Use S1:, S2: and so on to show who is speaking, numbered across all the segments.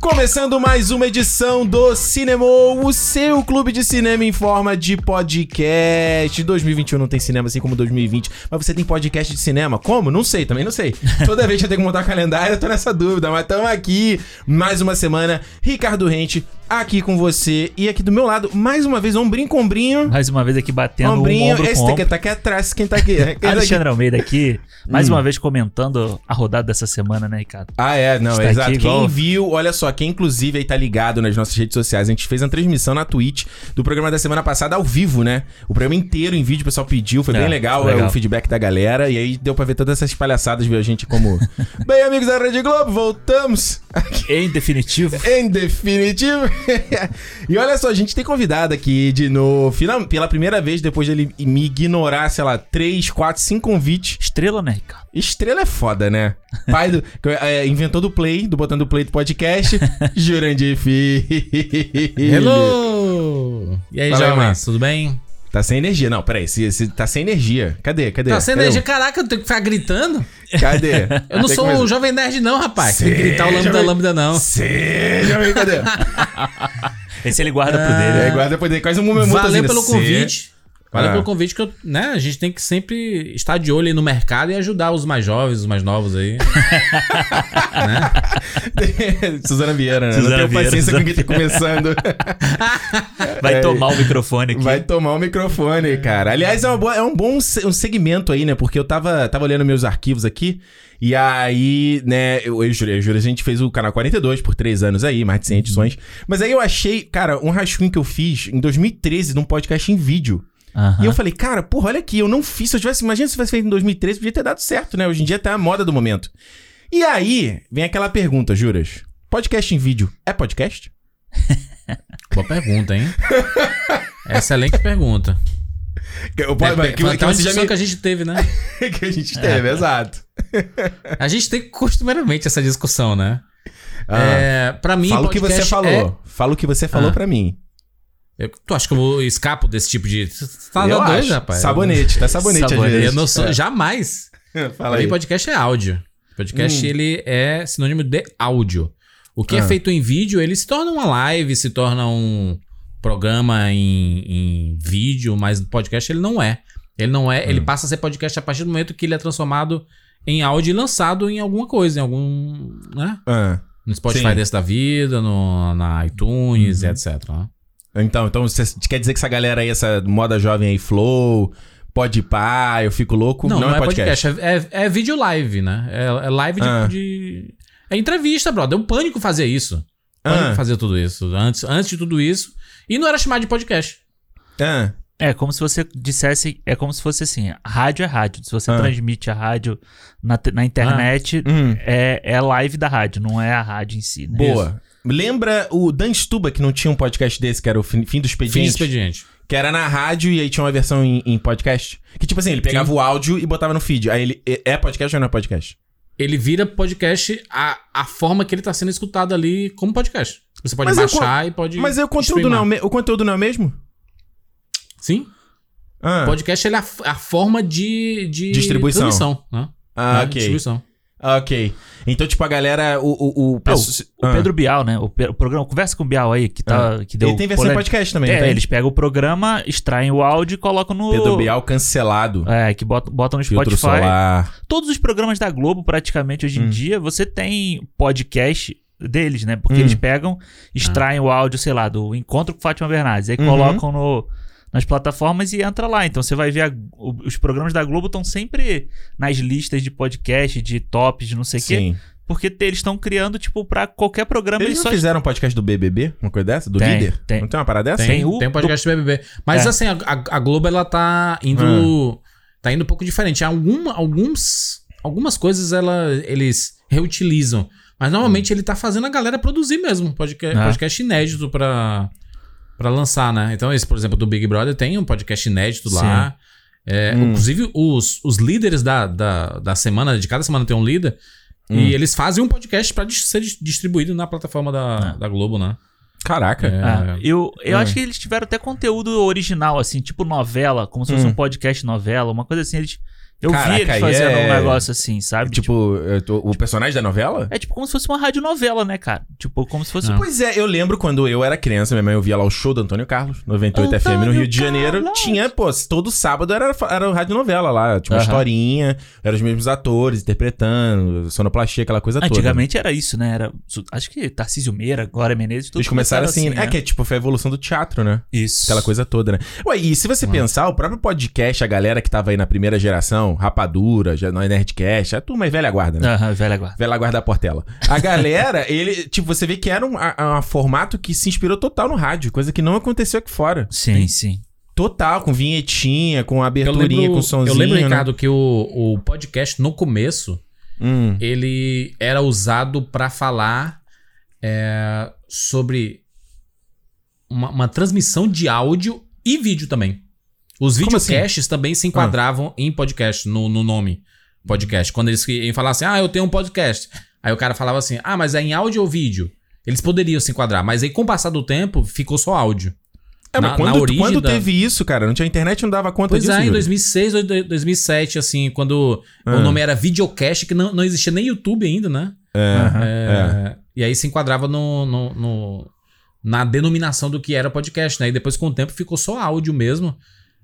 S1: Começando mais uma edição do Cinema, o seu clube de cinema em forma de podcast. 2021 não tem cinema assim como 2020, mas você tem podcast de cinema. Como? Não sei, também não sei. Toda vez que eu tenho que montar calendário, eu tô nessa dúvida, mas estamos aqui mais uma semana. Ricardo Rente aqui com você e aqui do meu lado, mais uma vez, ombrinho com ombrinho.
S2: Mais uma vez aqui batendo
S1: Ombrinho,
S2: um ombro
S1: esse
S2: com
S1: daqui
S2: ombro.
S1: tá aqui atrás, quem tá aqui? Esse daqui.
S2: Alexandre Almeida aqui,
S1: Hum.
S2: mais uma vez comentando a rodada dessa semana, né, Ricardo?
S1: Ah, é, não,
S2: Está
S1: é
S2: aqui
S1: exato.
S2: igual-
S1: Quem viu, olha só, quem inclusive aí tá ligado nas nossas redes sociais, a gente fez uma transmissão na Twitch do programa da semana passada ao vivo, né? O programa inteiro em vídeo, o pessoal pediu, foi
S2: É,
S1: bem legal,
S2: legal.
S1: é, o feedback da galera, e aí deu pra ver todas essas palhaçadas, viu a gente como. bem, amigos da Rede Globo, voltamos!
S2: Em definitivo,
S1: Em definitivo. e olha só, a gente tem convidado aqui de novo. Final, pela primeira vez, depois dele me ignorar, sei lá, 3, 4, 5 convites.
S2: estrela, né, Ricardo?
S1: Estrela é foda, né? Pai do. é, inventor do Play, do botão do Play do podcast. Jurandir Filho.
S3: Hello! E aí,
S1: Fala aí,
S3: Jovens,
S1: Marcos.
S3: tudo bem?
S1: Tá sem energia. Não, peraí. Se, se, tá sem energia. Cadê? Cadê?
S3: Tá sem
S1: Cadê o-
S3: energia? Caraca, eu tenho que ficar gritando?
S1: Cadê?
S3: Eu
S1: Ah,
S3: não
S1: Tem
S3: sou
S1: que
S3: um
S1: começar.
S3: jovem nerd, não, rapaz.
S1: Sim,
S3: Tem que gritar o lambda
S1: jovem-
S3: lambda, não.
S1: Seja bem, cadê?
S2: Esse ele guarda pro dele.
S1: É,
S2: né?
S1: guarda depois dele. Quase um momento
S3: Valeu pelo convite. Valeu
S1: Ah.
S3: pelo convite que eu, né, a gente tem que sempre estar de olho aí no mercado e ajudar os mais jovens, os mais novos aí.
S1: Suzana Vieira, né?
S2: Suzana
S1: não tenho
S2: Vieira,
S1: paciência com
S2: Suzana
S1: quem tá começando.
S2: Vai
S1: É.
S2: tomar o microfone aqui.
S1: Vai tomar o microfone, cara. Aliás, é, uma boa- é um bom se- um segmento aí, né? Porque eu tava, tava olhando meus arquivos aqui. E aí, né, eu, eu juro, eu juro, a gente fez o canal 42 por três anos aí, mais de 100 edições. Mas aí eu achei, cara, um rascunho que eu fiz em 2013 de um podcast em vídeo.
S2: Aham.
S1: E eu falei, cara, porra, olha aqui, eu não fiz. Se eu tivesse, imagina se eu tivesse feito em 2013, podia ter dado certo, né? Hoje em dia tá a moda do momento. E aí, vem aquela pergunta, Juras. Podcast em vídeo é podcast?
S3: Boa pergunta, hein? Excelente pergunta.
S1: Eu,
S3: Depende- Foi até uma discussão que a gente teve, né?
S1: Né? que a gente teve, exato.
S3: A gente tem costumeiramente essa discussão, né? É, pra mim,
S1: Ah. Fala o que você
S3: podcast
S1: falou.
S3: é-
S1: Fala o que você falou
S3: Ah.
S1: pra mim.
S3: Eu- tu acha que eu vou- escapo desse tipo de. Tu Tá
S1: Eu
S3: doido,
S1: acho.
S3: rapaz.
S1: Sabonete, tá sabonete,
S2: Sabonete.
S1: às vezes.
S3: Eu não sou. Jamais.
S1: É. Fala
S3: Pra
S1: aí.
S3: mim, podcast é áudio. Podcast,
S1: Hum.
S3: ele é sinônimo de áudio. O que
S1: Ah.
S3: é feito em vídeo, ele se torna uma live, se torna um programa em, em vídeo, mas podcast ele não é. Ele não é.
S1: Hum.
S3: Ele passa a ser podcast a partir do momento que ele é transformado em áudio e lançado em alguma coisa, em algum. né?
S1: Ah.
S3: No Spotify
S1: Sim. Uhum.
S3: desse da vida, no, na iTunes, e etc. né?
S1: Então, então, você quer dizer que essa galera aí, essa moda jovem aí, Flow, Pode Pá, Eu Fico Louco,
S3: Não, não, é podcast. É, é- é vídeo live, né? É, é live de,
S1: Ah.
S3: de- É entrevista, brother. Deu pânico fazer isso. Pânico
S1: Ah.
S3: fazer tudo isso. Antes, antes de tudo isso. E não era chamado de podcast.
S1: Ah.
S2: É como se você dissesse, é como se fosse assim, rádio é rádio. Se você
S1: Ah.
S2: transmite a rádio na, te- na internet,
S1: Hum.
S2: é, é live da rádio, não é a rádio em si, né?
S1: Boa. Lembra o Dan Stuba, que não tinha um podcast desse, que era o Fim, Fim do
S3: Fim de
S1: Expediente?
S3: expediente.
S1: Que era na rádio e aí tinha uma versão em, em podcast. Que tipo assim, ele pegava o áudio e botava no feed. Aí ele, é é podcast ou não é podcast?
S3: Ele vira podcast a, a forma que ele tá sendo escutado ali como podcast. Você pode
S1: Mas eu
S3: baixar e pode.
S1: Mas aí o conteúdo,
S3: streamar.
S1: não é o, me- o conteúdo não é o mesmo?
S3: Sim.
S1: Ah.
S3: Podcast ele é a, f- a forma de, de
S1: Distribuição.
S3: transmissão, né?
S1: Ah,
S3: Né?
S1: ok.
S3: Distribuição.
S1: Ah, Ok. Então, tipo, a galera. O, o, o,
S2: É,
S1: pesso-
S2: O
S1: Ah.
S2: Pedro Bial, né? O, pe- o programa Conversa com o Bial aí, que, tá, que deu
S1: Ele tem versão em
S2: polêmica.
S1: podcast também, não
S2: É,
S1: tem?
S2: eles pegam o programa, extraem o áudio e colocam no.
S1: Pedro Bial cancelado.
S2: É, que botam, botam no
S1: Filtro
S2: Spotify.
S1: solar.
S2: Todos os programas da Globo, praticamente, hoje em
S1: Hum.
S2: dia, você tem podcast deles, né? Porque
S1: Hum.
S2: eles pegam, extraem o áudio, sei lá, do Encontro com Fátima Bernardes, aí
S1: Uhum.
S2: colocam no. Nas plataformas e entra lá. Então você vai ver. a- o- os programas da Globo estão sempre nas listas de podcast, de tops, de não sei o quê.
S1: Sim.
S2: Porque te- eles estão criando, tipo, pra qualquer programa
S1: Eles
S2: eles,
S1: não
S2: só.
S1: fizeram um podcast do BBB? Uma coisa dessa? Do
S2: Tem,
S1: líder?
S2: tem.
S1: Não tem uma parada dessa?
S3: Tem,
S2: Tem
S3: tem,
S2: o-
S3: o podcast do BBB. Mas
S2: É.
S3: assim, a, a- a Globo ela tá indo tá indo um pouco diferente. Alguma, alguns algumas coisas ela eles reutilizam, mas normalmente ele tá fazendo a galera produzir mesmo podcast,
S2: É.
S3: podcast inédito pra para lançar, né? Então esse, por exemplo, do Big Brother tem um podcast inédito lá. É,
S1: Hum.
S3: Inclusive, os, os líderes da, da, da semana, de cada semana tem um líder,
S1: Hum.
S3: e eles fazem um podcast pra dis- ser dis- distribuído na plataforma da, da Globo, né?
S1: Caraca.
S3: É.
S2: Ah, eu eu
S1: Ah.
S2: acho que eles tiveram até conteúdo original, assim, tipo novela, como se fosse
S1: Hum.
S2: um podcast novela, uma coisa assim. Eles, Eu
S1: Caraca,
S2: vi eles
S1: aí
S2: fazendo
S1: é-
S2: um negócio assim, sabe?
S1: Tipo, eu tô- o personagem da novela?
S2: É tipo como se fosse uma radionovela, né, cara? Tipo, como se fosse.
S3: Não.
S1: Pois é, eu lembro quando eu era criança, minha mãe ouvia lá o show do Antônio Carlos, 98 FM no
S2: Antônio
S1: Rio de Janeiro.
S2: Carlos.
S1: Tinha, pô, todo sábado era, era rádio novela lá, tinha uma
S2: Aham.
S1: historinha, eram os mesmos atores interpretando, sonoplastia, aquela coisa toda.
S2: Antigamente era isso, né? Era, su- acho que Tarcísio Meira, Glória Menezes, tudo
S1: Eles começaram assim,
S2: né?
S1: é que é tipo, foi a evolução do teatro, né?
S2: Isso.
S1: Aquela coisa toda, né? Ué, e se você pensar, o próprio podcast, a galera que tava aí na primeira geração, Rapadura, já não é Nerdcast, a turma é velha guarda, né?
S2: Aham, velha guarda.
S3: É.
S1: Vai lá guardar a portela. A galera, ele, tipo, você vê que era um, a- a- formato que se inspirou total no rádio, coisa que não aconteceu aqui fora.
S2: Sim, sim.
S1: Total, com vinhetinha, com
S3: Eu
S1: aberturinha,
S3: lembro,
S1: com sonzinho.
S3: eu lembro
S1: né?
S3: Ricardo, que o, o podcast no começo,
S1: Hum.
S3: ele era usado pra falar é, sobre uma, uma transmissão de áudio e vídeo também. Os
S1: Como assim?
S3: videocasts também se enquadravam em podcast, no, no nome podcast. Quando eles iam falar assim, ah, eu tenho um podcast. Aí o cara falava assim, ah, mas é em áudio ou vídeo? Eles poderiam se enquadrar, mas aí com o passar do tempo ficou só áudio.
S1: É, mas
S3: na-
S1: quando,
S3: na origem
S1: quando
S3: da-
S1: teve isso, cara? Não tinha internet, não dava conta
S3: Pois
S1: disso.
S3: é, em
S1: Júlio.
S3: 2006 ou 2007, assim, quando
S1: Ah.
S3: o nome era videocast, que não, não existia nem YouTube ainda, né?
S2: Aham.
S3: É, E aí se enquadrava no, no- no- na denominação do que era podcast, né? E depois, com o tempo, ficou só áudio mesmo.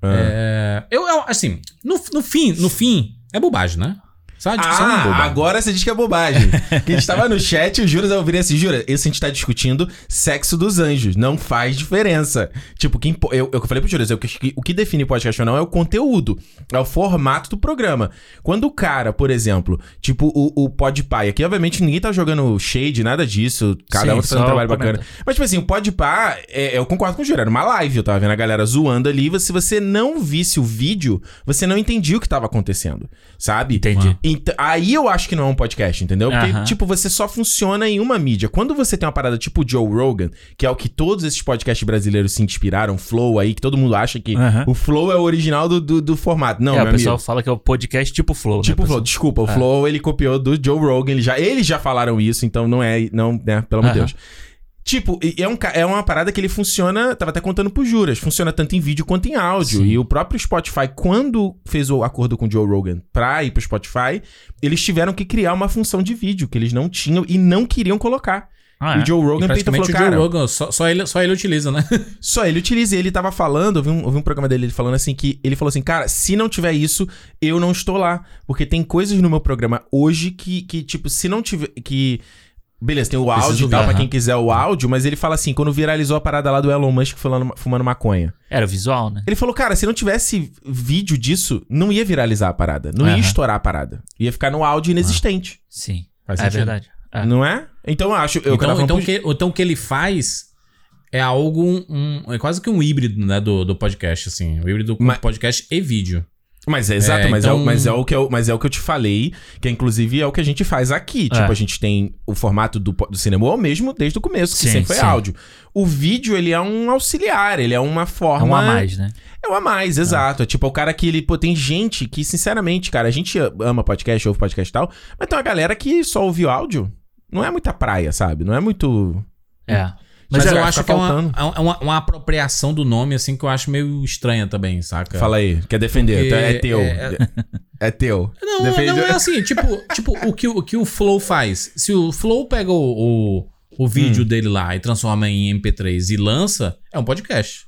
S1: É.
S3: É, eu, eu, assim, no, no fim, no fim, é bobagem, né? Só
S2: é
S3: uma discussão
S1: Ah,
S3: boba.
S1: agora você diz que é bobagem. Porque a gente tava no chat e o Juras ouvindo assim, Jura, esse a gente tá discutindo sexo dos anjos. Não faz diferença. Tipo, quem, eu, eu falei pro Juras, eu, que- o que define podcast ou não é o conteúdo, é o formato do programa. Quando o cara, por exemplo, tipo o, o Podpah, aqui obviamente ninguém tá jogando shade, nada disso, cada
S2: Sim,
S1: um tá fazendo um
S2: só
S1: trabalho
S2: comenta.
S1: bacana. Mas, tipo assim, o Podpah, é, eu concordo com o Júlio, era uma live, eu tava vendo a galera zoando ali. Se você não visse o vídeo, você não entendia o que tava acontecendo, sabe?
S2: Entendi.
S1: Então, aí eu acho que não é um podcast, entendeu? Porque,
S2: Aham.
S1: tipo, você só funciona em uma mídia. Quando você tem uma parada tipo Joe Rogan, que é o que todos esses podcasts brasileiros se inspiraram, Flow aí, que todo mundo acha que
S2: Aham.
S1: o Flow é o original do, do, do formato. Não,
S2: é, o
S1: meu
S2: pessoal
S1: amigo.
S2: fala que é o podcast tipo Flow.
S1: Tipo
S2: né,
S1: o Flow,
S2: pessoal?
S1: desculpa, o
S2: É.
S1: Flow ele copiou do Joe Rogan, ele já, eles já falaram isso, então não é, não, né, pelo amor de
S2: Aham.
S1: Deus. Tipo, e- é, um, ca- é uma parada que ele funciona, tava até contando pro Juras, funciona tanto em vídeo quanto em áudio.
S2: Sim.
S1: E o próprio Spotify, quando fez o acordo com o Joe Rogan pra ir pro Spotify, eles tiveram que criar uma função de vídeo que eles não tinham e não queriam colocar.
S2: Ah,
S1: E
S2: é.
S1: o Joe
S3: E
S1: Rogan tentou
S3: praticamente
S1: falou,
S3: o Joe
S1: cara,
S3: Rogan, só, só ele, só ele utiliza, né?
S1: só ele utiliza. E ele tava falando, eu vi, um, eu vi um programa dele ele falando assim que ele falou assim, cara, se não tiver isso, eu não estou lá. Porque tem coisas no meu programa hoje que, que tipo, se não tiver. que Beleza, tem o
S3: Preciso
S1: áudio e
S3: ouvir,
S1: tal, pra
S3: aham.
S1: quem quiser o áudio, mas ele fala assim, quando viralizou a parada lá do Elon Musk falando, fumando maconha.
S2: Era o visual, né?
S1: Ele falou, cara, se não tivesse vídeo disso, não ia viralizar a parada. Não ia
S2: Aham.
S1: estourar a parada. Ia ficar no áudio inexistente.
S2: Sim.
S1: Faz
S2: é
S1: sentido.
S2: verdade. É.
S1: Não é? Então eu acho. Eu
S3: então,
S1: tava falando
S3: então,
S1: pro-
S3: que, então o que ele faz é algo, um, um- é quase que um híbrido, né, do, do podcast, assim. O híbrido com
S1: Mas-
S3: podcast e vídeo.
S1: Mas é exato,
S3: É,
S1: mas, é, o-
S3: então-
S1: mas, é o que eu, mas é o que eu te falei, que inclusive é o que a gente faz aqui. Tipo,
S2: É.
S1: a gente tem o formato do, po- do cinema é o mesmo desde o começo, que
S2: Sim,
S1: sempre foi
S2: sim.
S1: áudio. O vídeo, ele é um auxiliar, ele é uma
S2: É
S1: forma.
S2: um a mais, né?
S1: É um a mais, exato. É tipo, é o cara que ele. Pô, tem gente que, sinceramente, cara, a gente ama podcast, ouve podcast e tal, mas tem uma galera que só ouve áudio. Não é muita praia, sabe? Não é muito.
S2: É.
S3: Mas,
S2: Mas,
S3: eu
S2: é,
S3: acho
S1: fica
S3: que é uma,
S1: faltando.
S3: é um- é uma, uma apropriação do nome, assim, que eu acho meio estranha também, saca?
S1: Fala aí, quer defender?
S3: É. Porque
S1: tá? é teu.
S3: é-
S1: É, teu.
S3: Não,
S1: Defende-
S3: não é assim, tipo, tipo o, que, o que o Flow faz. Se o Flow pega o, o, o vídeo
S1: Hum.
S3: dele lá e transforma em MP3 e lança, é um podcast.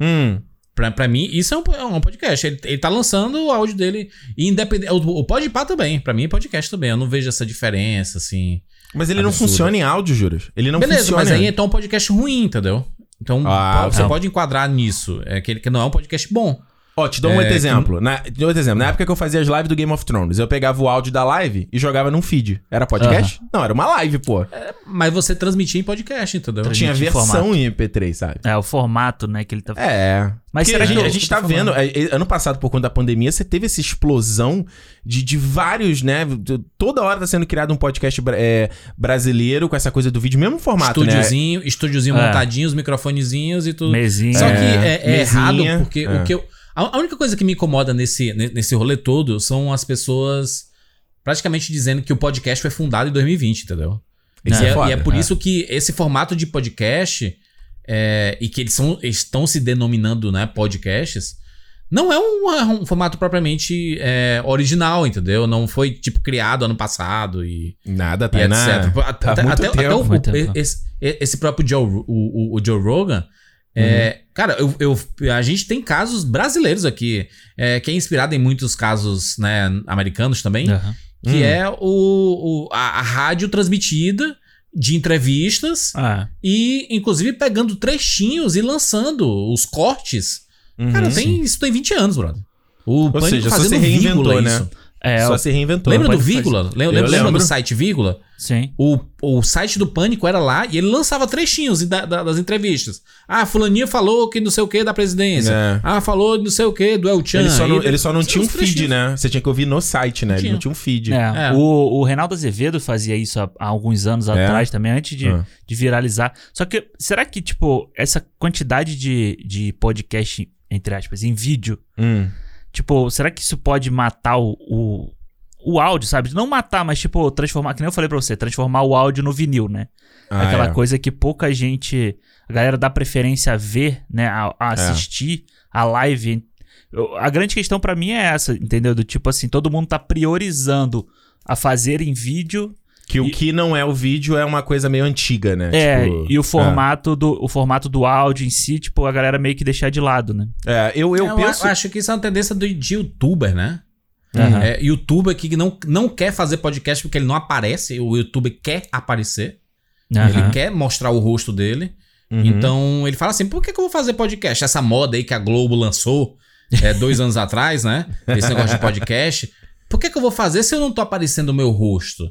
S1: Hum.
S3: Pra, pra mim, isso é um, é um podcast. Ele, ele tá lançando o áudio dele e independente. O, o Podpah também. Pra mim é podcast também. Eu não vejo essa diferença, assim.
S1: Mas ele não
S3: Absurdo.
S1: funciona em áudio, Juras. Ele não
S3: Beleza,
S1: funciona.
S3: mas aí então é um podcast ruim, entendeu? Então
S1: Ah,
S3: po- você
S2: não.
S3: pode enquadrar nisso. É aquele que não é um podcast bom.
S1: Ó, te dou um
S3: É,
S1: outro exemplo. Na, te dou outro exemplo. Na época que eu fazia as lives do Game of Thrones, eu pegava o áudio da live e jogava num feed. Era podcast? Não, era uma live, pô.
S3: Mas você transmitia em podcast, entendeu?
S2: Transmitir
S1: Tinha
S2: em
S1: versão
S2: formato.
S1: em MP3, sabe?
S2: é o formato, né, que ele tá
S1: É.
S2: Mas
S1: Porque
S2: será
S1: a gente,
S2: que-
S1: a gente tá
S2: eu tô falando.
S1: vendo. é, é, Ano passado, por conta da pandemia, você teve essa explosão de, de vários, né? de- Toda hora tá sendo criado um podcast bra- é, brasileiro com essa coisa do vídeo, mesmo formato, né?
S3: estúdiozinho, estúdiozinho
S2: É.
S3: montadinho, os microfonezinhos e tudo.
S2: mesinha.
S3: Só
S2: É.
S3: que é, é errado,
S1: mesinha,
S3: porque
S1: é.
S3: o que eu. A, a única coisa que me incomoda nesse, ne- nesse rolê todo são as pessoas praticamente dizendo que o podcast foi fundado em 2020, entendeu?
S1: Isso
S3: e, é,
S1: foda.
S3: e é por
S1: É.
S3: isso que esse formato de podcast, é, e que eles, são, eles estão se denominando né, podcasts, Não é um, um formato propriamente é, original, entendeu? Não foi, tipo, criado ano passado e,
S1: Nada,
S3: e é
S1: tá
S3: etc.
S1: Tá
S3: até,
S1: muito
S3: até- até
S1: tempo. um
S3: o-
S2: muito tempo.
S3: Esse, esse próprio Joe, o, o- o Joe Rogan. é,
S1: Uhum.
S3: cara, eu, eu- a gente tem casos brasileiros aqui, é, que é inspirado em muitos casos né, americanos também
S2: Aham.
S3: que
S1: Hum.
S3: é o, o- a, a rádio transmitida de entrevistas
S1: É.
S2: Ah,
S3: e, inclusive, pegando trechinhos e lançando os cortes.
S1: Uhum.
S3: Cara, tem, isso tem 20 anos, brother. O Pânico
S1: seja, só
S3: fazendo
S1: se reinventou,
S3: vírgula,
S1: né?
S3: isso.
S2: é,
S1: Só se reinventou.
S3: Lembra do
S1: Pode fazer.
S3: vírgula? Lem- Lembra,
S1: Eu
S3: lembra
S1: lembro.
S3: do site vírgula?
S2: sim.
S3: O, o site do Pânico era lá e ele lançava trechinhos e da- da- das entrevistas. Ah, fulaninho falou que não sei o que da presidência.
S1: É.
S3: Ah, falou não sei o que do El Chan.
S1: Ele só, não,
S3: E-
S1: ele só não
S3: São
S1: tinha um
S3: os
S1: feed,
S3: trechinhos.
S1: né? Você tinha que ouvir no site, né? Ele não
S3: Tinha.
S1: tinha um feed.
S2: É.
S3: É.
S2: O, o Reinaldo Azevedo fazia isso há, há alguns anos
S1: É?
S2: atrás também, antes de,
S1: Ah.
S2: de viralizar. Só que, será que, tipo, essa quantidade de, de podcast, entre aspas, em vídeo,
S1: Hum.
S2: Tipo, será que isso pode matar o, o, o áudio, sabe? Não matar, mas, tipo, transformar, que nem eu falei pra você, transformar o áudio no vinil, né?
S1: Ah,
S2: Aquela
S1: é.
S2: coisa que pouca gente. A galera dá preferência a ver, né? A,
S1: É.
S2: a assistir a live. Eu- a grande questão pra mim é essa, entendeu? Do tipo assim, todo mundo tá priorizando a fazer em vídeo.
S1: Que o
S2: E-
S1: que não é o vídeo é uma coisa meio antiga, né?
S2: É,
S1: Tipo,
S2: e o formato, do, o formato do áudio em si, tipo, a galera meio que deixar de lado, né?
S1: É, É, eu, eu,
S3: Eu
S1: penso.
S3: a- acho que isso é uma tendência do, de youtuber, né?
S2: Aham.
S3: É, youtuber que não, não quer fazer podcast porque ele não aparece. O youtuber quer aparecer.
S2: Aham.
S3: Ele quer mostrar o rosto dele.
S1: Uhum.
S3: Então ele fala assim: por que, que eu vou fazer podcast? Essa moda aí que a Globo lançou é, dois anos atrás, né? Esse negócio de podcast. Por que, que eu vou fazer se eu não tô aparecendo o meu rosto?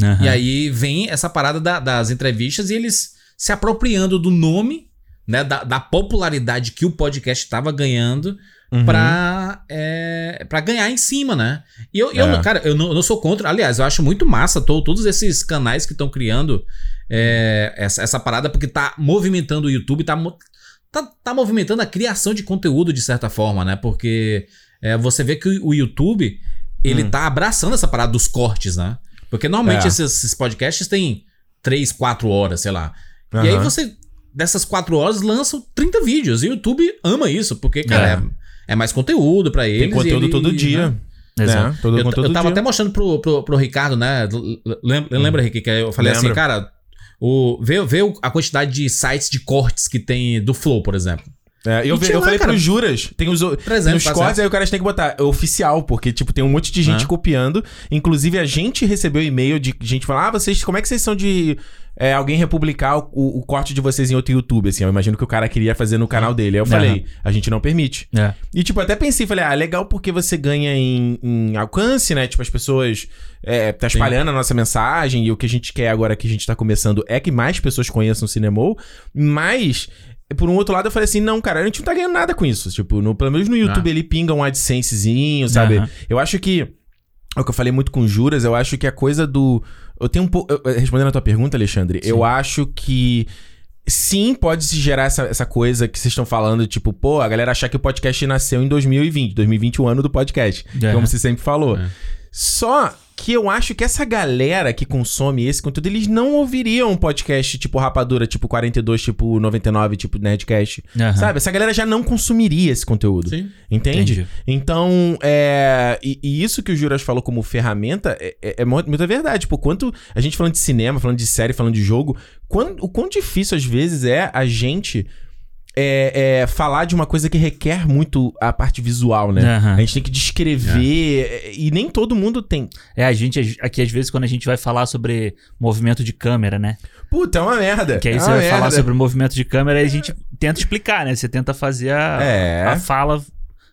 S2: Aham.
S3: E aí vem essa parada da- das entrevistas e eles se apropriando do nome, né? Da, da popularidade que o podcast estava ganhando
S1: Uhum.
S3: pra, é, pra ganhar em cima, né? E eu, eu
S1: É.
S3: não- cara, eu não, eu não sou contra. Aliás, eu acho muito massa to- todos esses canais que estão criando é, essa, essa parada, porque tá movimentando o YouTube, tá, mo- tá, tá movimentando a criação de conteúdo de certa forma, né? Porque é, você vê que o, o YouTube, ele
S1: Hum.
S3: tá abraçando essa parada dos cortes, né? Porque normalmente
S1: É.
S3: esses, esses podcasts têm 3, 4 horas, sei lá. E aí
S1: Aham.
S3: você, dessas quatro horas, lançam 30 vídeos. E o YouTube ama isso, porque, cara, é, é mais conteúdo pra eles.
S1: Tem conteúdo
S3: e ele-
S1: todo
S3: né?
S1: dia.
S2: Exato.
S1: Né? Todo,
S3: Eu,
S1: conteúdo
S3: eu tava
S1: dia. Uhum.
S3: até mostrando pro, pro, pro Ricardo, né? L- l- Lembra, lembra Rick, que eu falei assim,
S1: Lembro.
S3: cara, o, vê, vê o- a quantidade de sites de cortes que tem do Flow, por exemplo.
S1: É, eu,
S3: E
S1: ve-
S3: tinha
S1: eu
S3: lá,
S1: falei
S3: cara.
S1: pros juras. Tem os,
S3: Por exemplo,
S1: Nos cortes, aí o cara tem que botar é oficial, porque, tipo, tem um monte de gente
S3: Ah.
S1: copiando. Inclusive, a gente recebeu e-mail de gente falando, ah, vocês, como é que vocês são de é, alguém republicar o, o corte de vocês em outro YouTube, assim? Eu imagino que o cara queria fazer no canal dele. Aí eu
S2: Aham.
S1: falei, a gente não permite.
S2: É.
S1: E, tipo, eu até pensei, falei, ah, legal porque você ganha em, em alcance, né? Tipo, as pessoas é, tá
S3: Sim.
S1: espalhando a nossa mensagem e o que a gente quer agora que a gente tá começando é que mais pessoas conheçam o Cinemol, mas. Por um outro lado, eu falei assim, não, cara, a gente não tá ganhando nada com isso. Tipo, no, pelo menos no YouTube ele pinga um AdSensezinho, sabe?
S2: Aham.
S1: Eu acho que. É o que eu falei muito com o Juras, eu acho que a coisa do. Eu tenho um pouco. eu- eu- Respondendo a tua pergunta, Alexandre, eu acho que. Sim, pode se gerar essa, essa coisa que vocês estão falando, tipo, pô, a galera achar que o podcast nasceu em 2020. 2020 é o ano do podcast,
S2: É.
S1: como você sempre falou.
S3: É.
S1: Só que eu acho que essa galera que consome esse conteúdo, eles não ouviriam um podcast tipo Rapadura, tipo 42, tipo 99, tipo Nerdcast.
S2: Aham.
S1: Sabe? Essa galera já não consumiria esse conteúdo.
S3: Sim.
S1: Entende?
S2: Entendi.
S1: Então, é. E, e isso que o Juras falou como ferramenta é, é, é mu- muita verdade. Tipo, quanto. A gente falando de cinema, falando de série, falando de jogo, quão- o quão difícil às vezes é a gente. é, é, falar de uma coisa que requer muito a parte visual, né?
S2: Aham.
S1: A gente tem que descrever é, e nem todo mundo tem.
S2: É, a gente às- aqui, às vezes, quando a gente vai falar sobre movimento de câmera, né?
S1: Puta, é uma merda.
S2: Que aí
S1: é
S2: você
S1: uma
S2: vai falar
S1: merda.
S2: sobre movimento de câmera e a gente tenta explicar, né? Você tenta fazer a,
S1: É.
S2: a fala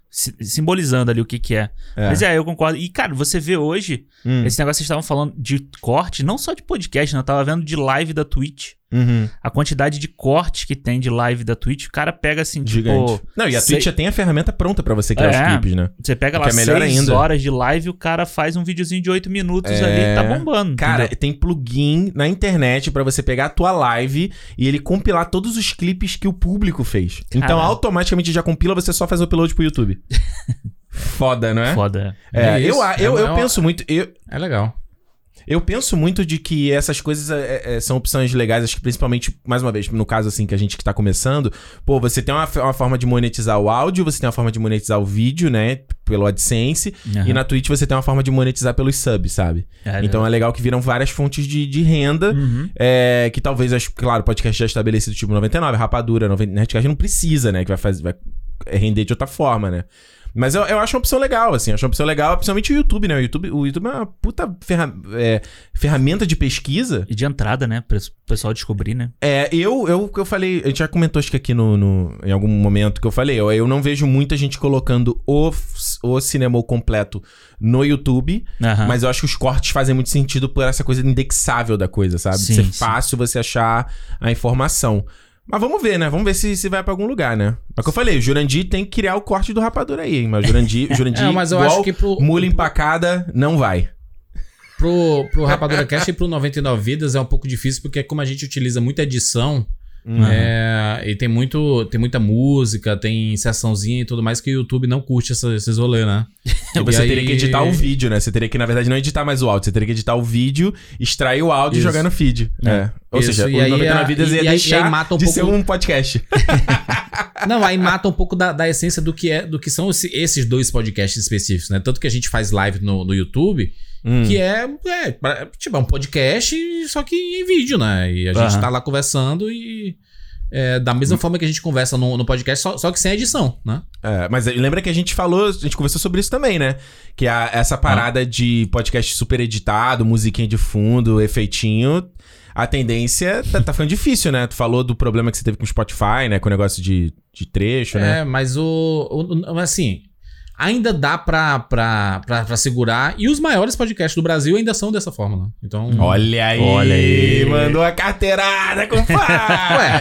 S2: si- simbolizando ali o que que é.
S1: É.
S2: Mas é, eu concordo. E, cara, você vê hoje,
S1: Hum,
S2: esse negócio que vocês estavam falando de corte, não só de podcast, né? Eu tava vendo de live da Twitch.
S1: uhum.
S2: A quantidade de corte que tem de live da Twitch, o cara pega assim,
S1: Gigante.
S2: tipo...
S1: Não, e a
S2: sei-
S1: Twitch já tem a ferramenta pronta pra você criar
S2: É.
S1: os clipes, né?
S2: Você pega
S1: O
S2: lá
S1: que é melhor
S2: seis
S1: ainda.
S2: horas de live e o cara faz um videozinho de oito minutos
S1: É.
S2: ali e tá bombando.
S1: Cara,
S2: entendeu?
S1: tem plugin na internet pra você pegar a tua live e ele compilar todos os clipes que o público fez. Então,
S2: Caralho.
S1: automaticamente já compila, você só faz o upload pro YouTube. Foda, não é?
S2: foda.
S1: É,
S3: É isso.
S1: eu, a- eu,
S3: É
S1: eu
S3: uma-
S1: penso muito. Eu,
S3: É legal.
S1: Eu penso muito de que essas coisas é, é, são opções legais, acho que principalmente, mais uma vez, no caso assim que a gente que tá começando, pô, você tem uma, uma forma de monetizar o áudio, você tem uma forma de monetizar o vídeo, né, pelo AdSense,
S2: Aham.
S1: e na Twitch você tem uma forma de monetizar pelos subs, sabe?
S2: É,
S1: então é legal que viram várias fontes de, de renda,
S2: Uhum.
S1: é, que talvez, acho, claro, podcast já estabelecido, tipo 99, Rapadura, 90, Nerdcast não precisa, né, que vai, fazer, vai render de outra forma, né? Mas eu, eu acho uma opção legal, assim. Acho uma opção legal, principalmente o YouTube, né? O YouTube, o YouTube é uma puta ferra- é, ferramenta de pesquisa.
S2: E de entrada, né? Pra o pessoal descobrir, né?
S1: É, eu, eu, eu falei, a gente já comentou, acho que aqui no, no- em algum momento que eu falei, eu, eu não vejo muita gente colocando o, f- o cinema completo no YouTube,
S3: Ah.
S2: Aham.
S1: mas eu acho que os cortes fazem muito sentido por essa coisa indexável da coisa, sabe?
S2: Sim,
S1: Ser
S2: sim.
S1: fácil você achar a informação. Mas vamos ver, né? Vamos ver se, se vai pra algum lugar, né? É o que eu falei, o Jurandir tem que criar o corte do rapador aí, hein? Mas o Jurandir, o Jurandir
S3: É, mas eu
S1: igual
S3: acho que pro,
S1: mula empacada não vai.
S3: pro, pro Rapadura Cast e pro 99 Vidas é um pouco difícil, porque como a gente utiliza muita edição,
S1: Hum.
S3: é, e tem, muito, tem muita música, tem sessãozinha e tudo mais, que o YouTube não curte essa- esses rolês, né? E
S1: Você
S3: aí-
S1: teria que editar o vídeo, né? Você teria que, na verdade, não editar mais o áudio. Você teria que editar o vídeo, extrair o áudio
S3: Isso.
S1: e jogar no feed.
S2: É.
S1: É. Ou
S3: Isso,
S1: seja,
S3: e
S1: o
S3: aí
S1: 99
S3: a-
S1: Vidas
S3: e
S1: ia
S3: aí- e aí
S1: deixar
S3: mata um
S1: de
S3: pouco-
S1: ser um podcast.
S3: Não, aí mata um pouco da, da essência do que é do que são esse- esses dois podcasts específicos, né? Tanto que a gente faz live no, no YouTube,
S1: Hum.
S3: que é, é, pra- tipo, é um podcast, só que em vídeo, né? E a gente
S2: Aham.
S3: tá lá conversando e. é, da
S1: Hum.
S3: mesma forma que a gente conversa no, no podcast, só, só que sem edição, né?
S1: É, mas lembra que a gente falou, a gente conversou sobre isso também, né? Que a-
S2: Ah.
S1: essa parada de podcast super editado, musiquinha de fundo, efeitinho, a tendência tá, tá ficando difícil, né? Tu falou do problema que você teve com o Spotify, né? Com o negócio de, de trecho, né?
S3: É, mas o, o- o- Assim, ainda dá pra, pra, pra, pra segurar. E os maiores podcasts do Brasil ainda são dessa forma, né? Então.
S1: Olha aí,
S2: É. Olha aí.
S1: mandou a carteirada, compadre!
S3: Ué,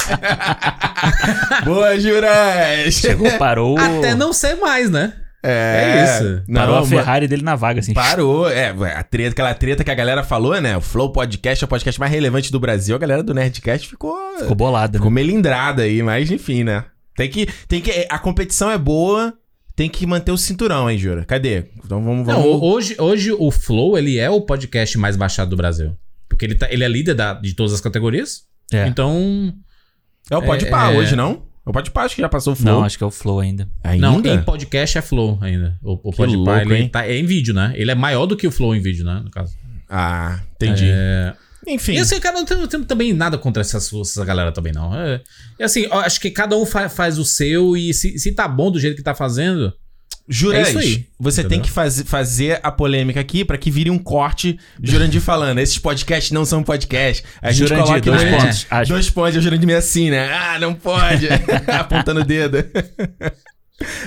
S1: Boa, Juras!
S2: Chegou, parou.
S3: até não ser mais, né? É isso.
S1: Não,
S2: parou a
S1: ma-
S2: Ferrari dele na vaga, assim.
S1: Parou, é, a treta, aquela treta que a galera falou, né? O Flow Podcast é o podcast mais relevante do Brasil. A galera do Nerdcast ficou,
S2: Ficou bolado, né?
S1: ficou melindrada aí, mas enfim, né? Tem que, tem que, a competição é boa, tem que manter o cinturão, hein, Jura? Cadê? Então vamos,
S3: Não,
S1: vamos...
S3: ho- hoje, hoje o Flow, ele é o podcast mais baixado do Brasil. Porque ele, tá, ele é líder da- de todas as categorias.
S2: É.
S3: Então,
S1: é o Pode
S3: é-
S1: Pá
S3: é-
S1: hoje, não? É o Pode Pá, acho que já passou o Flow.
S2: Não, acho que é o Flow ainda.
S1: Ainda?
S3: não, em podcast é Flow ainda. O, o Podpah,
S1: louco, hein?
S3: ele tá, é em vídeo, né? Ele é maior do que o Flow em vídeo, né? No caso.
S1: Ah, entendi.
S3: É,
S1: Enfim.
S3: e assim, cara, não tem, tem também nada contra essa, essa galera também, não. É, e assim, ó, acho que cada um fa- faz o seu e se, se tá bom do jeito que tá fazendo...
S1: Jurandir,
S3: É isso aí.
S1: você tem
S3: Entendeu?
S1: que faz- fazer a polêmica aqui pra que vire um corte Jurandir falando, esses podcasts não são podcasts. A gente
S2: Jurandir,
S1: coloca
S2: dois
S1: na-
S2: pontos.
S1: Ah,
S2: Aspas.
S1: Dois pontos, o Jurandir meio assim, né? Ah, não pode. Tá Apontando o dedo.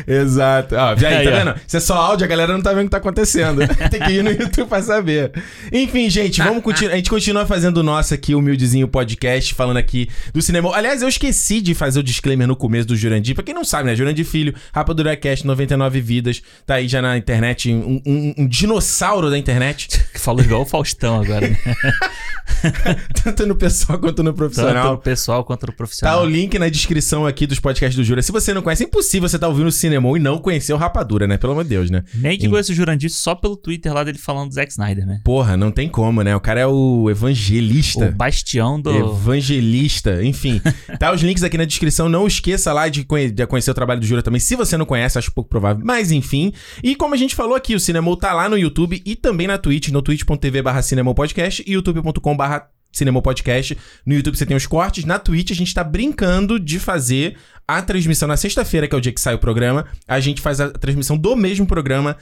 S1: Exato. Ó, e aí,
S2: Aí,
S1: tá
S2: ó.
S1: vendo? Se é só áudio, a galera não tá vendo o que tá acontecendo. Tem que ir no YouTube pra saber. Enfim, gente, vamos continuar. A gente continua fazendo o nosso aqui, humildezinho podcast, falando aqui do cinema. Aliás, eu esqueci de fazer o disclaimer no começo do Jurandir. Pra quem não sabe, né? Jurandir Filho, Rapadura Cast, 99 Vidas. Tá aí já na internet, um- um- um dinossauro da internet.
S2: Falou igual o Faustão agora, né?
S1: Tanto no pessoal quanto no profissional.
S2: Tanto o pessoal quanto o
S1: Tá o
S2: profissional.
S1: link na descrição aqui dos podcasts do Jura. Se você não conhece, é impossível você tá ouvindo o Cinemon e não conhecer o Rapadura, né? Pelo amor de Deus, né?
S2: Nem que conheça o Jurandir só pelo Twitter lá dele falando do Zack Snyder, né?
S1: Porra, não tem como, né? O cara é o
S2: O
S1: evangelista.
S2: bastião do.
S1: Evangelista, enfim. tá os links aqui na descrição. Não esqueça lá de, conhe- de conhecer o trabalho do Jura também. Se você não conhece, acho pouco provável. Mas enfim. E como a gente falou aqui, o Cinemol tá lá no YouTube e também na Twitch, no twitch.tv barra cinemopodcast e youtube.com barra cinemopodcast. No YouTube você tem os cortes. Na Twitch a gente tá brincando de fazer a transmissão na sexta-feira, que é o dia que sai o programa. A gente faz a transmissão do mesmo programa.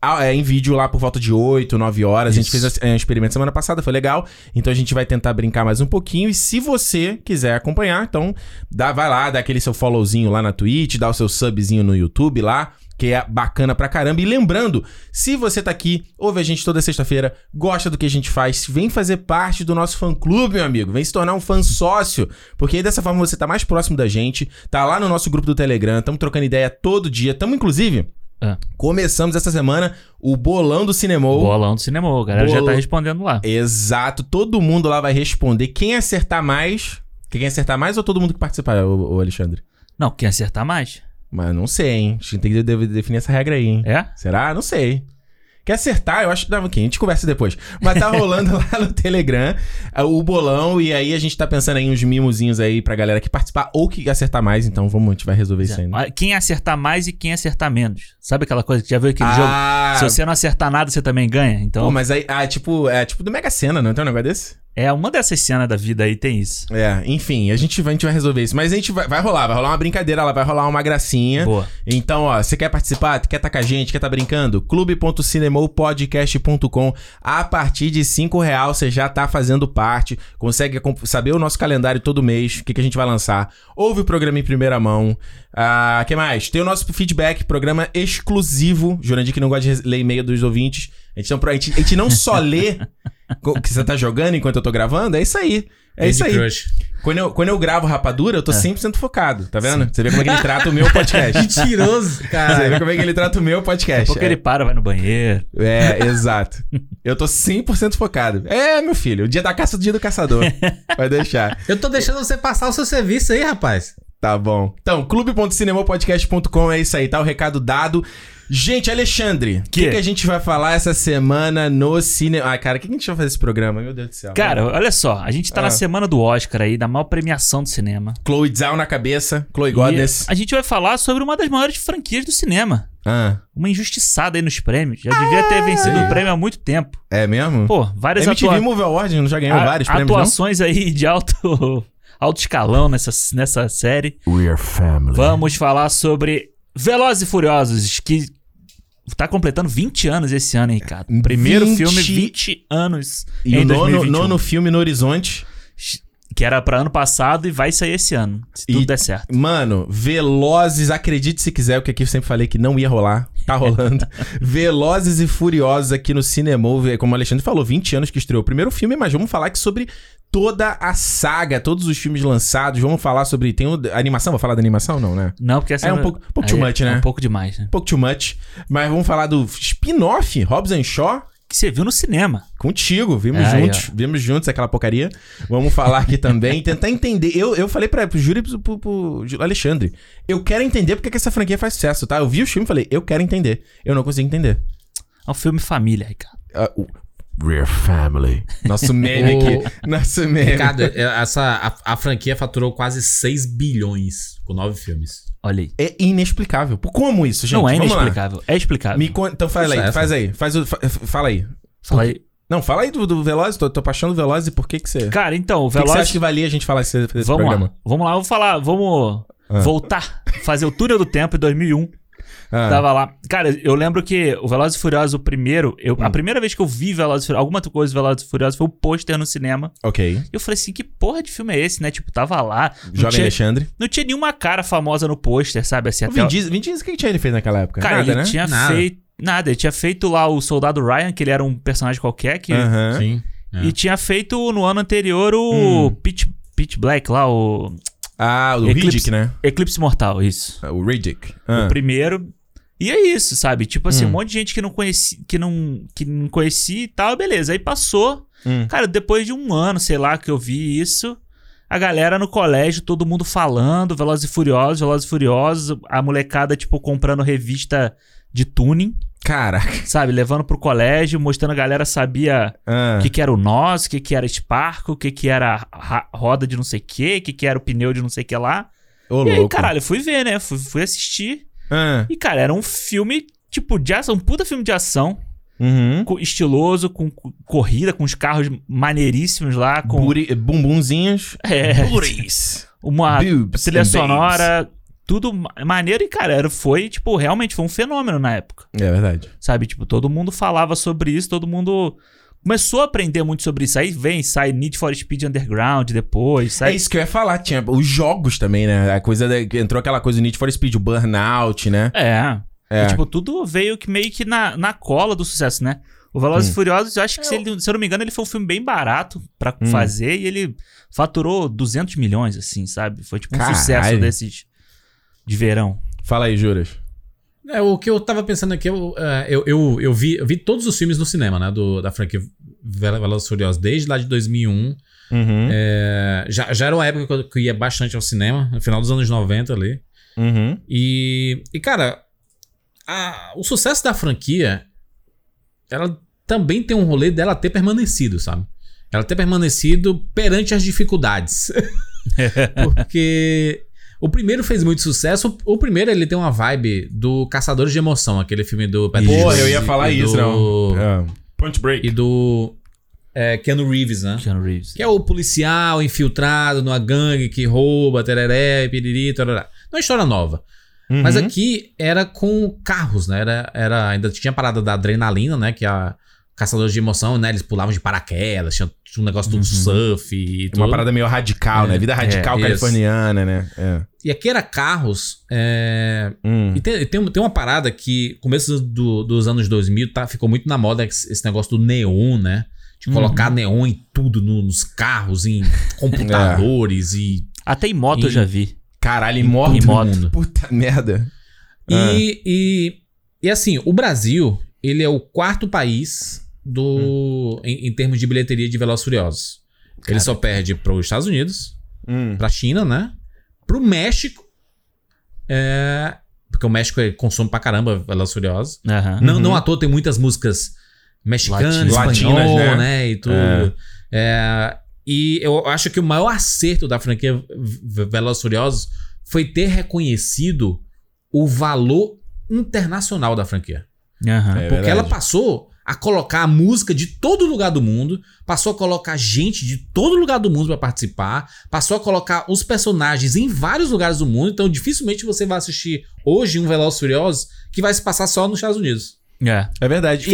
S1: ah, é, em vídeo lá por volta de 8, 9 horas. A gente
S3: Isso.
S1: fez é, um experimento semana passada, foi legal. Então a gente vai tentar brincar mais um pouquinho. E se você quiser acompanhar, então dá, vai lá, dá aquele seu followzinho lá na Twitch, dá o seu subzinho no YouTube lá, que é bacana pra caramba. E lembrando, se você tá aqui, ouve a gente toda sexta-feira, gosta do que a gente faz, vem fazer parte do nosso fã-clube, meu amigo. Vem se tornar um fã sócio, porque aí dessa forma você tá mais próximo da gente, tá lá no nosso grupo do Telegram, estamos trocando ideia todo dia, estamos inclusive...
S2: É.
S1: Começamos essa semana o bolão do Cinemol.
S2: Bolão do cinema, a galera já
S1: Bolão.
S2: tá respondendo lá.
S1: Exato, todo mundo lá vai responder. Quem acertar mais. Quem acertar mais ou todo mundo que participar, ô, ô Alexandre?
S2: Não, quem acertar mais?
S1: Mas não sei, hein? A gente tem que de- de- definir essa regra aí, hein?
S2: É?
S1: Será? Não sei. Quer acertar? Eu acho que. Não, ok, a gente conversa depois. Mas tá rolando lá no Telegram ah, o bolão. E aí a gente tá pensando em uns mimozinhos aí pra galera que participar ou que acertar mais. Então vamos, a gente vai resolver isso né? ainda.
S2: Ah, Quem acertar mais e quem acertar menos. Sabe aquela coisa que já viu aquele jogo?
S1: Ah,
S2: Se você não acertar nada, você também ganha. Então,
S1: Pô, mas aí. Ah, é tipo, é tipo do Mega Sena, não tem um negócio desse?
S2: é uma dessas cenas da vida aí, tem isso.
S1: É, enfim, a gente, vai- a gente vai resolver isso. Mas a gente vai, vai rolar, vai rolar uma brincadeira lá, vai rolar uma gracinha.
S2: Boa.
S1: Então, ó, você quer participar, quer tá com a gente, quer tá brincando? clube.cinemopodcast.com A partir de 5 reais você já tá fazendo parte, consegue acom- saber o nosso calendário todo mês, o que, que a gente vai lançar. Ouve o programa em primeira mão. Ah, que mais? Tem o nosso feedback, programa exclusivo. Jurandir que não gosta de res- ler e-mail dos ouvintes. A gente, não- a gente- a gente não só lê o que você tá jogando enquanto eu tô gravando, é isso aí. É isso aí. Quando eu, quando eu gravo rapadura, eu tô 100% focado, tá vendo? Você vê como é que ele trata o meu podcast.
S3: Mentiroso,
S1: Você
S3: cara.
S1: vê como é que ele trata o meu
S2: Daqui a
S1: podcast.
S2: pouco ele para, vai no banheiro.
S1: É, é, exato. Eu tô 100% focado. É, meu filho, o dia da caça é o dia do caçador. Vai deixar.
S3: Eu tô deixando você passar o seu serviço aí, rapaz.
S1: Tá bom. Então, clube.cinemopodcast.com é isso aí, tá? O recado dado. Gente, Alexandre, o que?
S2: Que?
S1: que a gente vai falar essa semana no cinema? Ai, cara, o que que a gente vai fazer esse programa? Meu Deus do céu.
S2: Cara, olha só, a gente tá
S1: Ah.
S2: na semana do Oscar aí, da maior premiação do cinema.
S1: Chloe Zhao na cabeça, Chloe
S2: E
S1: Goddess.
S2: a gente vai falar sobre uma das maiores franquias do cinema.
S1: Ah,
S2: Uma injustiçada aí nos prêmios. Já devia ter vencido o prêmio há muito tempo.
S1: é mesmo?
S2: Pô, várias
S1: MTV
S2: atua-
S1: Movie Awards não já um ganhou
S2: a-
S1: vários prêmios, não?
S2: atuações aí de alto, alto escalão nessa, nessa série.
S1: We are family.
S2: Vamos falar sobre Velozes e Furiosos, que tá completando 20 anos esse ano, hein, Ricardo? Primeiro
S1: 20
S2: filme, 20 anos
S1: E
S2: em
S1: o nono,
S2: 2021.
S1: nono filme no horizonte.
S2: Que era pra ano passado e vai sair esse ano, se
S1: E-
S2: tudo der certo.
S1: Mano, Velozes, acredite se quiser, o que aqui eu sempre falei que não ia rolar, tá rolando. Velozes e Furiosos aqui no cinema, como o Alexandre falou, 20 anos que estreou o primeiro filme, mas vamos falar aqui sobre toda a saga, todos os filmes lançados, vamos falar sobre, tem o- animação, vou falar da animação não, né?
S2: Não, porque essa
S1: É um pouco- pouco
S2: aí
S1: too much,
S2: é
S1: né?
S2: um pouco demais, né?
S1: Um pouco too much, mas vamos falar do spin-off, Hobbs and Shaw,
S2: Que você viu no cinema.
S1: Contigo, vimos
S2: Aí,
S1: juntos, vimos juntos aquela porcaria. Vamos falar aqui também, tentar entender. Eu, eu falei pra, pro Júlio e pro, pro- pro Ju- Alexandre, eu quero entender porque que essa franquia faz sucesso, tá? Eu vi o filme e falei, eu quero entender. Eu não consigo entender.
S2: É um filme família, Ricardo.
S1: Ah, o- Rear Family. Nosso meme
S3: O-
S1: aqui. Nosso meme.
S3: Ricardo, é, essa, a, a franquia faturou quase 6 bilhões com nove filmes.
S2: Olha aí.
S1: É inexplicável. Por Como isso, gente?
S2: não é
S1: Vamos lá.
S2: inexplicável. É explicável.
S1: Me con- Então fala aí,
S3: Sucesso.
S1: faz aí. Faz o... fa- Fala aí.
S2: Fala aí.
S1: Não, fala aí do, do Veloz, tô, tô paixão do Veloz e por que que você...
S2: Cara, então, o
S1: Por que que você acha
S2: Velozes...
S1: que valia a gente falar esse, desse
S2: Vamos
S1: programa?
S2: lá. Vamos lá, eu vou falar. Vamos
S1: Ah.
S2: voltar. Fazer o túnel do tempo em 2001.
S1: Ah,
S2: Tava lá. Cara, eu lembro que o Velozes e Furiosos, o primeiro... eu-
S1: Hum.
S2: A primeira vez que eu vi Velozes e Furiosos... Alguma coisa do Velozes e Furiosos foi o pôster no cinema.
S1: Ok.
S2: E eu falei assim, que porra de filme é esse, né? Tipo, tava lá. Não,
S1: Jovem
S2: tinha,
S1: Alexandre.
S2: não tinha nenhuma cara famosa no pôster, sabe? Assim,
S1: O
S2: até...
S1: Vin Diesel, Vin Diesel, o que que tinha ele fez naquela época?
S2: Cara,
S1: Nada,
S2: ele
S1: né?
S2: tinha
S3: Nada.
S2: feito... Nada, ele tinha feito lá o Soldado Ryan, que ele era um personagem qualquer, que
S1: Aham.
S3: Sim. É.
S2: E tinha feito no ano anterior
S1: Hum.
S2: o Pitch, Pitch Black lá, o
S1: Ah, o
S2: Eclipse.
S1: Riddick, né?
S2: Eclipse Mortal, isso.
S1: Ah, O Riddick. Ah.
S2: O primeiro. E é isso, sabe? Tipo assim,
S1: Hum.
S2: um monte de gente que não conhecia, que não, que não conhecia e tal, beleza. Aí passou.
S1: Hum.
S2: Cara, depois de um ano, sei lá, que eu vi isso, a galera no colégio, todo mundo falando, Velozes e Furiosos, Velozes e Furiosos, a molecada, tipo, comprando revista de tuning,
S1: Caraca.
S2: sabe? Levando pro colégio, mostrando a galera sabia
S1: Ah.
S2: o que, que era o nós, o que, que era Sparco, o que, que era ra- roda de não sei o que, o que, que era o pneu de não sei o que lá.
S1: Ô,
S2: e aí,
S1: louco.
S2: caralho, eu fui ver, né? Fui, fui assistir.
S1: Ah.
S2: E, cara, era um filme, tipo, de ação, um puta filme de ação,
S1: Uhum.
S2: co- estiloso, com co- corrida, com os carros maneiríssimos lá, com
S1: Buri- bumbunzinhos.
S2: É.
S1: Buris.
S2: uma
S1: Boobs
S2: trilha
S1: and
S2: sonora, tudo ma- maneiro. E, cara, era, foi, tipo, realmente foi um fenômeno na época.
S1: babes. É verdade.
S2: Sabe, tipo, todo mundo falava sobre isso, todo mundo começou a aprender muito sobre isso. Aí vem, sai Need for Speed Underground depois,
S1: É
S2: sai.
S1: isso que eu ia falar. Tinha os jogos também, né? A coisa da- Entrou aquela coisa do Need for Speed, o Burnout, né?
S2: É.
S1: É.
S2: E, tipo, tudo veio que meio que na, na cola do sucesso, né? O Velozes e Furiosos, eu acho que, se, ele- se eu não me engano, ele foi um filme bem barato pra
S1: Hum.
S2: fazer e ele faturou 200 milhões, assim, sabe? Foi tipo um
S1: Caralho.
S2: sucesso desses de verão.
S1: Fala aí, Juras.
S3: É, o que eu tava pensando aqui, eu, é, eu, eu, eu vi, eu vi todos os filmes no cinema, né? Do, da franquia Vel- Velozes e Furiosos, desde lá de 2001.
S1: Uhum.
S3: É, já, já era uma época que eu, que eu ia bastante ao cinema, no final dos anos 90 ali.
S1: Uhum.
S3: E, e cara, a- o sucesso da franquia ela também tem um rolê dela ter permanecido, sabe? Ela ter permanecido perante as dificuldades. Porque o primeiro fez muito sucesso. O primeiro ele tem uma vibe do Caçadores de Emoção, aquele filme do Patrick
S1: Porra,
S3: Swayze
S1: eu ia falar
S3: e
S1: isso,
S3: do-
S1: não.
S4: Punch Break.
S3: E do é, Keanu Reeves, né?
S2: Keanu Reeves.
S3: Que é o policial infiltrado numa gangue que rouba, tereré, piriri, tarará. Não é história nova.
S1: Uhum.
S3: Mas aqui era com carros, né? Era, era, ainda tinha a parada da adrenalina, né? Que a caçadores de emoção, né? Eles pulavam de paraquedas, tinha um negócio do surf e tudo.
S1: Uhum. É Uma parada meio radical, né? Vida radical
S3: é, isso.
S1: californiana, né? É.
S3: E aqui era carros. é,
S1: Hum.
S3: E tem, tem, tem uma parada que, começo do- dos anos 2000, tá, ficou muito na moda esse esse negócio do neon, né? De
S1: Uhum.
S3: colocar neon em tudo, no- nos carros, em
S1: É.
S3: computadores e
S2: Até em moto eu
S3: E-
S2: já vi.
S1: Caralho, e moto.
S2: Em moto.
S1: Puta merda.
S3: E,
S1: Ah.
S3: e, e assim, o Brasil, ele é o quarto país do em, em termos de bilheteria de Velozes e Furiosos. Ele só perde para os Estados Unidos,
S1: Hum.
S3: para a China, né? Para o México, é, porque o México ele consome pra caramba Velozes e Furiosos.
S2: Aham.
S3: Não, não à toa tem muitas músicas mexicanas,
S1: Uhum. Latinas.
S3: espanhol,
S1: Latinas, né?
S3: né? E tudo.
S1: É.
S3: É, e eu acho que o maior acerto da franquia V- V- Velozes e Furiosos foi ter reconhecido o valor internacional da franquia.
S2: Aham.
S1: É
S3: Porque ela
S1: verdade.
S3: passou a colocar a música de todo lugar do mundo, passou a colocar gente de todo lugar do mundo pra participar, passou a colocar os personagens em vários lugares do mundo, então dificilmente você vai assistir hoje um Velozes e Furiosos que vai se passar só nos Estados Unidos.
S2: É.
S1: É verdade. E é,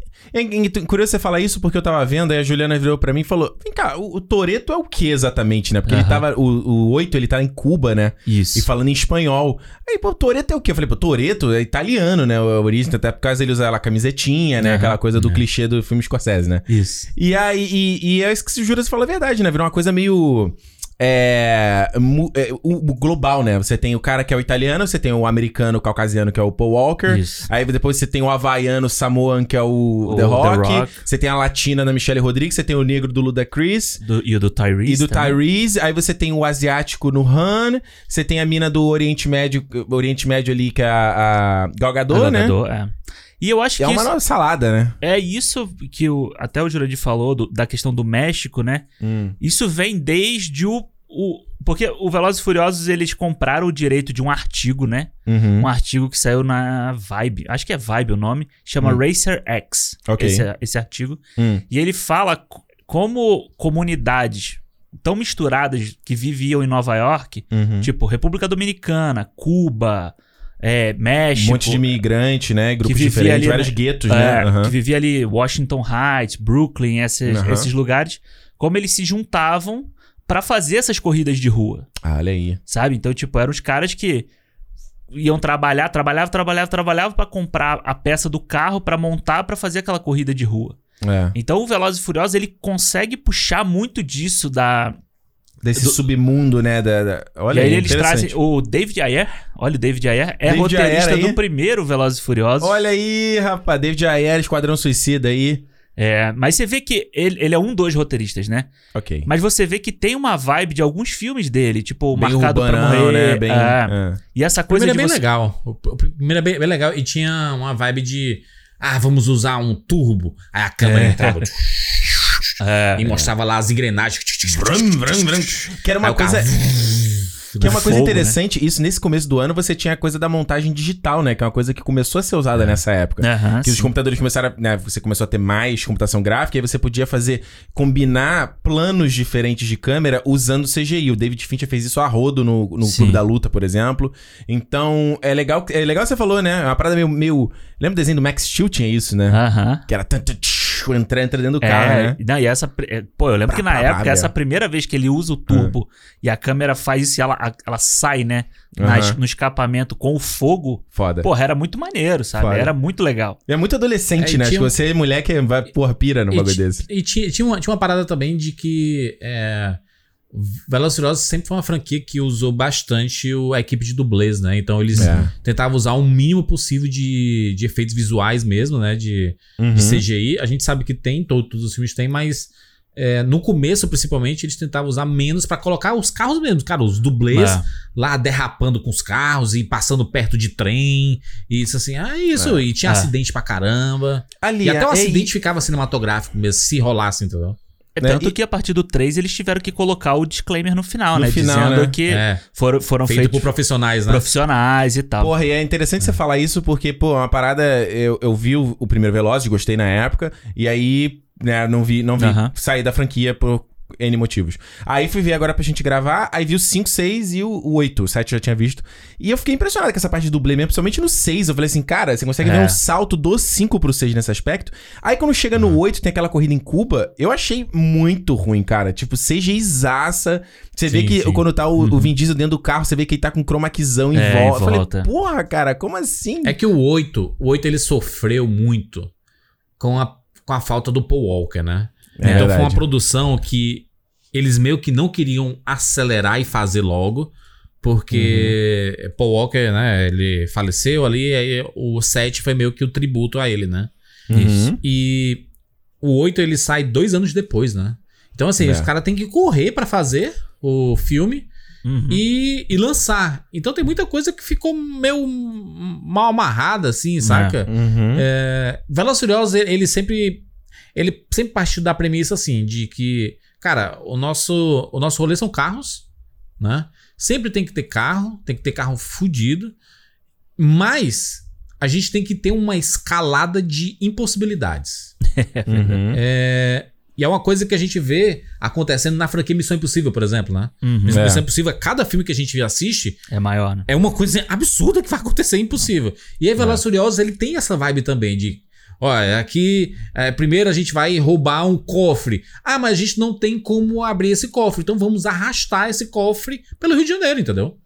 S1: é- é- é curioso você falar isso porque eu tava vendo, aí a Juliana virou pra mim e falou: Vem cá, o, o Toreto é o que exatamente, né? Porque ele
S2: Aham.
S1: tava. O, o 8 ele tá em Cuba, né?
S2: Isso.
S1: E falando em espanhol. Aí, pô, Toreto é o quê? Eu falei, pô, Toreto é italiano, né? A origem, até por causa ele usar lá a camisetinha, né?
S2: Aham. É.
S1: Aquela coisa do clichê do filme Scorsese, né?
S2: Isso.
S1: E aí, e, e é isso que se jura, você fala a verdade, né? Virou uma coisa meio. É, mu- é, o, o global, né? Você tem o cara que é o italiano, você tem o americano, o caucasiano, que é o Paul Walker.
S2: Isso.
S1: Aí depois você tem o havaiano Samoan, que é o,
S2: O
S1: The,
S2: The
S1: Rock.
S2: Rock.
S1: Você tem a latina da Michelle Rodrigues, você tem o negro do Ludacris.
S2: Do- e o do Tyrese.
S1: E do
S2: também.
S1: Tyrese, aí você tem o asiático no Han, você tem a mina do Oriente Médio, Oriente Médio ali, que é a, a Gal Gadot,
S2: Ah,
S1: né?
S2: jogador, é. E eu acho
S1: É
S2: que
S1: uma
S2: isso,
S1: nova salada, né?
S2: é isso que o, até o Jurandir falou do- da questão do México, né? Isso vem desde o. o porque o Velozes e Furiosos eles compraram o direito de um artigo, né?
S1: Uhum.
S2: Um artigo que saiu na Vibe, acho que é Vibe o nome, chama Racer X.
S1: Hum. Ok.
S2: Esse, esse artigo.
S1: Hum.
S2: E ele fala co- como comunidades tão misturadas que viviam em Nova York,
S1: Uhum.
S2: tipo República Dominicana, Cuba, é,
S1: Um
S2: México.
S1: monte de imigrante, né? Grupos
S2: vivia
S1: diferentes,
S2: ali,
S1: vários
S2: né?
S1: guetos,
S2: É,
S1: né? Aham.
S2: que vivia ali Washington Heights, Brooklyn, esses,
S1: Aham.
S2: esses lugares, como eles se juntavam pra fazer essas corridas de rua,
S1: Ah, olha aí.
S2: sabe? Então, tipo, eram os caras que iam trabalhar, trabalhavam, trabalhavam, trabalhavam pra comprar a peça do carro pra montar pra fazer aquela corrida de rua.
S1: É.
S2: Então, o Velozes e Furiosos, ele consegue puxar muito disso da...
S1: Desse
S2: Do-
S1: submundo, né? Da, da- Olha
S2: e aí
S1: aí,
S2: eles
S1: interessante.
S2: trazem o David Ayer, olha o David Ayer, é
S1: David
S2: roteirista
S1: Ayer aí?
S2: do primeiro Velozes e Furiosos.
S1: Olha aí, rapaz. David Ayer, Esquadrão Suicida aí.
S2: É, mas você vê que ele- ele é um dos roteiristas, né?
S1: Ok.
S2: Mas você vê que tem uma vibe de alguns filmes dele, tipo
S1: Bem
S2: Marcado pra
S1: urbanão,
S2: Morrer.
S1: né? Bem,
S2: é.
S1: é.
S2: E essa
S3: O
S2: coisa
S3: primeiro é
S2: de
S3: bem
S2: você...
S3: legal. O o primeiro é bem, bem legal e tinha uma vibe de. Ah, vamos usar um turbo. Aí a
S2: É.
S3: câmera entrava e mostrava lá as engrenagens.
S4: Vrum, vrum, vrum.
S1: Que era uma
S3: Aí o
S1: coisa...
S2: é.
S3: carro-
S1: Que é uma coisa
S2: Fogo, né?
S1: interessante, isso nesse começo do ano você tinha a coisa da montagem digital, né? Que é uma coisa que começou a ser usada nessa época.
S2: Aham,
S1: Que os
S2: É. sim.
S1: computadores começaram a, né, Você começou a ter mais computação gráfica, e aí você podia fazer, combinar planos diferentes de câmera usando CGI. O David Fincher fez isso a rodo no, no
S2: Sim.
S1: Clube da Luta, por exemplo. Então, é legal, é legal que você falou, né? É Uma parada meio. meio... Lembra o desenho do Max Steel? Tinha isso, né?
S2: Aham.
S1: Que era tanto. tch, Entrar, entrar dentro do carro,
S2: Ah. É,
S1: né?
S2: não, e essa. pri- é, Pô, eu lembro que na
S1: pra É. lá
S2: época,
S1: mesmo.
S2: essa primeira vez que ele usa o turbo e a câmera faz isso e ela, a- ela sai, né? nas-
S1: Aham.
S2: no escapamento com o fogo,
S1: Foda.
S2: porra, era muito maneiro, sabe?
S1: Foda.
S2: Era muito legal.
S1: é muito adolescente,
S3: É, e
S1: né? Acho que
S3: tinha um-
S1: você, mulher, que vai, porra, pira num
S3: E
S1: bagulho
S3: ti-
S1: desse.
S3: E tinha, tinha, uma, tinha uma parada também de que é, Velozes e Furiosos sempre foi uma franquia que usou bastante o, a equipe de dublês, né? Então eles
S1: É.
S3: tentavam usar o mínimo possível de, de efeitos visuais mesmo, né? De,
S1: Uhum.
S3: de CGI. A gente sabe que tem, to- todos os filmes têm, mas é, no começo, principalmente, eles tentavam usar menos pra colocar os carros mesmo. Cara, os dublês
S2: É.
S3: lá derrapando com os carros e passando perto de trem. E isso assim, ah, isso. E tinha
S2: É.
S3: acidente pra caramba.
S1: Ali,
S3: E, até o
S1: é-
S3: acidente ficava cinematográfico mesmo, se rolasse, entendeu?
S2: É
S1: Né?
S2: tanto
S1: E-
S2: que a partir do 3 eles tiveram que colocar o disclaimer no final,
S1: No
S2: né?
S1: final,
S2: Dizendo
S1: né?
S2: que
S3: É,
S2: foram, foram
S3: feito,
S2: feitos
S3: por profissionais, né?
S2: profissionais e tal.
S1: Porra, e é interessante você falar isso porque, pô, é uma parada. Eu, eu vi o, o primeiro Velozes, gostei na época, e aí, né, não vi, não vi
S2: Aham.
S1: sair da franquia por N motivos. Aí fui ver agora pra gente gravar, aí vi o 5, 6 e o, o 8. O 7 eu já tinha visto. E eu fiquei impressionado com essa parte de dublê mesmo, principalmente no 6. Eu falei assim, cara, você consegue
S2: É.
S1: ver um salto do 5 pro 6 nesse aspecto. Aí quando chega no 8, tem aquela corrida em Cuba, eu achei muito ruim, cara. Tipo, CGIzaça. Você vê
S3: Sim,
S1: que
S3: sim.
S1: quando tá o, o Vin Diesel dentro do carro, você vê que ele tá com cromaquizão em
S2: É, em
S1: volta. Eu falei,
S2: volta.
S1: Porra, cara, como assim?
S3: É que o 8, o 8 ele sofreu muito com a, com a falta do Paul Walker, né?
S1: É
S3: então foi uma
S1: verdade.
S3: produção que eles meio que não queriam acelerar e fazer logo, porque
S1: Uhum.
S3: Paul Walker, né, ele faleceu ali, aí o 7 foi meio que o tributo a ele, né?
S1: Isso.
S3: E o 8 ele sai dois anos depois, né? Então, assim,
S1: É.
S3: os caras têm que correr pra fazer o filme
S2: Uhum.
S3: e, e lançar. Então tem muita coisa que ficou meio mal amarrada, assim, saca?
S1: Uhum.
S3: É, Velozes e Furiosos, ele ele sempre. Ele sempre partiu da premissa assim, de que, cara, o nosso, o nosso rolê são carros, né? Sempre tem que ter carro, tem que ter carro fudido, mas a gente tem que ter uma escalada de impossibilidades.
S1: Uhum.
S3: É, e é uma coisa que a gente vê acontecendo na franquia Missão Impossível, por exemplo, né?
S2: Uhum.
S1: É.
S3: Missão Impossível, cada filme que a gente assiste,
S2: É maior, né?
S3: é uma coisa absurda que vai acontecer, impossível. E aí, Velozes e
S1: É.
S3: Furiosos, ele tem essa vibe também de... Olha, aqui, é, primeiro a gente vai roubar um cofre. Ah, mas a gente não tem como abrir esse cofre. Então vamos arrastar esse cofre pelo Rio de Janeiro, entendeu?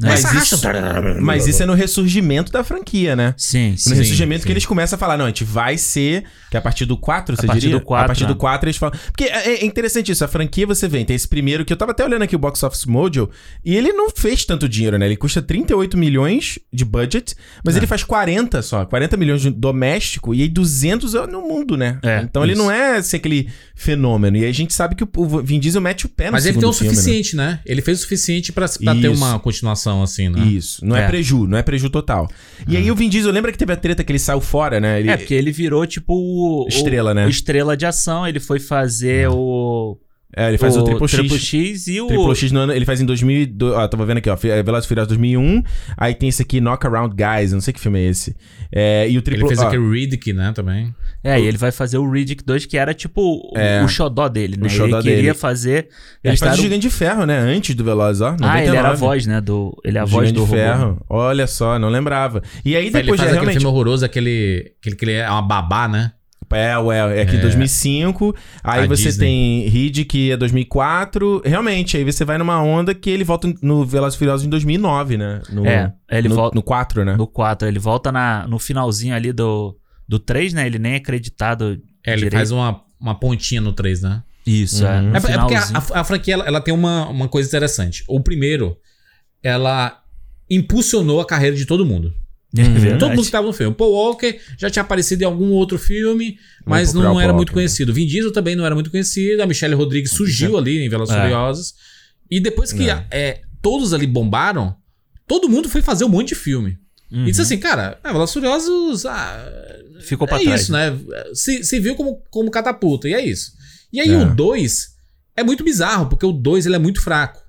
S1: Mas
S3: Mas arrasta.
S1: isso- Mas isso é no ressurgimento da franquia, né?
S2: Sim,
S1: No
S2: sim.
S1: ressurgimento
S3: sim.
S1: que eles começam a falar, não, a gente vai ser. Que é a partir do 4, você
S2: partir
S1: diria?
S2: do 4,
S1: a partir
S2: né?
S1: do 4 eles falam. Porque é, é interessante isso, a franquia você vê, tem esse primeiro que eu tava até olhando aqui o Box Office Mojo, e ele não fez tanto dinheiro, né? Ele custa 38 milhões de budget, mas ele faz 40 só, 40 milhões de doméstico e aí 200 é no mundo, né?
S2: É,
S1: então ele
S2: isso.
S1: não é assim, aquele fenômeno. E aí a gente sabe que o, o Vin Diesel mete o pé no
S3: Mas ele tem
S1: segundo
S3: o
S1: filme, né?
S3: suficiente, né? Ele fez o suficiente pra, pra ter
S1: Isso.
S3: uma continuação assim, né?
S1: Isso, não é, Uhum.
S2: É.
S1: preju, não é preju total. E aí o Vin Diesel, lembra que teve a treta que ele saiu fora, né? Ele,
S2: É, porque ele virou, tipo, o... o-
S1: Estrela, né? Uhum.
S2: o estrela de ação. Ele foi fazer o...
S1: É, ele faz o, Triple X.
S2: Triple X e o...
S1: Triple X no ano, ele faz em 2002, ó, tava vendo aqui, ó, Fe- é, Velozes e Furiosos 2001, aí tem esse aqui, Knockaround Guys, eu não sei que filme é esse. É, e o
S3: Ele
S1: Triple
S3: fez
S1: ó,
S3: aquele Riddick, né, também.
S2: É, e ele vai fazer o Riddick 2, que era, tipo, o- o xodó dele, né?
S1: É. O xodó
S2: ele queria
S1: dele.
S2: fazer...
S1: Ele faz
S2: gastar
S1: o
S2: um-
S1: Gigante de Ferro, né, antes do Velozes, ó, 99.
S2: Ah, ele era a voz, né? Do... Ele é a
S1: O
S2: voz
S1: Gigante
S2: do
S1: de
S2: robô.
S1: Ferro, olha só, não lembrava. E aí
S3: ele
S1: depois,
S3: faz
S1: é,
S3: aquele
S1: realmente,
S3: filme horroroso, aquele, aquele que ele é uma babá, né?
S1: É, ué, é aqui 2005. Aí
S3: A
S1: você
S3: Disney.
S1: tem Reed, que é 2004. Realmente, aí você vai numa onda que ele volta no Velozes e Furiosos em 2009, né? No,
S2: É, ele
S1: no,
S2: volta-
S1: No 4, né?
S2: No 4. Ele volta na, no finalzinho ali do, do 3, né? Ele nem é acreditado
S3: É, ele
S2: direito.
S3: faz uma, uma pontinha no 3, né?
S2: Isso, é.
S1: Uhum.
S2: no
S3: É, é porque
S2: finalzinho.
S3: a, a franquia ela, ela tem uma, uma coisa interessante. O primeiro, ela impulsionou a carreira de todo mundo.
S2: É verdade.
S3: Todo mundo que tava no filme. O Paul Walker já tinha aparecido em algum outro filme, mas
S1: procurar
S3: não
S1: o
S3: era
S1: Paul
S3: muito
S1: Walker, né?
S3: conhecido. Vin Diesel também não era muito conhecido. A Michelle Rodrigues surgiu ali em Velozes e
S2: É.
S3: Furiosos. E depois que é, todos ali bombaram, todo mundo foi fazer um monte de filme.
S2: Uhum.
S3: E disse assim, cara, ah, Velozes e Furiosos... ah,
S2: Ficou pra
S3: é
S2: trás.
S3: isso, né? Se, se viu como, como catapulta, e é isso. E aí
S1: É.
S3: o 2 é muito bizarro, porque o 2 ele é muito fraco.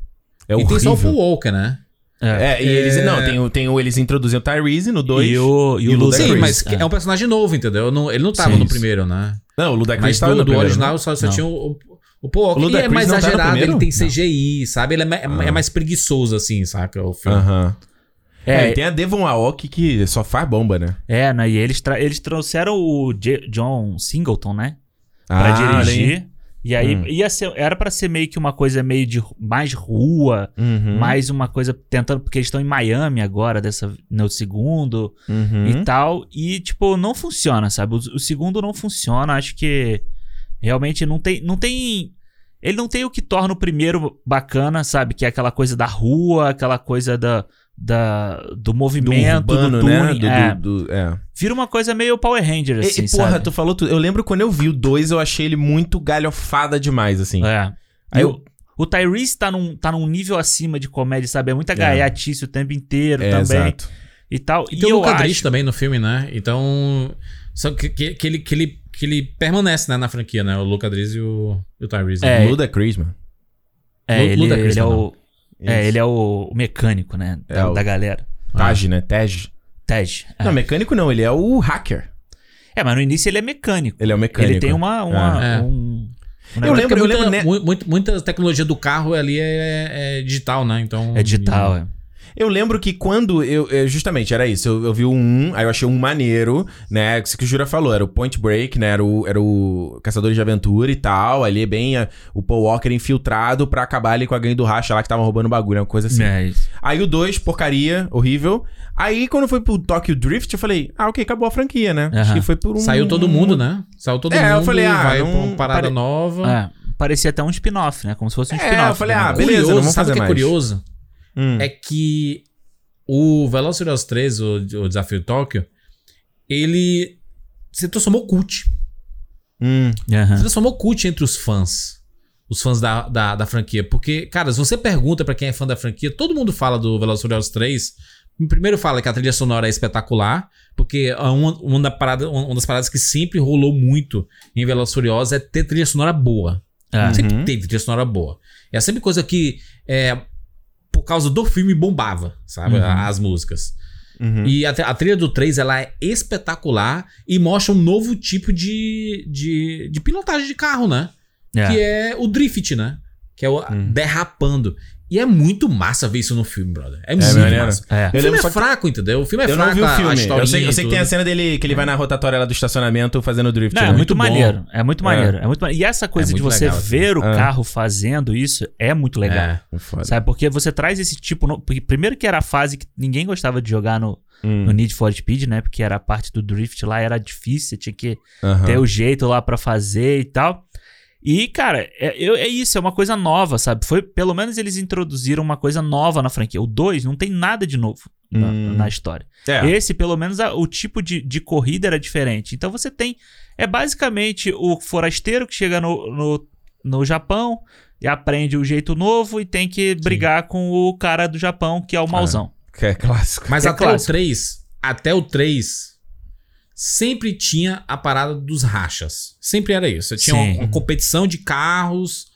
S1: É
S3: e
S1: horrível.
S3: tem só o Paul Walker, né?
S2: É.
S1: É, e eles. Não, tem, o- tem o, eles introduziam o Tyrese no 2.
S2: E o, e o
S1: E o
S2: Luda
S1: Ludacris.
S3: Sim,
S2: Chris,
S3: mas que é. um personagem novo, entendeu? Não- ele não tava
S2: Sim.
S3: no primeiro, né?
S1: Não, o Ludacris
S3: Mas
S1: estava
S3: do,
S1: no
S3: do
S1: primeiro, né?
S3: original só, só
S2: Não.
S3: tinha o, o, o Paul Walker.
S1: O
S3: e é
S1: Ludacris
S3: mais
S1: não tá no
S3: exagerado, ele
S1: primeiro? Ah.
S3: tem CGI, sabe? Ele é, ma- é ma- é mais preguiçoso, assim, saca? O filme.
S1: Aham. É,
S2: É,
S1: e tem a Devon Aoki que só faz bomba, né?
S2: é, né? E eles, tra- eles trouxeram o J- John Singleton, né? Pra
S1: Ah, olha aí.
S2: dirigir. E aí
S1: Hum.
S2: ia ser, era pra ser meio que uma coisa meio de ru- mais rua,
S1: Uhum,
S2: mais uma coisa tentando, porque eles estão em Miami agora, dessa, no segundo
S1: uhum.
S2: e tal. E, tipo, não funciona, sabe? O, o segundo não funciona. Acho que realmente não tem. Não tem. Ele não tem o que torna o primeiro bacana, sabe? Que é aquela coisa da rua, aquela coisa da, da, do movimento, do,
S1: urbano, né?
S2: tuning.
S1: Do-
S2: é.
S1: do- do- é.
S2: Vira uma coisa meio Power Ranger,
S1: E-
S2: assim,
S1: e, porra,
S2: sabe?
S1: tu falou tudo. Eu lembro quando eu vi o 2, eu achei ele muito galhofada demais, assim.
S2: É.
S1: Aí
S2: E
S1: eu-
S2: o, o Tyrese tá num, tá num nível acima de comédia, sabe? É muita gaiatice o tempo
S1: É,
S2: inteiro também e tal.
S3: E
S2: E,
S3: tem
S2: eu
S3: um o Lucadris
S2: acho...
S3: também no filme, né? Então. Só que, que, que ele, que, ele, que ele permanece né, na franquia, né? O Lucadris e o, e o Tyrese.
S2: É,
S3: né?
S1: Luda Chrisman.
S2: É,
S3: Lu-
S2: ele,
S3: Luda
S2: ele
S3: Christian,
S2: é
S3: não.
S2: o... É, ele é o o mecânico, né? Da,
S1: É, o-
S2: da galera.
S1: Taj, né? Tej.
S2: Tej. É.
S1: Não, mecânico não, ele é o hacker.
S2: É, mas no início ele é mecânico.
S1: Ele é o mecânico.
S2: Ele tem uma... uma
S3: É.
S2: um- um
S1: Eu
S2: negócio-
S3: É
S1: lembro-
S3: porque
S1: eu lembro,
S3: muita,
S1: né?
S3: mu- muito- muita tecnologia do carro ali é, é digital, né? Então.
S2: É digital, é.
S1: Eu lembro que quando eu. eu- Justamente, era isso. Eu, eu vi o 1, aí eu achei um maneiro, né? Isso que o Jura falou, era o Point Break, né? Era o, era o Caçadores de Aventura e tal. Ali é bem é, o Paul Walker infiltrado pra acabar ali com a gangue do Racha lá que tava roubando bagulho, uma coisa assim.
S2: É isso.
S1: Aí o 2, porcaria, horrível. Aí quando foi pro Tokyo Drift, eu falei, ah, ok, acabou a franquia, né? Acho
S2: Aham.
S1: que foi por um.
S3: Saiu todo mundo, né? Saiu todo
S1: É, eu
S3: mundo.
S1: falei, ah,
S3: vai
S1: não-
S3: pra uma parada
S1: pare- Ah,
S3: nova.
S2: É, parecia até um spin-off, né? Como se fosse um
S1: É,
S2: spin-off.
S1: eu falei,
S2: né?
S1: ah, beleza, não
S3: curioso,
S1: vamos
S3: sabe o
S1: fazer
S3: que é
S1: mais.
S3: curioso?
S1: Hum.
S3: É que o Velociraptor 3, o, o Desafio de Tóquio, ele se transformou cult.
S1: Hum.
S2: Aham.
S3: Se transformou cult entre os fãs. Os fãs da, da, da franquia. Porque, cara, se você pergunta pra quem é fã da franquia, todo mundo fala do Velociraptor 3. Primeiro fala que a trilha sonora é espetacular, porque é uma, uma, da parada, uma das paradas que sempre rolou muito em Velozes e Furiosos é ter trilha sonora boa.
S2: É.
S3: Sempre
S1: Uhum.
S3: teve trilha sonora boa. É sempre coisa que, é, por causa do filme, bombava, sabe?
S2: Uhum.
S3: As músicas.
S1: Uhum.
S3: E a, tri- a trilha do 3, ela é espetacular e mostra um novo tipo de, de, de pilotagem de carro, né?
S2: É.
S3: Que é o drift, né? Que é o
S1: Hum.
S3: derrapando. E é muito massa ver isso no filme, brother. É muito
S1: maneiro.
S3: massa.
S2: É.
S3: O
S1: Eu
S3: filme
S1: lembro
S3: é
S1: só que-
S3: fraco, entendeu? O filme é
S1: eu
S3: fraco,
S1: não vi o
S3: a- a
S1: filme.
S3: historinha
S1: Eu sei, eu
S3: e
S1: sei que tem a
S3: tudo. É.
S1: cena dele que ele vai na rotatória lá do estacionamento fazendo drift.
S2: Não,
S1: né?
S2: é muito
S3: bom.
S2: maneiro. É muito
S1: É.
S2: maneiro. É muito maneiro. E essa coisa
S3: É
S2: de
S3: muito
S2: você
S3: legal, assim.
S2: ver o
S1: É.
S2: carro fazendo isso é
S1: tá
S2: muito legal.
S3: É.
S1: Foda.
S2: Sabe? Porque você traz esse tipo. no- porque Primeiro que era a fase que ninguém gostava de jogar no,
S1: Hum.
S2: no
S3: Uhum.
S2: Need for Speed, né? Porque era a parte do drift lá, era difícil, você tinha que
S1: Aham.
S2: ter o jeito lá pra fazer e tal. E, cara, é, eu- é isso, é uma coisa nova, sabe? Foi, pelo menos eles introduziram uma coisa nova na franquia. O 2 não tem nada de novo na-
S1: Hum.
S2: na história.
S1: É.
S2: Esse, pelo menos, a- o tipo de, de corrida era diferente. Então você tem. É basicamente o forasteiro que chega no, no, no Japão e aprende o jeito novo e tem que brigar com o cara do Japão, que é o mauzão.
S1: Que é clássico.
S3: Mas
S2: É
S3: até
S2: clássico.
S3: o 3, até o 3, sempre tinha a parada dos rachas. Sempre era isso. Tinha
S2: Sim.
S3: uma, uma competição de carros.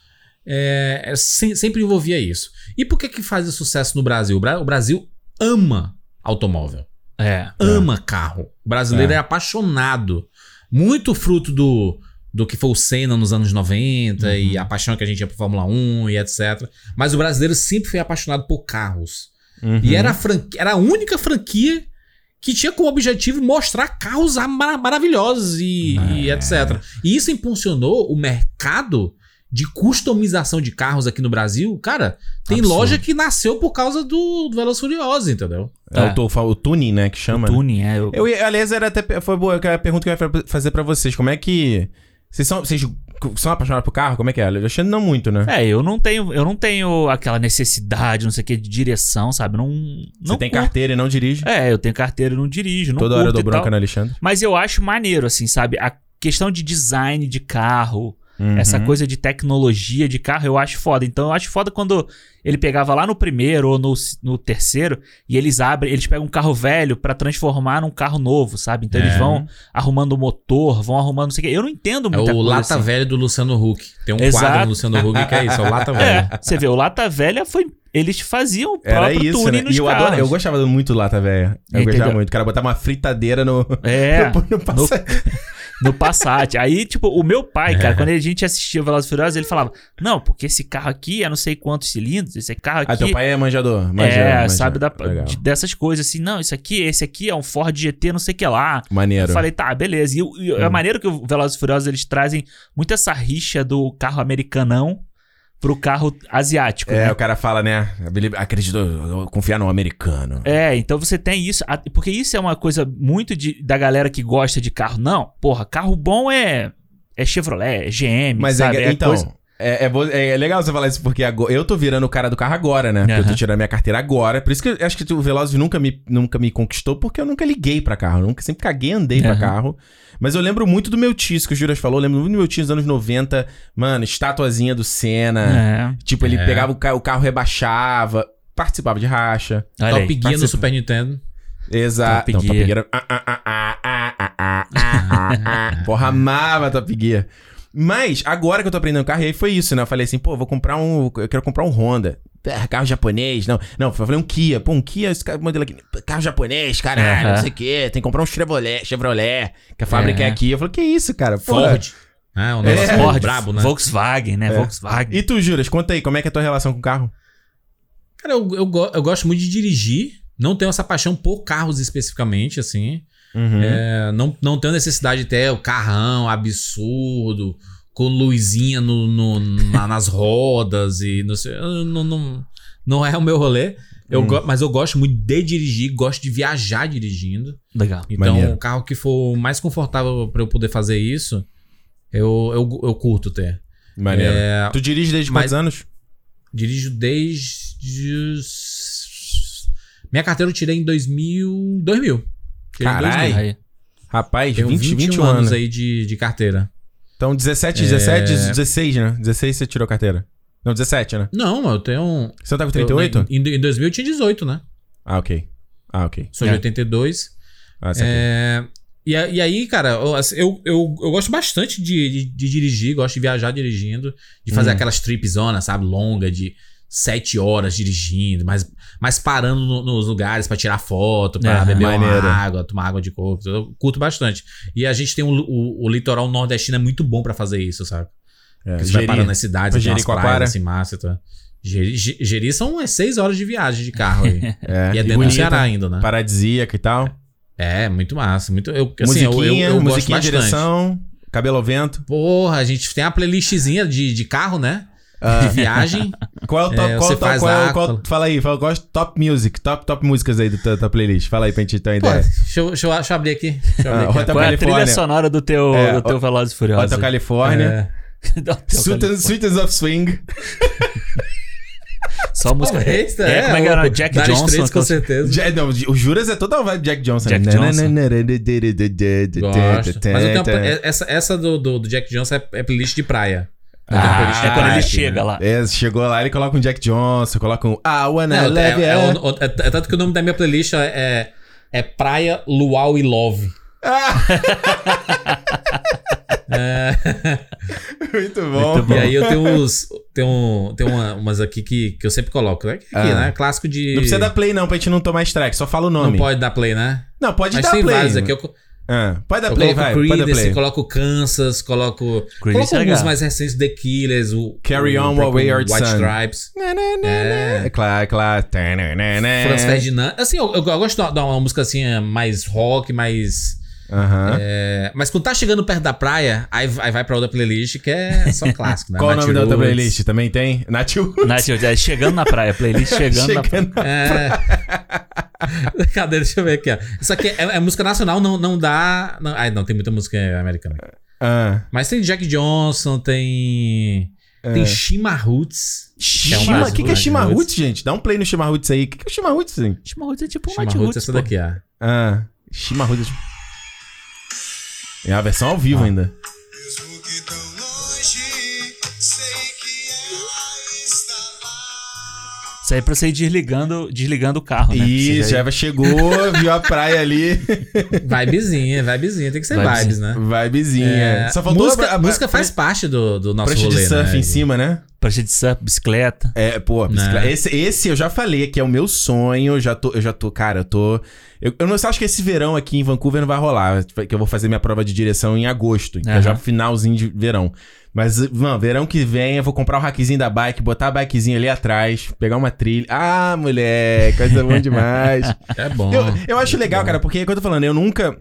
S3: é, é, se- sempre envolvia isso. E por que que fazia sucesso no Brasil? O Bra- O Brasil ama automóvel.
S2: É.
S3: Ama carro. O brasileiro
S1: É.
S3: é, apaixonado. Muito fruto do, do que foi o Senna nos anos 90
S2: Uhum.
S3: e a paixão que a gente tinha por Fórmula 1 e etc. Mas o brasileiro sempre foi apaixonado por carros.
S2: Uhum.
S3: E era a, franqui- era a única franquia que tinha como objetivo mostrar carros a- mara- maravilhosos e,
S2: É.
S3: e etc. E isso impulsionou o mercado de customização de carros aqui no Brasil. Cara, tem
S2: Absurdo.
S3: loja que nasceu por causa do, do Velozes e Furiosos, entendeu?
S1: É o, to- o tuning, né? Que chama. né?
S2: Tuning, é. Eu,
S1: Eu, ia- aliás, era até. pe- Foi boa a pergunta que eu ia fa- fazer pra vocês. Como é que. Vocês são, vocês são apaixonados por carro? Como é que é? Alexandre, não muito, né?
S2: É, eu não tenho, eu não tenho aquela necessidade, não sei o que, de direção, sabe? Não, não
S1: Você tem
S2: curto.
S1: carteira e não dirige.
S2: É, eu tenho carteira, eu não dirijo, não
S1: Toda hora eu
S2: curto
S1: dou
S2: e
S1: bronca né?
S2: tal.
S1: no Alexandre.
S2: Mas eu acho maneiro, assim, sabe? A questão de design de carro, Essa
S1: Uhum.
S2: coisa de tecnologia de carro eu acho foda. Então eu acho foda quando ele pegava lá no primeiro ou no, no terceiro e eles abrem, eles pegam um carro velho pra transformar num carro novo, sabe? Então eles
S3: É.
S2: vão arrumando o motor, vão arrumando não sei o que. Eu não entendo
S3: É
S2: muita
S3: o
S2: coisa.
S3: Lata
S2: assim.
S3: Velha do Luciano Huck. Tem um
S2: Exato.
S3: quadro do Luciano Huck que é isso, é o Lata Velha.
S2: É, você vê, o Lata Velha foi. Eles faziam o
S1: Era
S2: próprio
S1: isso,
S2: tune
S1: né?
S2: nos
S1: E eu,
S2: carros.
S1: adoro, eu gostava muito do lata, velho. Eu
S2: Entendeu?
S1: gostava muito. O cara botava uma fritadeira no.
S2: É,
S1: no- no passa-
S2: no Passat. Aí, tipo, o meu pai,
S1: É.
S2: cara, quando a gente assistia Velozes e Furiosos, ele falava: Não, porque esse carro aqui é não sei quantos cilindros, esse carro aqui
S1: Ah, teu pai é manjador.
S2: é,
S1: manjador, manjador.
S2: sabe, da-
S1: Legal.
S2: de- dessas coisas assim, não, isso aqui, esse aqui é um Ford GT, não sei o que lá.
S1: Maneiro.
S2: Eu falei, tá, beleza. E, o- e
S1: Hum.
S2: a maneira que o Velozes e Furiosos eles trazem muito essa rixa do carro americanão pro carro asiático,
S1: É,
S2: né?
S1: o cara fala, né? "Believe- Acredito, eu vou confiar no americano.
S2: É, então você tem isso, a- porque isso é uma coisa muito de- da galera que gosta de carro. Não, porra, carro bom é é Chevrolet, é GM,
S1: Mas é,
S2: sabe?
S1: então,
S2: coisa-
S1: É, é bo- é- é legal você falar isso, porque agora- eu tô virando o cara do carro agora, né? Porque Eu tô
S2: Aham.
S1: tirando minha carteira agora. Por isso que eu acho que o Velozes nunca me, nunca me conquistou, porque eu nunca liguei pra carro. Eu nunca, sempre caguei e andei pra
S2: Aham.
S1: carro. Mas eu lembro muito do meu tio, isso que o Juras falou. Eu lembro muito do meu tio nos anos 90. Mano, estatuazinha do Senna.
S2: É.
S1: Tipo, ele
S3: É.
S1: pegava o, ca o carro, rebaixava. Participava de racha.
S2: Olha
S3: Top
S2: aí.
S3: Gear no
S1: participa.
S3: Super Nintendo.
S1: Exato.
S2: Top
S1: Não, Top
S2: Gear.
S1: Gear. era- ah, ah, ah, ah, ah, ah, ah, ah, ah, ah. Porra, amava Top Gear. Mas, agora que eu tô aprendendo carro, e aí foi isso, né? Eu falei assim, pô, vou comprar um. Eu quero comprar um Honda. Ah, carro japonês, não. Não, eu falei um Kia. Pô, um Kia, esse ca- modelo aqui. Carro japonês, caralho, não
S2: Aham.
S1: sei o quê. Tem que comprar um Chevrolet, Chevrolet que a fábrica é
S2: Aham.
S1: aqui. Eu falei, que isso, cara? Pô.
S3: Ford. É, um negócio
S1: É.
S3: Ford.
S2: Ford,
S3: brabo, né?
S2: Volkswagen, né?
S1: É.
S2: Volkswagen.
S1: E tu, Juras, conta aí, como é que é a tua relação com o carro?
S3: Cara, eu, eu, go- eu gosto muito de dirigir. Não tenho essa paixão por carros especificamente, assim.
S1: Uhum.
S3: É, não, não tenho necessidade de ter o carrão absurdo, com luzinha no, no- na- nas rodas e não sei. eu Não, não, não é o meu rolê. Eu
S1: Hum.
S3: go- mas eu gosto muito de dirigir, gosto de viajar dirigindo.
S2: Legal.
S3: Então,
S1: Maneiro.
S3: o carro que for mais confortável pra eu poder fazer isso, eu, eu, eu curto ter.
S1: Maneiro.
S3: É,
S1: Tu dirige desde
S3: Mas-
S1: quantos anos?
S3: Dirijo desde. os- Minha carteira eu tirei em 2000. 2000. Tirei em
S1: Carai,
S3: 2000.
S2: Aí.
S1: Rapaz,
S3: Tenho
S1: 20,
S3: 21,
S1: 21
S3: anos
S1: anos.
S3: aí de, de carteira.
S1: Então, 17, 17, 16, né? 16 você tirou carteira. Não, 17, né?
S3: Não, eu tenho.
S1: Você tá com 38?
S3: Eu, em, em 2000 eu tinha 18, né?
S1: Ah, ok. Ah, ok.
S3: Sou de
S2: É.
S3: 82.
S1: Ah, saquei.
S3: É, e, a- e aí, cara, eu, assim, eu, eu, eu gosto bastante de, de, de dirigir, gosto de viajar dirigindo, de fazer
S1: Hum.
S3: aquelas tripzonas, sabe, longa, de sete horas dirigindo, mas, mas parando no- nos lugares pra tirar foto, pra
S2: É,
S3: beber
S1: maneiro.
S3: uma água, tomar água de coco. Eu curto bastante. E a gente tem um- o, o litoral nordestino é muito bom pra fazer isso, sabe?
S1: É,
S3: Porque você
S1: Jeri.
S3: vai parando nas cidades, tem umas
S1: Jericoacoara.
S3: praias assim, massa. Tá? Geri, Ge- Geri são umas seis horas de viagem de carro aí.
S1: É,
S3: e é
S1: e
S3: dentro do
S1: bonita,
S3: Ceará ainda, né?
S1: Paradisíaca e tal.
S3: É, muito massa. Muito, eu, assim, eu- eu-
S1: musiquinha,
S3: eu, gosto
S1: musiquinha,
S3: bastante.
S1: direção, cabelo ao vento.
S3: Porra, a gente tem a playlistzinha de, de carro, né?
S2: Ah.
S3: De viagem.
S1: Qual é o top,
S3: É,
S1: qual,
S3: você
S1: o top,
S3: faz
S1: qual, é o-
S3: a-
S1: qual- Fala aí, fala, qual é o top music, top, top músicas aí do teu- tua playlist. Fala aí pra gente ter uma
S3: Pô,
S2: É.
S1: ideia.
S3: deixa, eu, deixa eu- deixa eu abrir aqui. Deixa eu
S1: Ah,
S3: abrir aqui.
S1: Hotel
S2: Qual é a
S1: Califórnia.
S2: trilha sonora do teu,
S1: É,
S2: do teu Velozes e Furiosos?
S1: Hotel
S2: né?
S1: Califórnia.
S3: É.
S2: Do Hotel
S1: Sultans, Sultans of Swing.
S2: Só música.
S3: Porra, eita,
S2: é, como é que era?
S3: o
S2: Jack
S3: Dire
S2: Johnson.
S3: Straits, com
S2: aquela-
S3: certeza.
S1: Ja- não, o Juras é toda a vibe Jack Johnson.
S2: Jack Johnson.
S3: Gosto. Mas eu tenho uma- é- essa, essa do, do, do Jack Johnson é, é playlist de praia. Eu tenho uma playlist de
S2: Ah, é quando
S3: praia
S2: ele
S3: aqui,
S2: chega
S3: né?
S2: lá.
S1: É, chegou lá, ele coloca um Jack Johnson, coloca um I wanna
S3: Não, é,
S1: love
S3: é
S1: you.
S3: o- o- é- é tanto que o nome da minha playlist é, é Praia, Luau e Love.
S1: É. Muito Tá bom.
S2: Muito bom.
S3: E aí eu tenho uns. Tenho, tenho uma- umas aqui que, que eu sempre coloco. É aqui,
S1: Ah.
S3: né? Clássico de.
S1: Não precisa dar play não, pra gente não tomar strike, só fala o
S3: Não
S1: nome.
S3: pode dar play, né?
S1: Não, pode
S3: Mas
S1: dar
S3: tem
S1: play.
S3: vários aqui. Eu, co-
S1: Ah, pode dar
S3: eu
S1: play,
S3: coloco
S1: vai,
S3: assim,
S1: pode dar
S3: Creedence,
S1: play.
S3: coloco Kansas, coloco.
S2: Creedence
S3: coloco
S2: é
S3: alguns
S2: legal.
S3: mais recentes, The Killers, o.
S1: Carry
S3: o
S1: On,
S3: próprio
S1: Wayward
S3: White
S1: Son.
S3: Stripes,
S1: Na, na, na, na. É claro, claro. Tananana.
S3: Franz Ferdinand. Assim, eu, eu gosto de uma- de uma música assim, é, mais rock, mais.
S1: Aham.
S3: é, mas quando tá chegando perto da praia, aí, aí vai pra outra playlist que é só clássico, né?
S1: Qual o
S3: Nat
S1: nome da outra
S3: Roots.
S1: playlist? Também tem? Natil.
S2: Nath, é chegando na praia, playlist chegando, na praia.
S1: Chegando.
S3: É. Cadê? Deixa eu ver aqui, ó. Isso aqui é, é música nacional, não, não dá. Não, ai, não, tem muita música americana.
S1: Ah,
S3: Mas tem Jack Johnson, tem.
S1: É.
S3: Tem Shima Roots.
S1: Shima-
S3: É um
S1: o que, que é
S3: Natil
S1: Shimahuts,
S3: Roots.
S1: gente? Dá um play no Shimahuts aí. O que, que é Shimahuts, gente?
S2: Chimarruts é tipo um
S3: Shima
S2: Nath
S3: Roots é
S2: Roots,
S3: essa
S2: pô.
S3: daqui, ó.
S1: Ah, Shimahuts. É a versão ao
S3: Ah,
S1: vivo ainda.
S5: Mesmo que tão longe, sei que ela está lá.
S2: Isso aí é pra você ir desligando, desligando o
S3: ah,
S2: carro, né?
S1: Isso, é.
S2: Você já-
S1: Eva chegou, viu a praia ali.
S3: Vibezinha, vibezinha. Tem que ser
S2: Vibezinha.
S3: vibes, né?
S1: Vibezinha.
S3: É,
S1: Só faltou
S3: música,
S1: a, a-
S3: música faz parte do, do nosso
S1: prancha
S3: rolê,
S1: de surf
S3: né?
S1: em cima, né?
S2: Prancha de surf, bicicleta.
S1: É, pô, bicicleta-
S3: Né.
S1: esse, esse eu já falei que é o meu sonho, eu já tô, eu já tô, cara, eu tô... Eu, eu não sei, acho que esse verão aqui em Vancouver não vai rolar, que eu vou fazer minha prova de direção em agosto, então
S2: Aham.
S1: já finalzinho de verão. Mas, mano, verão que vem eu vou comprar o hackzinho da bike, botar a bikezinha ali atrás, pegar uma trilha. Ah, moleque, coisa boa demais.
S3: É bom.
S1: Eu, eu acho legal,
S3: bom.
S1: cara, porque é o que eu tô falando, eu nunca.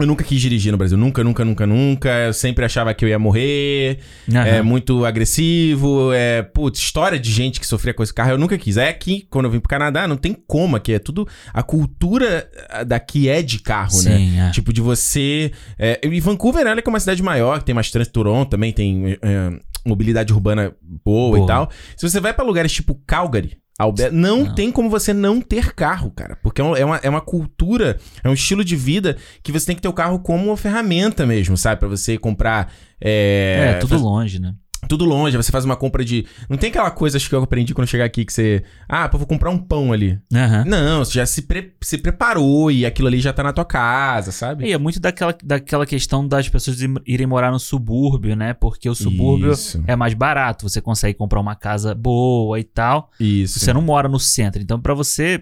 S1: Eu nunca quis dirigir no Brasil. Nunca, nunca, nunca, nunca. Eu sempre achava que eu ia morrer.
S2: Aham.
S1: É muito agressivo. É, putz, história de gente que sofria com esse carro. Eu nunca quis. É aqui, quando eu vim pro Canadá, não tem como. Aqui é tudo. A cultura ah, daqui é de carro, né?
S2: Sim, é.
S1: Tipo, de você. é, e Vancouver, ela é que é uma cidade maior, que tem mais trânsito, Toronto também tem é, mobilidade urbana boa,
S2: Boa.
S1: e tal. Se você vai pra lugares tipo Calgary, Alberta, não,
S2: Não.
S1: tem como você não ter carro, cara. Porque é um- é uma, é uma cultura, é um estilo de vida que você tem que ter o carro como uma ferramenta mesmo, sabe? Pra você comprar.
S2: É,
S1: É,
S2: tudo longe, né?
S1: tudo longe, você faz uma compra de. Não tem aquela coisa acho que eu aprendi quando eu chegar aqui que você. Ah, pô, vou comprar um pão ali.
S2: Aham.
S1: Não, você já se, pre- se preparou e aquilo ali já tá na tua casa, sabe?
S2: E é muito daquela, daquela questão das pessoas im- irem morar no subúrbio, né? Porque o subúrbio
S1: Isso.
S2: é mais barato, você consegue comprar uma casa boa e tal.
S1: Isso.
S2: Você não mora no centro. Então, pra você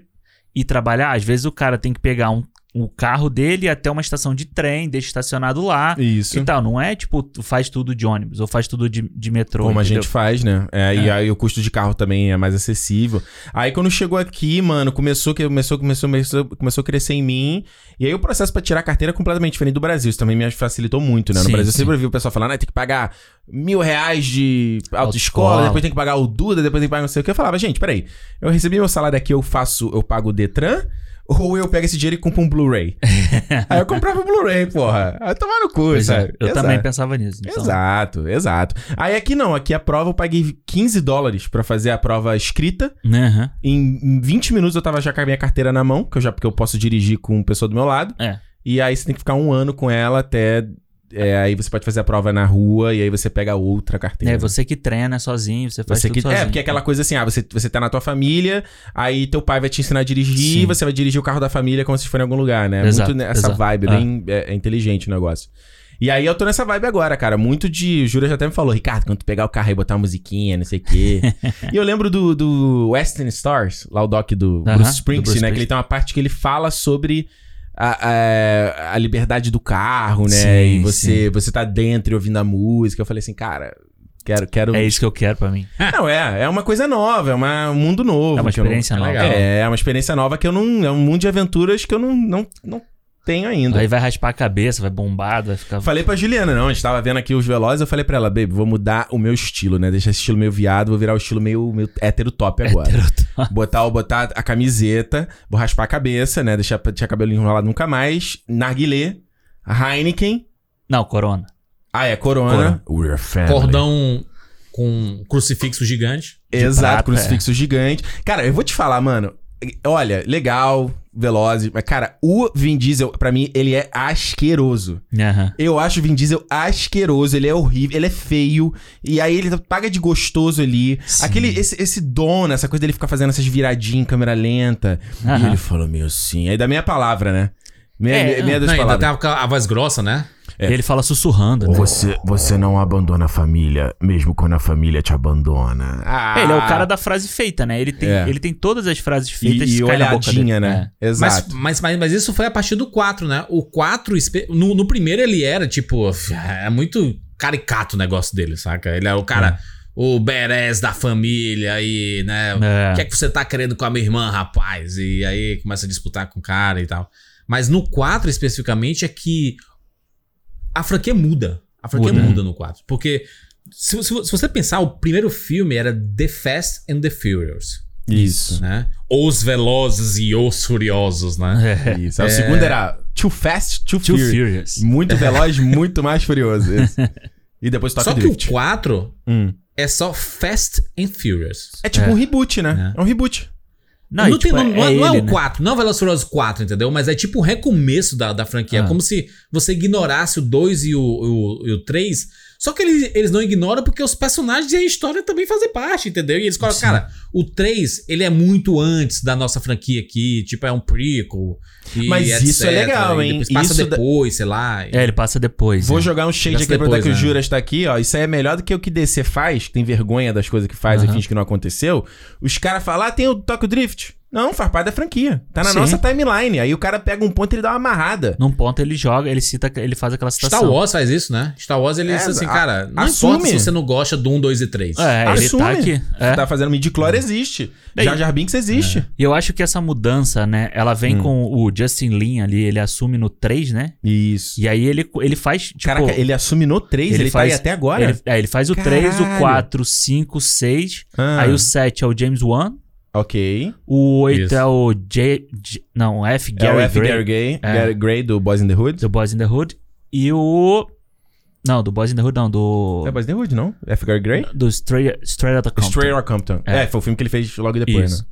S2: ir trabalhar, às vezes o cara tem que pegar um, o carro dele até uma estação de trem, deixa estacionado lá
S1: Isso.
S2: e tal. Não é tipo, tu faz tudo de ônibus ou faz tudo de, de metrô.
S1: Como a
S2: entendeu?
S1: gente faz, né? É, E aí o custo de carro também é mais acessível. Aí quando chegou aqui, mano, começou, que- começou, começou, começou, começou a crescer em mim. E aí o processo pra tirar a carteira é completamente diferente do Brasil. Isso também me facilitou muito, né? No
S2: Sim,
S1: Brasil eu
S2: sim.
S1: sempre vi o pessoal falando, ah, tem que pagar mil reais de
S2: Autoescola.
S1: autoescola, depois tem que pagar o Duda, depois tem que pagar não sei o que. Eu falava, gente, peraí, eu recebi meu salário aqui, eu faço, eu pago o Detran. Ou eu pego esse dinheiro e compro um Blu-ray. Aí eu comprava um Blu-ray, porra. Aí tomar no cu,
S2: Pois é,
S1: sabe?
S2: Eu
S1: Exato.
S2: também pensava nisso. então.
S1: Exato, exato. Aí aqui não, aqui a prova eu paguei 15 dólares pra fazer a prova escrita.
S2: Aham.
S1: Em em 20 minutos eu tava já com a minha carteira na mão, que eu já porque eu posso dirigir com uma pessoa do meu lado.
S2: É.
S1: E aí você tem que ficar um ano com ela até. é, aí você pode fazer a prova na rua e aí você pega outra carteira.
S2: É, você que treina sozinho, você faz
S1: Você
S2: tudo
S1: que-
S2: sozinho. né?
S1: é, porque é aquela coisa assim, ah, você, você tá na tua família, aí teu pai vai te ensinar a dirigir,
S2: Sim.
S1: você vai dirigir o carro da família como se for em algum lugar, né? É
S2: Exato,
S1: muito nessa
S2: exato.
S1: vibe,
S2: É.
S1: bem é, é inteligente o negócio. E aí eu tô nessa vibe agora, cara. Muito de. O Jura já até me falou, Ricardo, quando tu pegar o carro e botar uma musiquinha, não sei o quê. e eu lembro do, do Western Stars, lá o doc do
S2: Aham,
S1: Bruce
S2: do Bruce
S1: Springsteen, né? Que
S2: Springsteen.
S1: ele tem uma parte que ele fala sobre. A, a, a liberdade do carro, né?
S2: Sim,
S1: e você, você tá dentro e ouvindo a música. Eu falei assim, cara, quero, quero
S2: É isso que eu quero pra mim.
S1: não, é. É uma coisa nova, é uma- um mundo novo.
S2: É uma
S1: que eu não-
S2: experiência nova.
S1: legal. É, é uma experiência nova que eu não. É um mundo de aventuras que eu não, não, não tenho ainda.
S2: Aí vai raspar a cabeça, vai bombado, vai ficar.
S1: Falei pra Juliana, não, a gente tava vendo aqui os Velozes, eu falei pra ela, baby, vou mudar o meu estilo, né? Deixar esse estilo meio viado, vou virar o estilo meio, meio hétero top agora. Botar, o- botar a camiseta, vou raspar a cabeça, né? Deixar, deixar cabelo enrolado nunca mais. Narguilé, Heineken.
S2: Não, corona.
S1: Ah, é, Corona. We're a family.
S3: Cordão com crucifixo gigante.
S1: Exato,
S2: prata, é.
S1: crucifixo gigante. Cara, eu vou te falar, mano. Olha, legal, veloz, mas cara, o Vin Diesel, pra mim, ele é asqueroso.
S2: Aham.
S1: Eu acho o Vin Diesel asqueroso, ele é horrível, ele é feio, e aí ele paga de gostoso ali.
S2: Sim.
S1: Aquele, esse, esse dono, essa coisa dele ficar fazendo essas viradinhas em câmera lenta. E
S2: Aham.
S1: ele falou meio assim, aí dá meia palavra, né? Meia,
S2: É,
S1: meia, meia
S3: Não,
S1: das
S3: ainda
S1: palavras.
S3: tava com a voz grossa, né?
S1: É.
S2: E ele fala sussurrando, né?
S1: Você, você não abandona a família, mesmo quando a família te abandona. Ah,
S2: É, Ele é o cara da frase feita, né? Ele tem,
S1: É.
S2: ele tem todas as frases
S1: e,
S2: feitas
S1: e
S2: cai na boca
S1: olhadinha,
S2: dele.
S1: né?
S3: Mas,
S1: Exato.
S3: mas, mas, mas isso foi a partir do 4, né? O 4, espe- no, no primeiro ele era, tipo, f- é muito caricato o negócio dele, saca? Ele é o cara, o berés da família e, né?
S2: É.
S3: O que é que você tá querendo com a minha irmã, rapaz? E aí começa a disputar com o cara e tal. Mas no 4, especificamente, é que a franquia muda. A franquia
S2: Muda.
S3: muda, no 4. Porque se, se- se você pensar, o primeiro filme era The Fast and the Furious,
S1: Isso.
S3: né? Os Velozes e Os Furiosos, né?
S2: É.
S1: Isso. Aí O segundo era Too Fast, Too,
S2: Too
S1: Furious. É.
S2: Furious.
S1: Muito veloz, muito mais furioso. Esse. E depois toca
S3: Só que
S1: Drift.
S3: o 4
S1: Hum.
S3: é só Fast and Furious.
S1: É tipo um reboot, né? É, um reboot.
S2: Não, e,
S3: tem-
S2: tipo,
S3: não- não é,
S2: é
S3: não é
S2: ele,
S3: o
S2: né?
S3: 4, não é o Velozes e Furiosos 4, entendeu? Mas é tipo um recomeço da, da franquia.
S2: Ah.
S3: Como se você ignorasse o 2 e o, o, e o 3. Só que eles, eles não ignoram porque os personagens e a história também fazem parte, entendeu? E eles colocam,
S2: Sim.
S3: cara, o 3, ele é muito antes da nossa franquia aqui. Tipo, é um prequel. e
S1: Mas isso é legal,
S3: e
S1: hein?
S3: depois passa
S1: Isso da-
S3: depois, sei lá.
S2: É, ele passa depois.
S1: Vou
S2: né?
S1: jogar um shade
S3: Mas
S1: aqui pra botar
S3: depois,
S1: que o
S3: né?
S1: Juras tá aqui, ó. Isso aí é melhor do que o que DC faz, que tem vergonha das coisas que faz
S2: Aham.
S1: e finge que não aconteceu. Os caras falam, ah, tem o Tokyo Drift. Não, faz parte da franquia. Tá na
S2: Sim.
S1: nossa timeline. Aí o cara pega um ponto e ele dá uma amarrada.
S2: Num ponto ele joga, ele cita, ele faz aquela citação.
S3: Star Wars faz isso, né? Star Wars ele
S1: É,
S3: diz assim,
S1: a-
S3: cara, não
S1: assume.
S3: importa se você não gosta do 1, 2 e 3.
S2: É, ele tá aqui. É.
S1: Tá fazendo midi-chloro, existe.
S2: Daí-
S1: Já Jar Binks existe.
S2: E eu acho que essa mudança, né? Ela vem
S1: Hum.
S2: com o Justin Lin ali, ele assume no 3, né?
S1: Isso.
S2: E aí ele, ele faz, tipo...
S1: Caraca, ele assume no 3, ele,
S2: ele
S1: tá aí
S2: faz-
S1: até agora?
S2: Ele, é, ele faz o 3, o
S1: Caralho.
S2: 4, o 5, o 6.
S1: Ah,
S2: Aí o 7 é o James Wan.
S1: Ok. o
S2: O 8
S3: Isso.
S2: é o J, J- Não, F.
S1: é
S2: Gary
S1: o F.
S2: Gray,
S1: Gary Gray,
S2: É.
S1: Gary Gray do Boys in the Hood.
S2: do Boys in the Hood. E o... Não, do Boys in the Hood não, do...
S1: É Boys in the Hood, não? F. Gary Grey?
S2: do Straight, Straight Outta Compton.
S1: Straight or Compton. É.
S2: É.
S1: foi o filme que ele fez logo depois,
S2: Isso.
S1: né?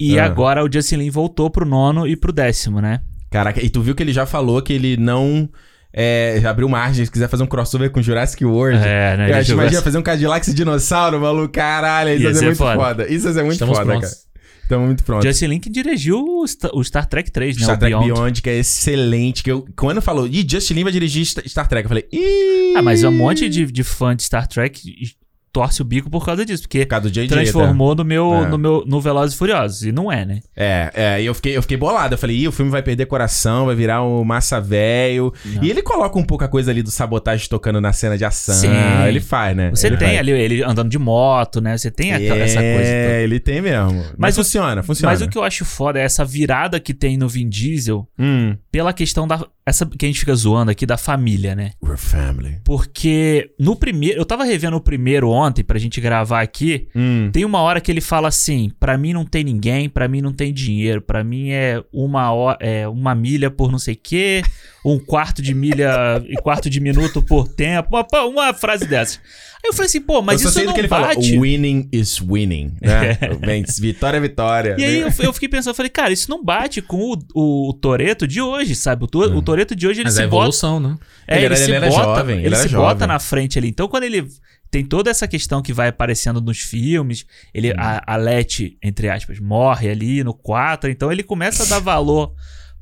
S2: E
S1: Ah.
S2: agora o Justin Lin voltou pro nono e pro décimo, né?
S1: Caraca, e tu viu que ele já falou que ele não... É, já abriu margem, se quiser fazer um crossover com Jurassic World.
S2: É, né?
S1: Eu
S2: ele
S1: acho,
S2: jogou
S1: imagina
S2: essa-
S1: fazer um Cadillac esse dinossauro, maluco. Caralho, isso
S2: Ia
S1: ia ser
S2: ser
S1: muito foda.
S2: foda.
S1: Isso ia ser muito
S3: Estamos
S1: foda,
S3: prontos.
S1: cara. Estamos muito prontos.
S2: Justin Lin que dirigiu o Sta- o Star Trek 3, né?
S1: Star
S2: o
S1: Trek
S2: Beyond.
S1: Beyond. que é excelente. Que eu, quando falou, ih, Justin Lin vai dirigir Sta- Star Trek, eu falei, ih.
S2: Ah, mas um monte de, de fã de Star Trek e- torce o bico por causa disso, porque
S1: Por causa do JJ. tá?
S2: transformou no meu,
S1: É.
S2: no meu no Velozes e Furiosos, e não é, né?
S1: É, é, e eu fiquei, eu fiquei bolado. Eu falei, ih, o filme vai perder coração, vai virar um massa velho.
S2: Não.
S1: E ele coloca um pouco a coisa ali do sabotagem tocando na cena de ação.
S2: Sim.
S1: Ele faz, né?
S2: Você
S1: ele
S2: tem
S1: faz.
S2: ali ele andando de moto, né? Você tem aquela- essa
S1: É,
S2: coisa toda.
S1: ele tem mesmo. Mas,
S2: Mas o-
S1: funciona, funciona.
S2: Mas o que eu acho foda é essa virada que tem no Vin Diesel
S1: Hum.
S2: pela questão da essa que a gente fica zoando aqui da família, né?
S1: We're family.
S2: Porque no primeiro, eu tava revendo o primeiro ontem pra gente gravar aqui,
S1: Hum.
S2: Tem uma hora que ele fala assim: pra mim não tem ninguém, pra mim não tem dinheiro, pra mim é uma ho- é uma milha por não sei o quê, um quarto de milha e quarto de minuto por tempo, uma, pô, uma frase dessa. Aí eu falei assim: pô, mas
S1: eu só
S2: isso
S1: sei do
S2: não
S1: que ele
S2: bate.
S1: falou. Winning is winning. Né? Bem, vitória é vitória.
S2: E aí eu, eu fiquei pensando, eu falei, cara, isso não bate com o, o Toreto de hoje, sabe? O, to,
S1: Hum.
S2: o Toreto de hoje ele
S3: Mas
S2: se
S3: é
S2: bota
S3: evolução, né?
S2: É,
S1: Ele
S2: ele,
S1: era-
S2: se
S1: ele era
S2: bota,
S1: jovem,
S2: ele
S1: ele era
S2: se
S1: jovem.
S2: bota na frente ali. Então, quando ele tem toda essa questão que vai aparecendo nos filmes, ele a, a Leti, entre aspas, morre ali no 4, então ele começa a dar valor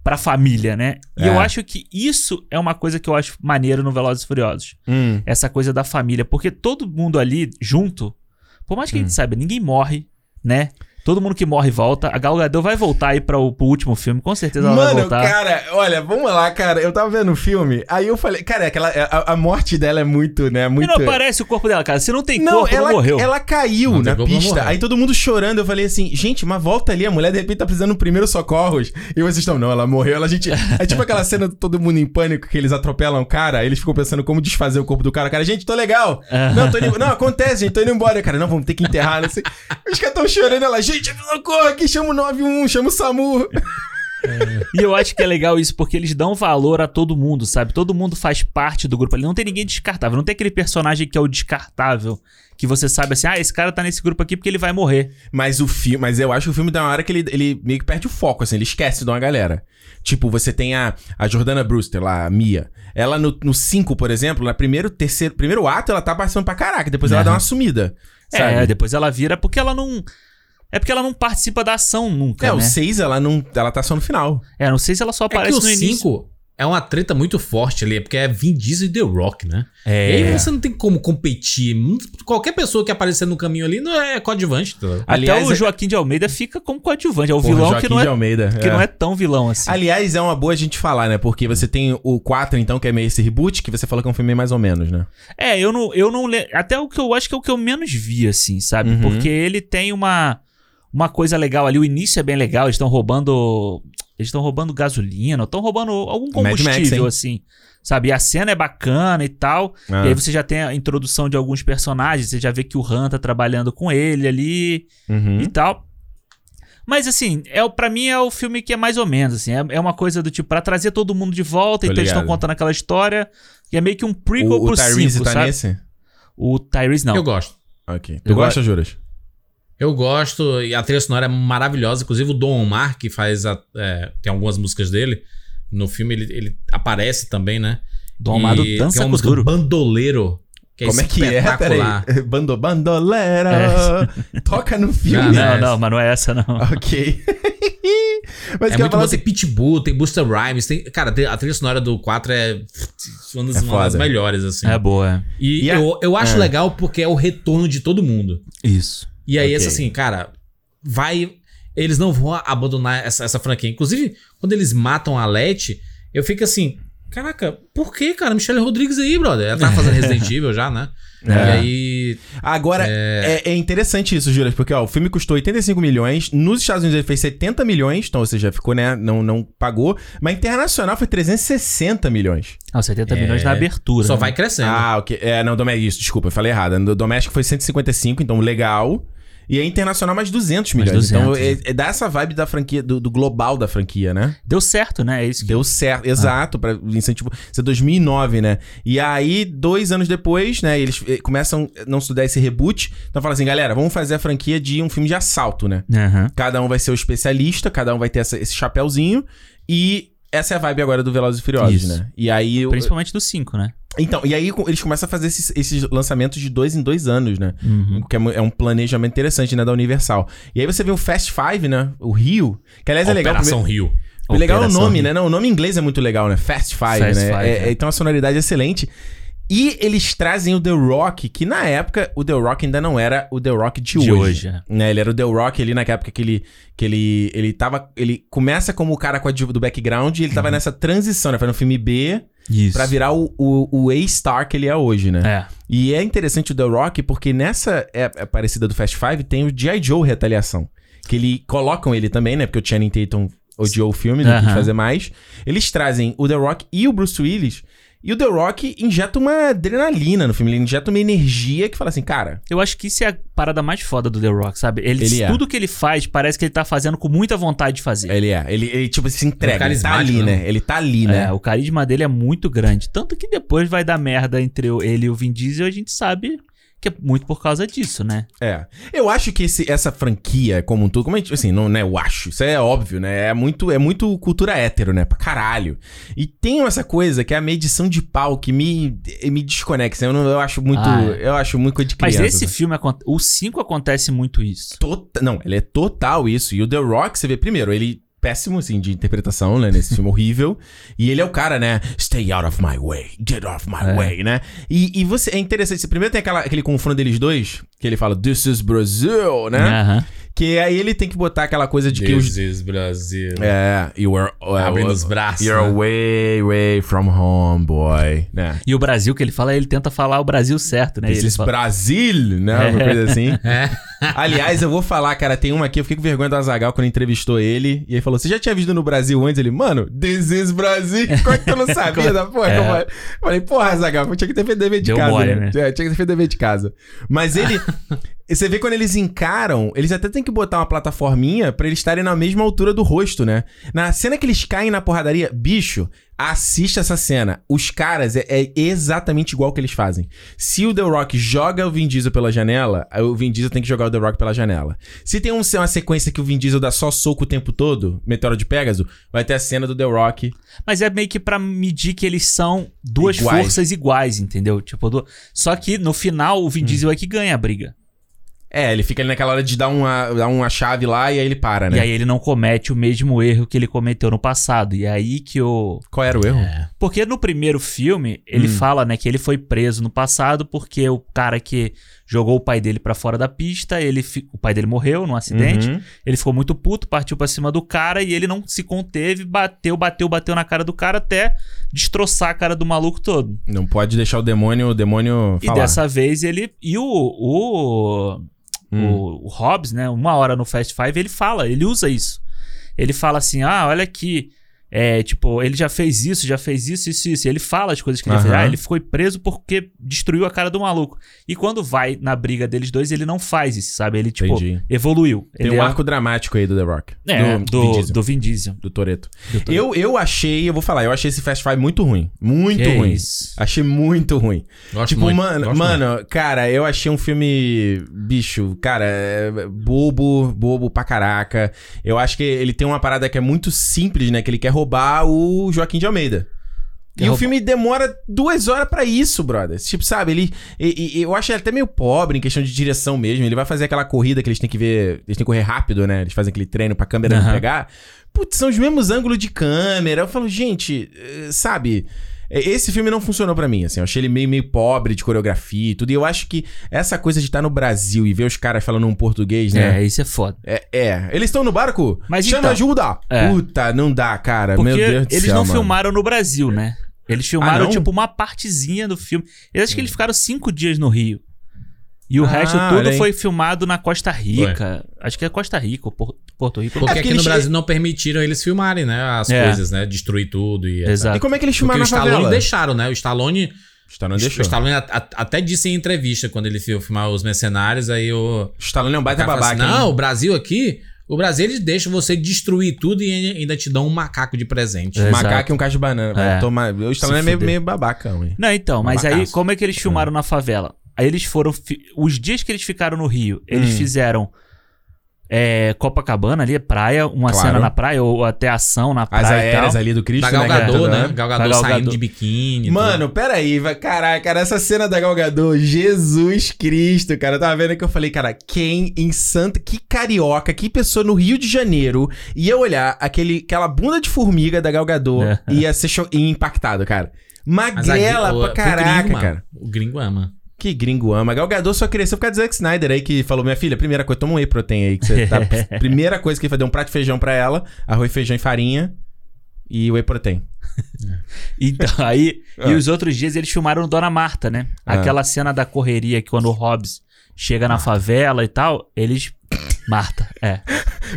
S2: pra família, né? E
S1: É.
S2: eu acho que isso é uma coisa que eu acho maneiro no Velozes e Furiosos.
S1: Hum.
S2: Essa coisa da família, porque todo mundo ali junto, por mais que
S1: Hum.
S2: a gente saiba, ninguém morre, né? Todo mundo que morre volta. A Gal Gadot vai voltar aí para o pro último filme, com certeza ela vai
S1: Mano,
S2: voltar.
S1: cara, olha, vamos lá, cara. Eu tava vendo o filme, aí eu falei, cara, é aquela, a, a morte dela é muito, né?
S2: E
S1: Muito.
S2: não aparece o corpo dela, cara. Se não tem
S1: Não,
S2: corpo,
S1: ela,
S2: não morreu.
S1: ela caiu
S3: Não,
S1: na
S3: tem como
S1: pista.
S3: morrer.
S1: Aí todo mundo chorando. Eu falei assim, gente, mas volta ali. A mulher de repente tá precisando de primeiros socorros. E vocês estão, não, ela morreu. Ela, gente. É tipo aquela cena do todo mundo em pânico que eles atropelam o cara. aí Eles ficam pensando como desfazer o corpo do cara. Cara, gente, tô legal. Não, tô indo, não acontece, gente, tô indo embora. Cara, não, vamos ter que enterrar. Não sei. Os caras tão chorando. Ela, gente, socorro aqui. Chama o 91, chama o SAMU.
S2: E eu acho que é legal isso, porque eles dão valor a todo mundo, sabe? Todo mundo faz parte do grupo ali. Não tem ninguém descartável. Não tem aquele personagem que é o descartável. Que você sabe assim, ah, esse cara tá nesse grupo aqui porque ele vai morrer.
S1: Mas o filme. Mas eu acho que o filme dá uma hora que ele, ele meio que perde o foco, assim, ele esquece de uma galera. Tipo, você tem a, a Jordana Brewster lá, a Mia. Ela no 5, por exemplo, na primeiro, terceiro, primeiro ato, ela tá passando pra caraca. Depois ela dá uma sumida.
S2: É,
S1: Sabe?
S2: depois ela vira porque ela não. É porque ela não participa da ação nunca,
S1: É, o
S2: né?
S1: 6, ela não. Ela tá só no final.
S2: É, não sei se ela só
S3: É que
S2: aparece
S3: o
S2: no início.
S3: 5 é uma treta muito forte ali, porque é Vin Diesel e The Rock, né? E
S2: É.
S3: aí você não tem como competir. Qualquer pessoa que aparecer no caminho ali não é coadjuvante. tá ligado?
S2: Até
S1: Aliás,
S2: o
S1: é-
S2: Joaquim de Almeida fica como coadjuvante. É o
S1: Porra,
S2: vilão
S1: Joaquim
S2: que, não é,
S1: de Almeida.
S2: que não é tão vilão assim.
S1: Aliás, é uma boa a gente falar, né? Porque você tem o 4, então, que é meio esse reboot, que você falou que é um filme meio mais ou menos, né?
S2: É, eu não, eu não lembro. Até o que eu acho que é o que eu menos vi, assim, sabe?
S1: Uhum.
S2: Porque ele tem uma, uma coisa legal ali. O início é bem legal. Eles estão roubando. Eles estão roubando gasolina, estão roubando algum
S1: Mad Max,
S2: combustível,
S1: hein?
S2: assim. Sabe? E a cena é bacana e tal.
S1: Ah.
S2: E aí você já tem a introdução de alguns personagens. Você já vê que o Han tá trabalhando com ele ali
S1: Uhum.
S2: e tal. Mas assim, é, o- pra mim é o filme que é mais ou menos, assim. É, é uma coisa do tipo, pra trazer todo mundo de volta,
S1: Tô
S2: então eles estão
S1: ligado.
S2: contando aquela história. E é meio que um prequel
S1: O, o
S2: pro
S1: Tyrese
S2: 5,
S1: tá
S2: sabe?
S1: nesse?
S2: O Tyrese não.
S3: Eu gosto.
S1: Ok. Tu
S2: Eu
S1: gosta, Juras?
S3: Eu gosto, e a trilha sonora é maravilhosa. Inclusive, o Don Omar, que faz. a- é, tem algumas músicas dele. No filme ele, ele aparece também, né?
S2: Dom Amado
S3: E
S2: dança
S3: tem uma
S2: com
S3: música
S2: duro.
S3: Bandoleiro. Que é
S1: Como é que é?
S3: espetacular. É.
S1: Peraí. Bando, bandolera. Toca no filme.
S3: Não,
S2: Não,
S3: É.
S2: não, mas não é essa, não.
S1: Ok. Mas
S3: É
S1: que eu ia
S3: muito bom,
S1: falar assim,
S3: tem Pitbull, tem Busta Rhymes, tem. Cara, tem- a trilha sonora do 4 é pff, uma das,
S1: É
S3: uma das
S1: foda.
S3: melhores, assim.
S2: É boa.
S3: E,
S1: E a-
S3: eu, eu acho
S1: é.
S3: legal porque é o retorno de todo mundo.
S2: Isso.
S3: E aí,
S1: Ok.
S3: esse assim, cara, vai. Eles não vão abandonar essa, essa franquia. Inclusive, quando eles matam a Letty, eu fico assim. Caraca, por que, cara? Michelle Rodrigues aí, brother. Ela tá fazendo Resident Evil já, né?
S1: É.
S3: E aí.
S1: Agora, é... é interessante isso, Juras, porque ó, o filme custou 85 milhões, nos Estados Unidos ele fez 70 milhões, então, ou seja, ficou, né, não, não pagou, mas internacional foi 360 milhões.
S2: Não, 70 milhões na abertura.
S3: Só
S2: né?
S3: vai crescendo.
S1: Ah, ok. É, não, doméstico, isso, desculpa, eu falei errado. No doméstico foi 155, então legal. E aí internacional mais 200
S2: Mais
S1: milhões. Então,
S2: 200,
S1: é, é- dá essa vibe da franquia, do, do global da franquia, né?
S2: Deu certo, né? É isso que
S1: Deu certo, exato, para incentivo. Isso é 2009, né? E aí, dois anos depois, né? Eles eh, começam a não estudar esse reboot. Então fala assim, galera, vamos fazer a franquia de um filme de assalto, né?
S2: Aham.
S1: Cada um vai ser o especialista, cada um vai ter essa- esse chapéuzinho. E essa é a vibe agora do Velozes e Furiosos,
S2: Isso.
S1: né? E aí... eu-
S2: Principalmente do 5, né?
S1: Então, e aí co- eles começam a fazer esses, esses lançamentos de dois em dois anos, né? O Que é, mu- é um planejamento interessante, né? Da Universal. E aí você vê o Fast Five, né? O Rio. Que aliás é legal.
S3: Operação Rio.
S1: O legal é o
S2: Operação
S1: nome,
S2: Rio.
S1: né? Não, o nome em inglês é muito legal, né? Fast Five,
S2: Fast
S1: né?
S2: Five,
S1: É-
S2: é.
S1: é- Então a sonoridade é excelente. E eles trazem o The Rock, que na época o The Rock ainda não era o The Rock de,
S2: De
S1: hoje.
S2: hoje, é.
S1: né? Ele era o The Rock ali naquela época que ele, que ele, ele tava. Ele começa como o cara com a do background e ele tava nessa transição, né? Fazendo um filme B
S2: Uhum. Isso.
S1: pra virar o, o, o A-Star que ele é hoje, né?
S2: É.
S1: E é interessante o The Rock porque nessa é, é parecida do Fast Five tem o G.I. Joe Retaliação. Que ele colocam ele também, né? Porque o Channing Tatum odiou o filme, não quis
S2: Aham.
S1: fazer mais. Eles trazem o The Rock e o Bruce Willis. E o The Rock injeta uma adrenalina no filme. Ele injeta uma energia que fala assim, cara...
S2: Eu acho que isso é a parada mais foda do The Rock, sabe? Ele,
S1: Ele é.
S2: tudo que ele faz parece que ele tá fazendo com muita vontade de fazer.
S1: Ele é. Ele, ele, tipo, se entrega. ele tá ali,
S3: carismático, né?
S1: né? Ele tá ali, né?
S2: É, o carisma dele é muito grande. Tanto que depois vai dar merda entre o- ele e o Vin Diesel, a gente sabe que é muito por causa disso, né?
S1: É. Eu acho que esse- essa franquia como um todo, como a gente, assim, não, né, eu acho, isso é óbvio, né? É muito, é muito cultura hétero, né? Pra caralho. E tem essa coisa que é a medição de pau que me, me desconecta. Eu, não, eu acho muito.
S2: Ah, é.
S1: Eu acho muito coisa de
S2: Mas
S1: criança. assim.
S2: esse filme, acon- o 5 acontece muito isso.
S1: Tota- não, ele é total isso. E o The Rock, você vê primeiro, ele péssimo, assim, de interpretação, né? Nesse filme horrível. E ele é o cara, né? Stay out of my way, get off my
S2: É.
S1: way, né? E, e você, é interessante, você primeiro tem aquela, aquele confronto deles dois, que ele fala, this is Brazil, né?
S2: Aham.
S1: Que aí ele tem que botar aquela coisa de que os.
S3: Deuses Brasil.
S1: É, you are.
S3: Abrindo os braços.
S1: You're
S3: né?
S1: way, way from home, boy. Né?
S2: E o Brasil que ele fala, ele tenta falar o Brasil certo, né? E
S1: This
S2: ele
S1: is
S2: fala,
S1: Brasil, né? Uma coisa assim.
S3: É.
S1: Aliás, eu vou falar, cara, tem uma aqui, eu fiquei com vergonha do Azagal quando entrevistou ele. E ele falou: Você já tinha visto no Brasil antes? Ele, mano, this is Brasil. Como é que tu não sabia da porra? Eu falei- falei, porra, Azagal, tinha que ter feito dever de
S2: Deu
S1: casa.
S2: mole,
S1: É. né?
S2: né?
S1: É, tinha que ter feito dever de casa. Mas ele. Você vê quando eles encaram, eles até têm que botar uma plataforminha pra eles estarem na mesma altura do rosto, né? Na cena que eles caem na porradaria, bicho, assista essa cena. Os caras é, é exatamente igual o que eles fazem. Se o The Rock joga o Vin Diesel pela janela, aí o Vin Diesel tem que jogar o The Rock pela janela. Se tem um- uma sequência que o Vin Diesel dá só soco o tempo todo, Meteoro de Pégaso, vai ter a cena do The Rock.
S2: Mas é meio que pra medir que eles são duas
S1: Iguais.
S2: forças iguais, entendeu? Tipo, do- só que no final o
S1: Hum.
S2: Vin Diesel é que ganha a briga.
S1: É, ele fica ali naquela hora de dar uma, dar uma chave lá e aí ele para, né?
S2: E aí ele não comete o mesmo erro que ele cometeu no passado. E é aí que o
S1: Qual era o erro?
S2: É, Porque no primeiro filme, ele
S1: Hum.
S2: fala, né, que ele foi preso no passado porque o cara que jogou o pai dele pra fora da pista, ele fi- o pai dele morreu num acidente,
S1: Uhum.
S2: ele ficou muito puto, partiu pra cima do cara e ele não se conteve, bateu, bateu, bateu na cara do cara até destroçar a cara do maluco todo.
S1: Não pode deixar o demônio, o demônio falar.
S2: E dessa vez ele e o o,
S1: Hum.
S2: o o Hobbs, né, uma hora no Fast Five, ele fala, ele usa isso. Ele fala assim: "Ah, olha aqui, é, tipo, ele já fez isso, já fez isso, isso, isso. E ele fala as coisas que ele
S1: Aham.
S2: fez. Ah, ele foi preso porque destruiu a cara do maluco. E quando vai na briga deles dois, ele não faz isso, sabe? Ele, tipo,
S1: Entendi.
S2: evoluiu.
S1: Tem
S2: ele
S1: um
S2: é-
S1: arco dramático aí do The Rock.
S2: é, do,
S1: Vin Diesel,
S2: do Vin Diesel.
S1: do Toreto. Eu, eu achei, eu vou falar, eu achei esse Fast Five muito ruim. Muito
S2: Que
S1: ruim.
S2: isso.
S1: Achei muito ruim.
S3: Gosto
S1: tipo,
S3: muito,
S1: mano,
S3: gosto
S1: mano cara, eu achei um filme, bicho, cara, é bobo, bobo pra caraca. Eu acho que ele tem uma parada que é muito simples, né? Que ele quer roubar o Joaquim de Almeida. e
S2: Quer
S1: o
S2: roubar.
S1: filme demora duas horas pra isso, brother. Tipo, sabe, ele. e- e- eu acho ele até meio pobre em questão de direção mesmo. Ele vai fazer aquela corrida que eles têm que ver. Eles têm que correr rápido, né? Eles fazem aquele treino pra câmera não
S2: Aham.
S1: pegar. Putz, são os mesmos ângulos de câmera. Eu falo, gente, eh, sabe? E- Esse filme não funcionou pra mim, assim. Eu achei ele meio, meio pobre de coreografia e tudo. E eu acho que essa coisa de estar no Brasil e ver os caras falando um português, né?
S2: É, isso é foda.
S1: É, é. Eles estão no barco?
S2: Mas
S1: Chama
S2: então.
S1: ajuda!
S2: É.
S1: Puta, não dá, cara.
S2: Porque
S1: Meu Deus do
S2: eles
S1: céu,
S2: não
S1: mano.
S2: filmaram no Brasil, né? Eles
S1: Ah,
S2: filmaram,
S1: não?
S2: tipo, uma partezinha do filme. Eu acho que eles ficaram cinco dias no Rio. E o
S1: Ah,
S2: resto
S1: olha
S2: tudo
S1: aí.
S2: foi filmado na Costa Rica. Acho que é Costa Rica ou Por- Porto Rico. né?
S3: Porque
S1: É, porque
S3: aqui no
S1: eles-
S3: Brasil não permitiram eles filmarem, né? As
S2: É.
S3: coisas, né? Destruir tudo e. essa-
S1: E
S2: Exato.
S1: como é que eles
S3: Porque
S1: filmaram
S3: o
S1: na
S3: Stallone
S1: favela?
S3: deixaram, né? O Stallone
S1: O Stallone
S3: O
S1: deixou.
S3: Stallone at- at- até disse em entrevista quando ele foi filmar os mercenários, aí o.
S1: O Stallone é um
S3: o
S1: baita
S3: cara fala assim,
S1: babaca.
S3: não,
S1: hein?
S3: o Brasil aqui, o Brasil eles deixam você destruir tudo e ainda te dão um macaco de presente.
S2: É. Exato.
S1: Macaco e um cacho de banana. Vai
S2: É.
S1: tomar- O Stallone é meio,
S2: fuder.
S1: meio babaca, hein?
S2: Não, então, mas aí
S1: Macaço.
S2: como é que eles filmaram na favela? Aí eles foram. fi- Os dias que eles ficaram no Rio, eles
S1: Hum.
S2: fizeram. é, Copacabana ali, praia, uma
S1: Claro.
S2: cena na praia, ou até ação na praia
S1: As
S2: e tal.
S1: aéreas ali do Cristo,
S3: Da Gal
S1: né, cara?
S3: Gadot,
S1: Toda
S3: né?
S1: hora.
S3: Gal Gadot
S2: Da Gal
S3: saindo
S2: Gadot.
S3: de biquíni.
S1: Mano, peraí, vai. Caralho, cara, essa cena da Galgador, Jesus Cristo, cara. Eu tava vendo que eu falei, cara, quem em Santa. Que carioca, que pessoa no Rio de Janeiro ia olhar aquele, aquela bunda de formiga da Galgador
S2: É.
S1: e ia ser cho- ia impactado, cara.
S3: Mas a gri-
S1: Magrela
S3: o-
S1: pra
S3: pro
S1: caraca,
S3: gringo,
S1: cara.
S3: mano. O gringo ama.
S1: Que gringo ama. Galgador só cresceu por causa do Zack Snyder aí, que falou: Minha filha, primeira coisa, toma um whey protein aí. Que você tá... primeira coisa que ele fazer um prato de feijão pra ela, arroz, feijão e farinha e whey protein.
S2: Então, aí.
S1: Ah.
S2: E os outros dias eles filmaram Dona Marta, né?
S1: Ah.
S2: Aquela cena da correria que quando o Hobbs chega na favela e tal, eles. Marta, é.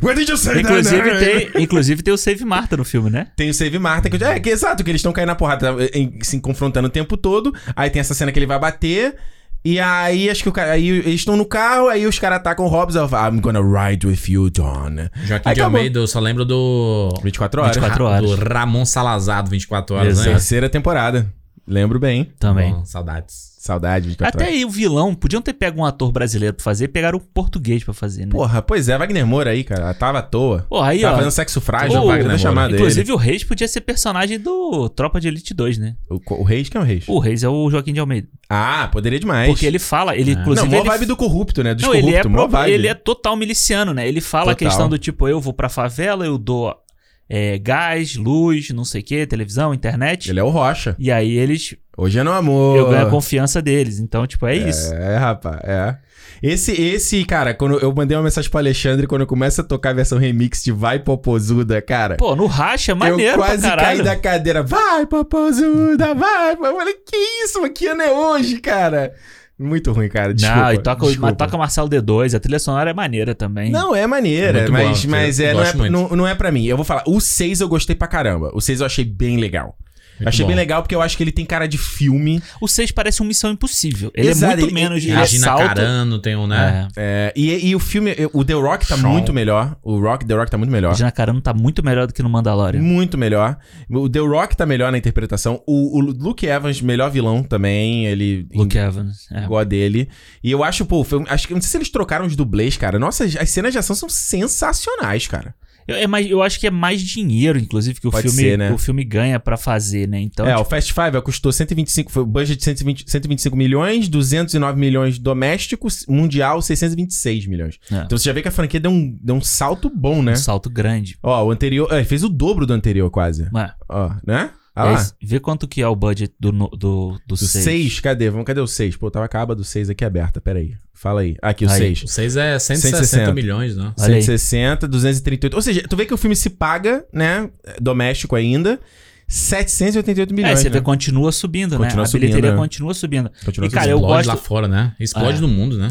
S1: Where did you say that?
S2: Inclusive tem, inclusive tem o Save Marta no filme, né?
S1: Tem o Save Marta, que, é, que exato, que eles estão caindo na porrada, tá, em- se confrontando o tempo todo. Aí tem essa cena que ele vai bater. E aí, acho que o cara. Aí eles estão no carro, aí os caras atacam o Hobbs. ela fala, I'm gonna ride with you, John.
S3: Joaquim
S1: Aí
S3: de
S1: acabou.
S3: Almeida, eu só lembro do.
S1: 24 horas.
S2: 24 horas.
S3: Do Ramon Salazar do 24 horas, né?
S1: Terceira temporada. Lembro bem.
S2: Também.
S3: Bom, saudades.
S1: Saudade, 24
S2: Até aí o vilão, podiam ter pego um ator brasileiro pra fazer, pegaram um português pra fazer, né?
S1: Porra, pois é, Wagner Moura aí, cara. Tava à toa.
S2: Pô, aí,
S1: tava
S2: ó.
S1: tá fazendo sexo frágil,
S2: Ô,
S1: o Wagner
S3: Moura.
S1: chamada
S2: Inclusive,
S1: ele.
S2: o Reis podia ser personagem do Tropa de Elite 2, né?
S1: O, co- o Reis, quem é o Reis?
S2: O Reis é o Joaquim de Almeida.
S1: Ah, poderia demais.
S2: Porque ele fala, ele,
S1: não,
S2: inclusive.
S1: mó
S2: ele-
S1: vibe do corrupto, né? Dos
S2: Não,
S1: corruptos,
S2: ele é,
S1: mó
S2: pro-
S1: vibe.
S2: ele é total miliciano, né? Ele fala
S1: Total.
S2: a questão do tipo, eu vou pra favela, eu dou é, gás, luz, não sei o que, televisão, internet.
S1: Ele é o Rocha.
S2: E aí eles.
S1: Hoje é no amor.
S2: Eu ganho a confiança deles. Então, tipo, é, isso.
S1: É, rapaz, é. Esse, esse, cara, quando eu mandei uma mensagem pro Alexandre, quando começa a tocar a versão remix de Vai Popozuda, cara.
S2: Pô, no racha é
S1: eu
S2: maneiro pra
S1: quase caí
S2: caralho.
S1: da cadeira. Vai, Popozuda, vai. Eu falei, que isso, mano? que ano é hoje, cara? Muito ruim, cara. Desculpa.
S2: não, e toca,
S1: desculpa.
S2: mas toca Marcelo D2, a trilha sonora é maneira também.
S1: Não, é maneira,
S3: É muito
S1: mas,
S3: boa,
S1: mas
S3: eu
S1: é, não, é,
S3: gosto muito.
S1: não, não é pra mim. Eu vou falar, o 6 eu gostei pra caramba. O 6 eu achei bem legal.
S3: Muito
S1: achei
S3: bom.
S1: bem legal porque eu acho que ele tem cara de filme.
S2: O 6 parece um Missão Impossível. Ele
S1: Exato,
S2: é muito
S1: ele-
S2: menos de
S3: Regina
S2: assalto.
S3: Carano tem um, né?
S1: É,
S2: É.
S1: e, e o filme, o The Rock tá
S3: Sean.
S1: muito melhor. O Rock, The Rock tá muito melhor.
S2: Regina Carano tá muito melhor do que no Mandalorian.
S1: Muito melhor. O The Rock tá melhor na interpretação. O, o Luke Evans, melhor vilão também. Ele.
S2: Luke Evans. É.
S1: Igual a dele. E eu acho, pô, o filme- acho que não sei se eles trocaram os dublês, cara. Nossa, as cenas de ação são sensacionais, cara.
S2: Eu, é mais, eu acho que é mais dinheiro, inclusive, que o,
S1: Pode
S2: filme,
S1: ser, né?
S2: o filme ganha pra fazer, né? Então,
S1: é,
S2: tipo,
S1: o Fast Five ó, custou 125, foi o budget de 120, 125 milhões, 209 milhões domésticos, mundial 626 milhões.
S2: É.
S1: Então você já vê que a franquia deu um, deu um salto bom, né?
S2: um salto grande.
S1: Ó, o anterior, é, fez o dobro do anterior quase.
S2: Mas,
S1: Ó, né? Ah,
S2: é
S1: lá.
S2: isso. vê quanto que é o budget do 6. Do, do
S1: Do
S2: seis.
S1: 6, cadê? Vamos, cadê o 6? Pô, tava com a aba do 6 aqui aberta, peraí. Fala aí. Aqui, o
S2: Aí.
S1: 6.
S3: O 6 é 160,
S1: 160.
S3: milhões, né?
S2: Olha aí.
S1: 160, 238. Ou seja, tu vê que o filme se paga, né? Doméstico ainda. 788
S2: É,
S1: milhões.
S2: você
S1: né?
S2: vê, continua subindo,
S1: Continua
S2: né? A
S1: subindo,
S2: bilheteria
S1: né?
S2: continua subindo.
S1: Continua
S2: e, cara, eu gosto...
S3: Explode lá fora, né? Explode
S2: É.
S3: no mundo, né?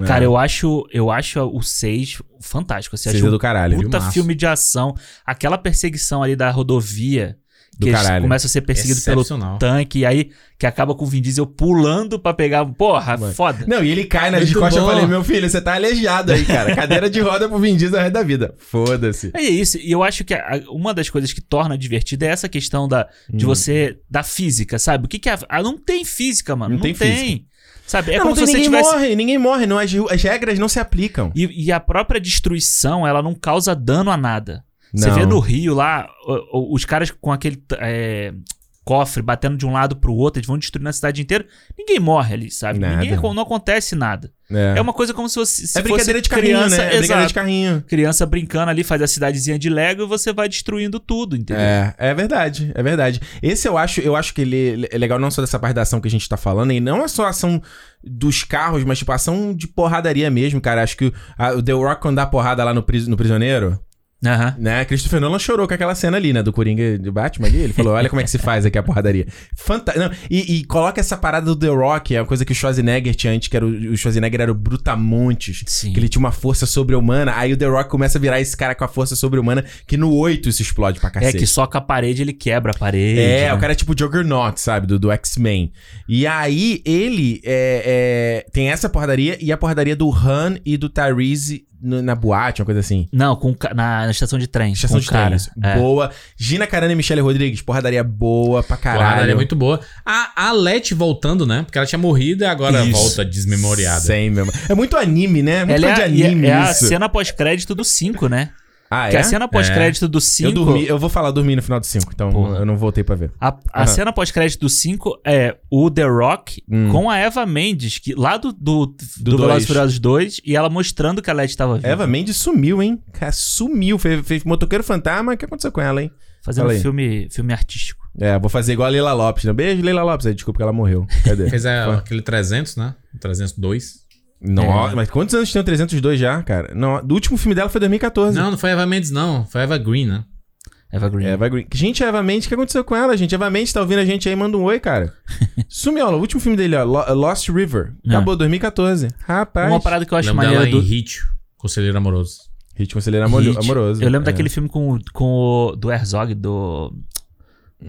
S1: É.
S2: Cara, eu acho, eu acho o 6 fantástico. Assim,
S1: Seis
S2: acho
S1: é
S2: um
S1: do caralho.
S2: puta
S3: filmaço.
S2: filme de ação. Aquela perseguição ali da rodovia.
S1: Do
S2: que eles
S1: caralho.
S2: começam a ser perseguidos É pelo
S3: Excepcional.
S2: tanque. E aí, que acaba com o Vin Diesel pulando pra pegar... Porra,
S1: Mano.
S2: foda.
S1: Não, e ele cai na de
S3: Muito
S1: costas e eu
S3: bom.
S1: falei, meu filho, você tá aleijado aí, cara. Cadeira de roda pro Vin Diesel o resto da vida. Foda-se.
S2: É isso, e eu acho que a- a- uma das coisas que torna divertida é essa questão da, de
S1: Uhum.
S2: você. da física, sabe? O que, que é. a- Ah, não tem física, mano.
S1: Não
S2: Não,
S1: tem
S2: tem. Sabe? É
S1: não,
S2: como
S1: mas
S2: se você
S1: ninguém
S2: tivesse.
S1: morre, ninguém morre. Não, as, as regras não se aplicam.
S2: E, e a própria destruição, ela não causa dano a nada. Você
S1: Não.
S2: vê no Rio lá, o- o- os caras com aquele. t- é, cofre, batendo de um lado pro outro, eles vão destruindo a cidade inteira. Ninguém morre ali, sabe?
S1: Nada.
S2: Ninguém, não acontece nada. É, uma coisa como se fosse. Se
S1: É brincadeira
S2: fosse
S1: de carrinho,
S2: criança,
S1: né? É brincadeira de
S2: exato.
S1: carrinho.
S2: Criança brincando ali, faz a cidadezinha de Lego e você vai destruindo tudo, entendeu?
S1: É, é verdade, é verdade. Esse eu acho, eu acho que ele é legal não só dessa parte da ação que a gente tá falando, e não é só a ação dos carros, mas tipo, a ação de porradaria mesmo, cara. Acho que a- o The Rock quando dá porrada lá no, pris- no prisioneiro,
S2: Aham.
S1: né? Christopher Nolan chorou com aquela cena ali, né? Do Coringa de Batman ali. Ele falou: olha como é que se faz aqui a porradaria. Fanta não, e, e coloca essa parada do The Rock, é uma coisa que o Schwarzenegger tinha antes, que era o, o Schwarzenegger era o Brutamontes.
S2: Sim.
S1: Que ele tinha uma força sobre-humana. Aí o The Rock começa a virar esse cara com a força sobre-humana, que no 8 isso explode pra
S2: É
S1: cacete.
S2: que soca a parede, ele quebra a parede.
S1: É,
S2: né?
S1: o cara é tipo Juggernaut, sabe? Do, do X-Men. E aí, ele é, é, tem essa porradaria e a porradaria do Han e do Tyrese no- na boate, uma coisa assim.
S2: Não, com, o ca- na, na estação de trem.
S1: Estação
S2: com o
S1: de
S2: cara.
S1: cara.
S2: É.
S1: Boa. Gina Carano e Michelle Rodrigues, porradaria boa pra caralho.
S3: Caralho, ela é muito boa. A, a Let voltando, né? Porque ela tinha morrido e agora
S1: Isso.
S3: volta desmemoriada.
S1: Sem, meu irmão. É muito anime, né? É muito
S2: Ela é,
S1: coisa
S2: a-
S1: de anime
S2: é, é a
S1: isso.
S2: cena pós-crédito do 5, né?
S1: Ah,
S2: que
S1: é?
S2: a cena pós-crédito do 5.
S1: Eu dormi, eu vou falar, dormi no final do 5, então
S2: Porra.
S1: eu não voltei pra ver.
S2: A, a
S1: Aham.
S2: cena pós-crédito do 5 é o The Rock
S1: Hum.
S2: com a Eva Mendes, que, lá do, do, do,
S1: dois.
S2: Velozes e Furiosos 2, e ela mostrando que a Led tava viva.
S1: Eva Mendes sumiu, hein? Cara, sumiu. Fez, fez motoqueiro fantasma. O que aconteceu com ela, hein?
S2: fazendo
S1: fala aí.
S2: filme, filme artístico.
S1: É, vou fazer igual a Leila Lopes. Né? Beijo, Leila Lopes. Aí, Desculpa que ela morreu. Cadê?
S2: É.
S3: Fez a-
S1: Foi.
S3: aquele 300, né? 302.
S1: Nossa, mas quantos anos tem o 302 já, cara? Não, o último filme dela foi 2014.
S3: Não, não foi Eva Mendes, não. Foi Eva Green, né?
S2: Eva Green.
S1: Eva É, Green. Gente, a Eva Mendes, o que aconteceu com ela, gente? Eva Mendes tá ouvindo a gente aí, manda um oi, cara. Sumiu, ó, o último filme dele, ó, Lo- Lost River. Acabou, 2014. Rapaz.
S2: Ah. Uma parada que eu acho
S3: Lembro dela
S2: maneira do.
S3: em Hit, Conselheiro Amoroso.
S1: Ritmo acelera É amor-
S2: Hit.
S1: amoroso.
S2: Eu lembro
S1: É.
S2: daquele filme com, o- com o. Do Herzog, do.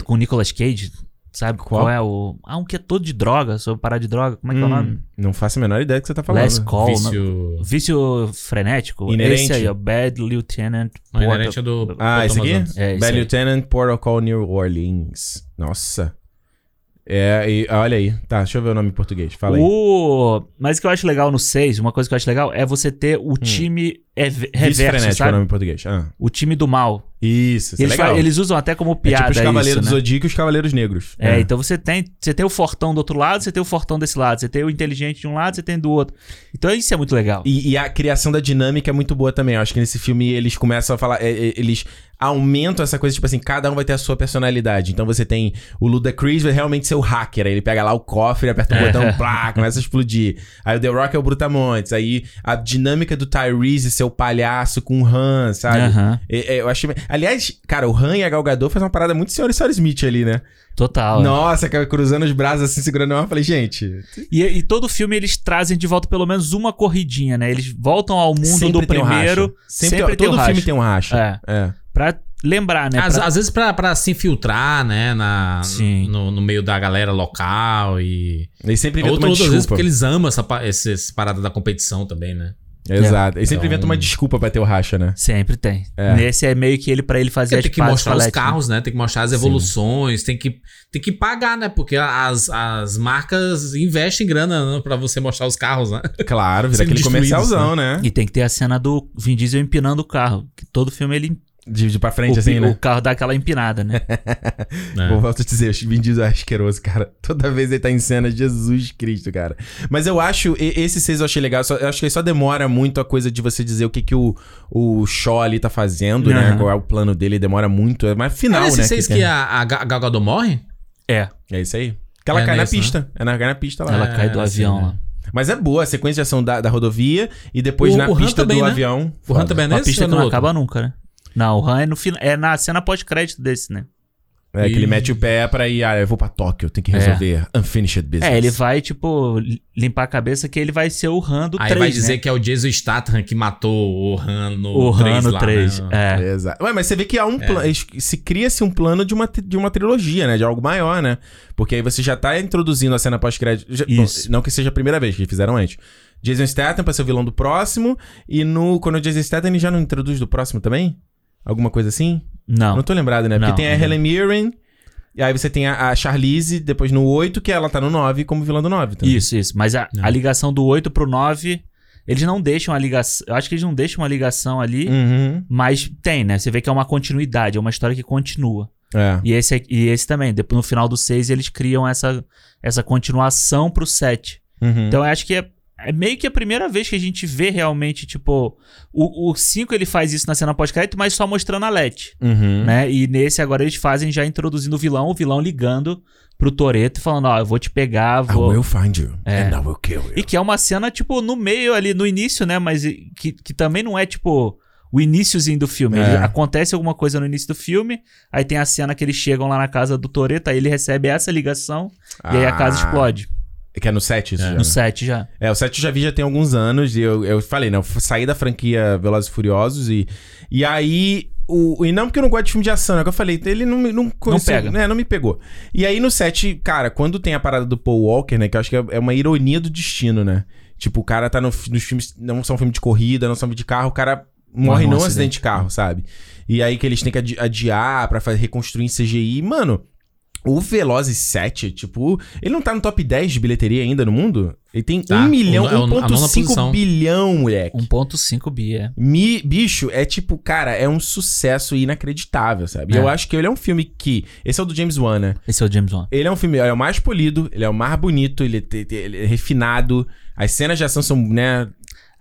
S2: Com o Nicolas Cage. Sabe qual,
S1: Qual?
S2: é o. Ah, um que é todo de droga, sobre parar de droga. Como é que é o nome?
S1: Hum, não faço a menor ideia do que você tá falando.
S2: Last Call. né?
S3: Vício.
S2: Vício frenético.
S1: Inerente.
S2: Esse aí, ó. Bad Lieutenant.
S3: Não,
S2: Porta-
S3: inerente é do.
S1: Ah,
S3: do
S1: esse aqui?
S3: Thomas Anderson.
S2: É, esse
S1: Bad
S2: aí.
S1: Lieutenant, Portal Call New Orleans. Nossa. É, e- ah, olha aí. Tá, deixa eu ver o nome em português. Fala aí.
S2: O... Mas o que eu acho legal no 6, uma coisa que eu acho legal é você ter o time ev-
S1: Hum. Vício
S2: reverso,
S1: frenético é o
S2: sabe?
S1: nome em português. Ah,
S2: O time do mal.
S1: isso, isso é
S2: Eles,
S1: legal.
S2: fa- eles usam até como
S1: é
S2: piada
S1: tipo os Cavaleiros
S2: isso,
S1: do
S2: né?
S1: Zodíaco e os Cavaleiros Negros.
S2: É, então você tem, você tem o fortão do outro lado, você tem o fortão desse lado, você tem o inteligente de um lado, você tem do outro. Então isso é muito legal.
S1: E, e a criação da dinâmica é muito boa também. Eu acho que nesse filme eles começam a falar. é, é, eles aumentam essa coisa, tipo assim, cada um vai ter a sua personalidade. Então você tem o Ludacris, vai realmente ser o hacker. Aí ele pega lá o cofre, aperta o botão, plá, começa a explodir. Aí o The Rock é o Brutamontes. Aí a dinâmica do Tyrese ser o palhaço com o Han, sabe?
S2: Aham,
S1: É, é, eu achei. Aliás, cara, o Han e a Gal Gadot faz uma parada muito senhora e senhora Smith ali, né?
S2: total. é.
S1: Nossa, cara, cruzando os braços assim, segurando a mão. Eu falei, gente,
S2: E, e todo filme eles trazem de volta pelo menos uma corridinha, né? Eles voltam ao mundo do
S1: tem um
S2: primeiro.
S1: racho. sempre,
S2: sempre tem
S1: tem,
S2: um
S1: todo filme
S2: racho.
S1: tem um racho.
S2: É,
S1: é.
S2: pra lembrar, né?
S3: Às,
S2: Pra-
S3: às vezes pra, pra se infiltrar, né? Na,
S2: Sim.
S3: No, no meio da galera local e.
S1: Eles sempre inventam
S3: Outro,
S1: uma
S3: outras vezes
S1: desculpa.
S3: É porque eles amam essa, pa- esse- essa parada da competição também, né?
S1: Exato. Eles sempre
S3: Então-
S1: inventam uma desculpa pra ter o racha, né?
S2: Sempre tem.
S1: É.
S2: Nesse é meio que ele pra ele fazer
S3: Porque
S2: as
S3: tem que
S2: pazes
S3: mostrar
S2: com a
S3: os
S2: Letty, né?
S3: carros, né? Tem que mostrar as evoluções, tem que, tem que pagar, né? Porque as, as marcas investem grana né? pra você mostrar os carros, né?
S1: Claro, vira
S3: Sendo
S1: aquele
S3: destruídos,
S1: comercialzão, né?
S2: E tem que ter a cena do Vin Diesel empinando o carro. Que todo filme ele
S1: De, de pra frente,
S2: o,
S1: assim,
S2: o
S1: né?
S2: carro dá aquela empinada, né?
S3: É.
S1: Vou voltar a dizer, o Vin Diesel é asqueroso, cara. Toda vez ele tá em cena, Jesus Cristo, cara. Mas eu acho, e- esse 6 eu achei legal. só- eu acho que só demora muito a coisa de você dizer o que, que o, o Shaw ali tá fazendo, né?
S2: Aham.
S1: Qual é o plano dele, demora muito. É mais final,
S3: Não,
S1: né?
S3: esses seis que,
S1: tem-
S3: a, a Ga- Gal Gadot morre?
S2: É.
S1: É isso aí. Que ela
S3: É
S1: cai
S3: nesse,
S1: na pista. Ela cai na pista lá.
S2: né? Ela
S3: É,
S2: cai do
S3: assim,
S2: avião
S3: né?
S2: lá.
S1: Mas é boa a sequência de ação da, da rodovia e depois
S3: O-
S1: na
S3: o Han
S1: pista
S3: também,
S1: do
S3: né?
S1: avião.
S3: O Han também é
S2: Uma
S3: nesse
S2: pista
S3: ou
S2: que não
S3: no outro?
S2: acaba nunca, né? Não, o Han é, no fina- é na cena pós-crédito desse, né?
S1: É, que ele
S3: E-
S1: mete o pé pra ir, ah, eu vou pra Tóquio, eu tenho que
S2: É.
S1: resolver unfinished business.
S2: É, ele vai, tipo, li- limpar a cabeça que ele vai ser o Han do
S3: Aí
S2: 3,
S3: vai dizer
S2: né?
S3: que é o Jason Statham que matou o Han no
S2: O Han
S3: 3
S2: no
S3: lá,
S2: 3.
S3: né?
S2: É.
S1: Exato. Ué, mas você vê que há um plano. Se cria-se um plano de uma, tri- de uma trilogia, né? De algo maior, né? Porque aí você já tá introduzindo a cena pós-crédito. já- bom,
S2: Isso.
S1: Não que seja a primeira vez que fizeram antes. Jason Statham pra ser o vilão do próximo. E no. Quando o Jason Statham ele já não introduz do próximo também? Alguma coisa assim?
S2: Não.
S1: Não, tô lembrado, né? Porque
S2: Não, é.
S1: tem a
S2: não.
S1: Helen Mirren. E aí você tem a, a Charlize, depois no 8, que ela tá no 9 como vilã do 9 também.
S2: Isso, isso. Mas a, a ligação do 8 pro 9, eles não deixam a ligação... Eu acho que eles
S3: Hum.
S2: não deixam uma ligação ali,
S1: Uhum.
S2: mas tem, né? Você vê que é uma continuidade, é uma história que continua.
S1: É.
S2: E esse, aqui- e esse também. Depois, no final do 6, eles criam essa, essa continuação pro 7.
S1: Uhum.
S2: Então eu acho que é, é meio que a primeira vez que a gente vê realmente, tipo, o 5 ele faz isso na cena pós-crédito, mas só mostrando a Let,
S1: Uhum.
S2: né? E nesse agora eles fazem já introduzindo o vilão, o vilão ligando pro Toreto e falando, ó, Ah, eu vou te pegar,
S1: I
S2: vou.
S1: will find you and I will kill you.
S2: E que é uma cena, tipo, no meio ali, no início, né? Mas e- que, que também não é, tipo, o iníciozinho do filme.
S1: É.
S2: Ele- Acontece alguma coisa no início do filme, aí tem a cena que eles chegam lá na casa do Toreto, aí ele recebe essa ligação e aí a casa
S1: Ah.
S2: explode.
S1: Que é no 7 isso já, né?
S2: No 7 já.
S1: É, o 7 eu já vi já tem alguns anos. E eu, eu falei, né? Eu f- saí da franquia Velozes e Furiosos e... E aí... O, e não porque eu não gosto de filme de ação, é o que eu falei. Ele não, me- não, conheceu-
S2: pega.
S1: Né, não me pegou. E aí no 7, cara, quando tem a parada do Paul Walker, né? Que eu acho que é é uma ironia do destino, né? Tipo, o cara tá no fi- nos filmes... Não são filme de corrida, não são filme de carro. O cara morre
S3: Morre num
S1: num acidente
S3: acidente.
S1: de carro, sabe? E aí que eles têm que adi- adiar pra fa- reconstruir em CGI. Mano... O Velozes 7, tipo, ele não tá no top 10 de bilheteria ainda no mundo? Ele tem
S3: Tá.
S1: 1 milhão,
S3: O- é o- a nona
S1: 1.5
S3: posição. Um
S1: bilhão, moleque.
S2: 1.5 bi, é.
S1: Mi- bicho, é tipo, cara, é um sucesso inacreditável, sabe? E
S2: É.
S1: Eu acho que ele é um filme que. Esse é o do James Wan, né?
S2: Esse é o James Wan.
S1: Ele é um filme, ele é o mais polido, ele é o mais bonito, ele, te- te- ele é refinado. As cenas de ação são, né?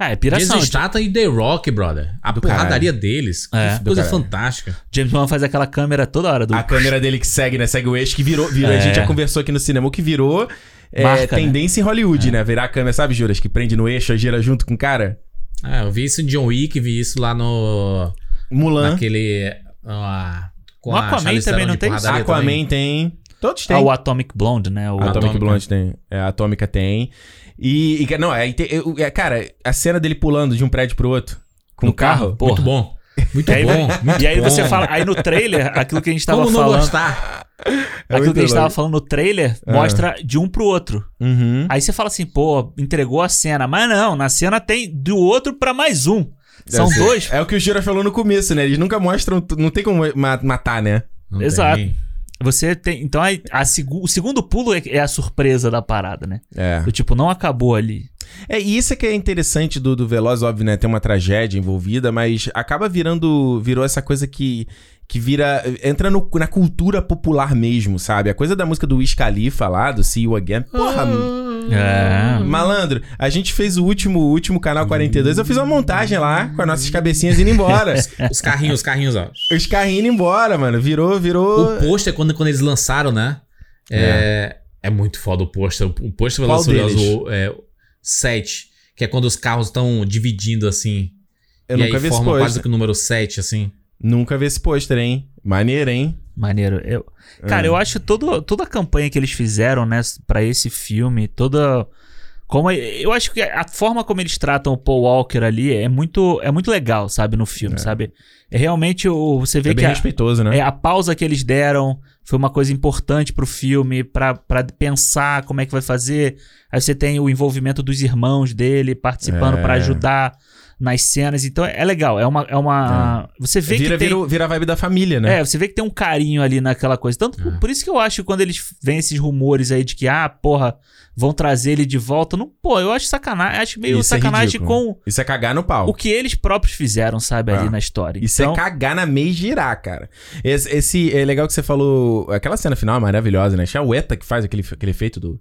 S2: Ah, é
S3: Jason
S2: piração.
S3: Statham e The Rock, brother. A
S1: Do
S3: porradaria deles. que
S2: É.
S1: Do
S3: coisa
S1: caralho.
S3: fantástica.
S2: James Wan faz aquela câmera toda hora do.
S1: A câmera dele que segue, né? Segue o eixo que virou. virou A
S2: É.
S1: gente já conversou aqui no cinema o que virou. é,
S2: Marca, né?
S1: tendência em Hollywood,
S3: É.
S1: né? Virar a câmera, sabe, Juras? Que prende no eixo, gira junto com o cara.
S3: Ah, eu vi isso em John Wick, vi isso lá no.
S1: Mulan.
S3: Naquele. ah, com
S2: O
S3: a
S2: Aquaman
S3: Charlize
S2: também
S3: Theron
S2: não
S3: de
S2: tem isso?
S3: porradaria
S1: Aquaman
S3: também.
S1: tem. Todos têm.
S2: Ah, o Atomic Blonde, né?
S1: A Ah,
S2: O...
S1: Atomic,
S3: Atômica.
S1: Blonde tem. É, a Atômica tem. E, e que- não, é, e tem- eu- é, cara, a cena dele pulando de um prédio pro outro com
S2: No
S1: o carro.
S2: carro? Porra.
S3: Muito bom. Muito
S2: E É, aí,
S3: bom. muito
S2: e aí você
S3: bom.
S2: fala. Aí no trailer, aquilo que a gente tava
S3: Como não
S2: falando.
S3: gostar?
S1: É
S2: aquilo
S1: muito
S2: que a gente tava
S1: louco.
S2: falando no trailer
S1: É.
S2: mostra de um pro outro.
S1: Uhum.
S2: Aí você fala assim, pô, entregou a cena. Mas não, na cena tem do outro pra mais um. São
S1: Deve ser.
S2: dois.
S1: É o que o Jura falou no começo, né? Eles nunca mostram. tu- Não tem como ma- matar, né?
S3: Não
S2: Exato.
S3: tem.
S2: Você tem. Então aí, a segu- o segundo pulo é, é a surpresa da parada, né?
S1: É.
S2: Do tipo, não acabou ali.
S1: É, e isso é que é interessante do, do Veloz, óbvio, né? Tem uma tragédia envolvida, mas acaba virando. Virou essa coisa que. Que vira. Entra no- na cultura popular mesmo, sabe? A coisa da música do Wiz Khalifa lá, do See You Again. Porra, Hum.
S2: É.
S1: Malandro, a gente fez o último, o último canal 42. Eu fiz uma montagem lá com as nossas cabecinhas indo embora.
S3: Os carrinhos, os carrinhos, ó.
S1: Os carrinhos indo embora, mano. Virou, virou.
S3: O pôster, quando, quando eles lançaram, né? É, é muito foda o pôster. O o pôster
S1: Qual
S3: Velozes e Furiosos,
S1: deles?
S3: o, é, 7, que é quando os carros estão dividindo, assim.
S1: Eu
S3: e
S1: nunca
S3: aí
S1: vi esse
S3: forma
S1: pôster.
S3: quase que o número 7, assim.
S1: Nunca vi esse pôster, hein? Maneiro, hein?
S2: Maneiro. Eu,
S1: É.
S2: cara, eu acho todo, toda a campanha que eles fizeram, né, pra esse filme, toda. Como, eu acho que a forma como eles tratam o Paul Walker ali é muito, é muito legal, sabe, no filme, sabe? É realmente o, você vê
S1: É
S2: que
S1: bem
S2: a,
S1: respeitoso, né?
S2: é, a pausa que eles deram foi uma coisa importante pro filme, pra, pra pensar como é que vai fazer. Aí você tem o envolvimento dos irmãos dele participando
S1: É.
S2: pra ajudar nas cenas. Então é legal, é uma. É uma Você vê
S1: Vira,
S2: que tem.
S1: vira, vira a vibe da família, né?
S2: É, você vê que tem um carinho ali naquela coisa. Tanto por-
S3: É.
S2: por isso que eu acho que quando eles vêm esses rumores aí de que, ah, porra, vão trazer ele de volta. Não, pô, eu acho sacanagem. Acho meio
S1: Isso é
S2: sacanagem
S1: ridículo.
S2: com
S1: Isso é cagar no pau.
S2: o que eles próprios fizeram, sabe, ali
S1: É.
S2: na história. então
S1: Isso é cagar na meia e girar, cara. Esse, esse- é legal que você falou. Aquela cena final é maravilhosa, né? Acho que É o ETA que faz aquele, aquele efeito do.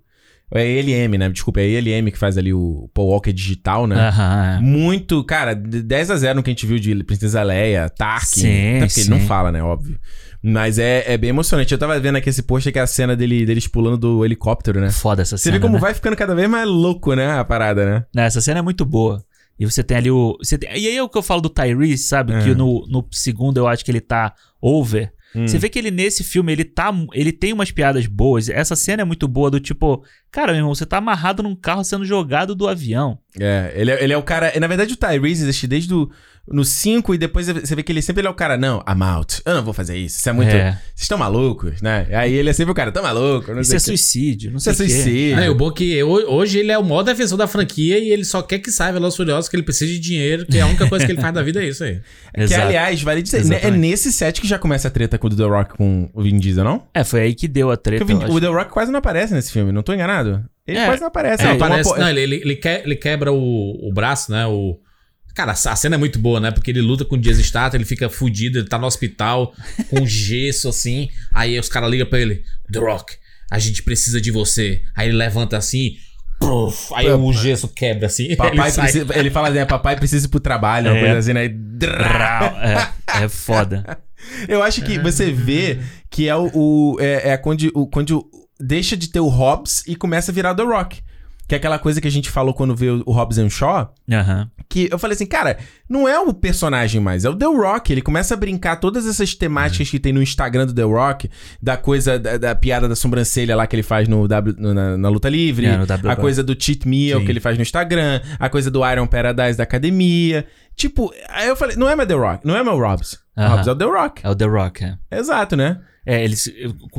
S1: É ELM, né? Desculpa, é ELM que faz ali o Paul Walker digital, né?
S2: Aham,
S1: Muito, cara, de- 10 a 0 no que a gente viu de Princesa Leia, Tarkin.
S2: Sim,
S1: até porque ele não
S2: sim.
S1: fala, né? Óbvio. Mas é, é bem emocionante. Eu tava vendo aqui esse post que é a cena dele, deles pulando do helicóptero, né?
S2: é. Foda essa
S1: Você
S2: cena.
S1: vê como
S2: né?
S1: vai ficando cada vez mais louco, né? A parada, né?
S2: Né, Essa cena é muito boa. E você tem ali o. você tem- e aí é o que eu falo do Tyrese, sabe?
S1: É.
S2: Que no, no segundo eu acho que ele tá over.
S1: Hum.
S2: Você vê que ele nesse filme, ele tá. Ele tem umas piadas boas. Essa cena é muito boa do tipo, cara, meu irmão, você tá amarrado num carro sendo jogado do avião.
S1: É, ele é, ele é o cara. Na verdade, o Tyrese existe desde o, no 5 e depois você vê que ele sempre ele é o cara, não, I'm out. Eu não vou fazer isso. Isso é muito.
S2: É.
S1: Vocês estão malucos, né? Aí ele é sempre o cara, tá maluco, não
S2: Isso
S1: sei
S2: é
S1: o quê.
S2: suicídio, não
S1: Isso
S2: sei
S1: é
S2: o quê.
S1: suicídio.
S3: Ah, e o bom é que ho- hoje ele é o maior defensor da franquia e ele só quer que saia Velozes e Furiosos, que ele precisa de dinheiro, que a única coisa que ele faz da vida é isso aí.
S1: Que,
S2: Exato.
S1: aliás, vale dizer, né, é
S2: Exatamente.
S1: nesse set que já começa a treta com o The Rock com o Vin Diesel, não?
S2: É, foi aí que deu a
S1: Porque
S2: treta.
S1: o, Vin-
S2: eu acho.
S1: o The Rock quase não aparece nesse filme, não tô enganado? Ele
S2: É.
S1: quase não aparece.
S3: não,
S1: ele tem uma
S3: aparece,
S1: po-
S3: não, ele, ele, ele que- ele quebra o, o braço, né? O, Cara, a cena é muito boa, né? Porque ele luta com o Dias Stato, ele fica fudido, ele tá no hospital com gesso assim. Aí os caras ligam pra ele: The Rock, a gente precisa de você. Aí ele levanta assim. puff, aí o gesso quebra assim.
S1: Papai
S3: ele sai.
S1: precisa- ele fala, né? Papai precisa ir pro trabalho, uma
S2: É.
S1: coisa assim, né? Drá.
S2: É, é foda.
S1: Eu acho que você vê que é o. o- é, é quando, o, quando deixa de ter o Hobbs e começa a virar o The Rock. Que é aquela coisa que a gente falou quando veio o Hobbs and Shaw.
S2: Aham.
S1: Que eu falei assim, cara, não é o personagem mais, é o The Rock. Ele começa a brincar todas essas temáticas que tem no Instagram do The Rock, da coisa da, da piada da sobrancelha lá que ele faz no W- no- na, na luta livre,
S2: É, no WWE.
S1: a coisa do cheat meal
S3: Sim.
S1: que ele faz no Instagram, a coisa do Iron Paradise da academia. Tipo, aí eu falei, não é meu The Rock, não é meu Hobbs.
S2: Aham.
S1: Hobbs é o The Rock.
S2: É o The Rock, é.
S1: Exato, né?
S2: É, ele, se-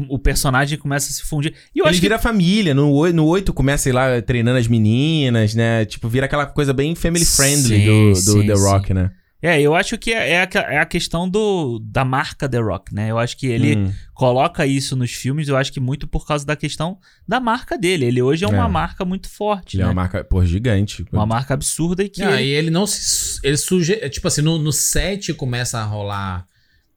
S2: o personagem começa a se fundir. E eu
S1: ele
S2: acho que
S1: vira família, no, oi- no 8 começa, sei lá, treinando as meninas, né? Tipo, vira aquela coisa bem family friendly
S2: Sim,
S1: do, do
S2: sim,
S1: The
S2: sim.
S1: Rock, né?
S2: É, eu acho que é, é, a, é a questão do, da marca The Rock, né? Eu acho que ele
S1: Hum.
S2: coloca isso nos filmes, eu acho que muito por causa da questão da marca dele. Ele hoje é uma
S1: É.
S2: marca muito forte,
S1: Ele é
S2: né?
S1: uma marca, pô, gigante.
S2: Uma marca absurda e que.
S3: Ah,
S2: ele-
S3: e ele não se. su- Ele suge... é, Tipo assim, no, no 7 começa a rolar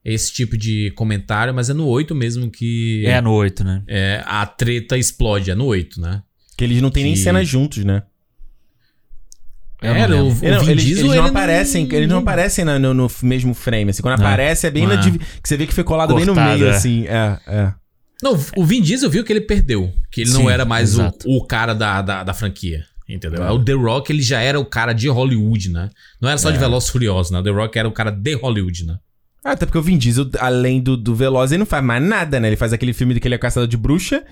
S3: esse tipo de comentário, mas é no 8 mesmo que
S2: É no 8, né?
S3: é, a treta explode. É no 8, né?
S1: Que eles não têm nem
S3: Que-
S1: cenas juntos, né?
S2: Eu
S3: é,
S2: não
S3: o,
S2: lembro.
S3: o
S1: Ele não-
S3: Vin
S1: eles,
S3: Diesel,
S1: eles não
S3: ele é.
S1: aparecem, eles não aparecem na- no, no mesmo frame, assim. Quando
S2: Não.
S1: aparece, é bem na
S3: Ah.
S1: div- que você vê que foi colado bem no
S2: Cortado,
S1: meio,
S2: é.
S1: assim. É, é.
S3: Não, o Vin Diesel viu que ele perdeu. Que ele
S2: Sim,
S3: não era mais o,
S2: exato.
S3: o cara da, da, da franquia. Entendeu?
S1: É.
S3: O The Rock, ele já era o cara de Hollywood, né? Não era só
S1: É.
S3: de Veloz Furioso, né? O The Rock era o cara de Hollywood, né?
S1: Ah, até porque o Vin Diesel, além do, do Veloz, ele não faz mais nada, né? Ele faz aquele filme que ele é caçador de bruxa.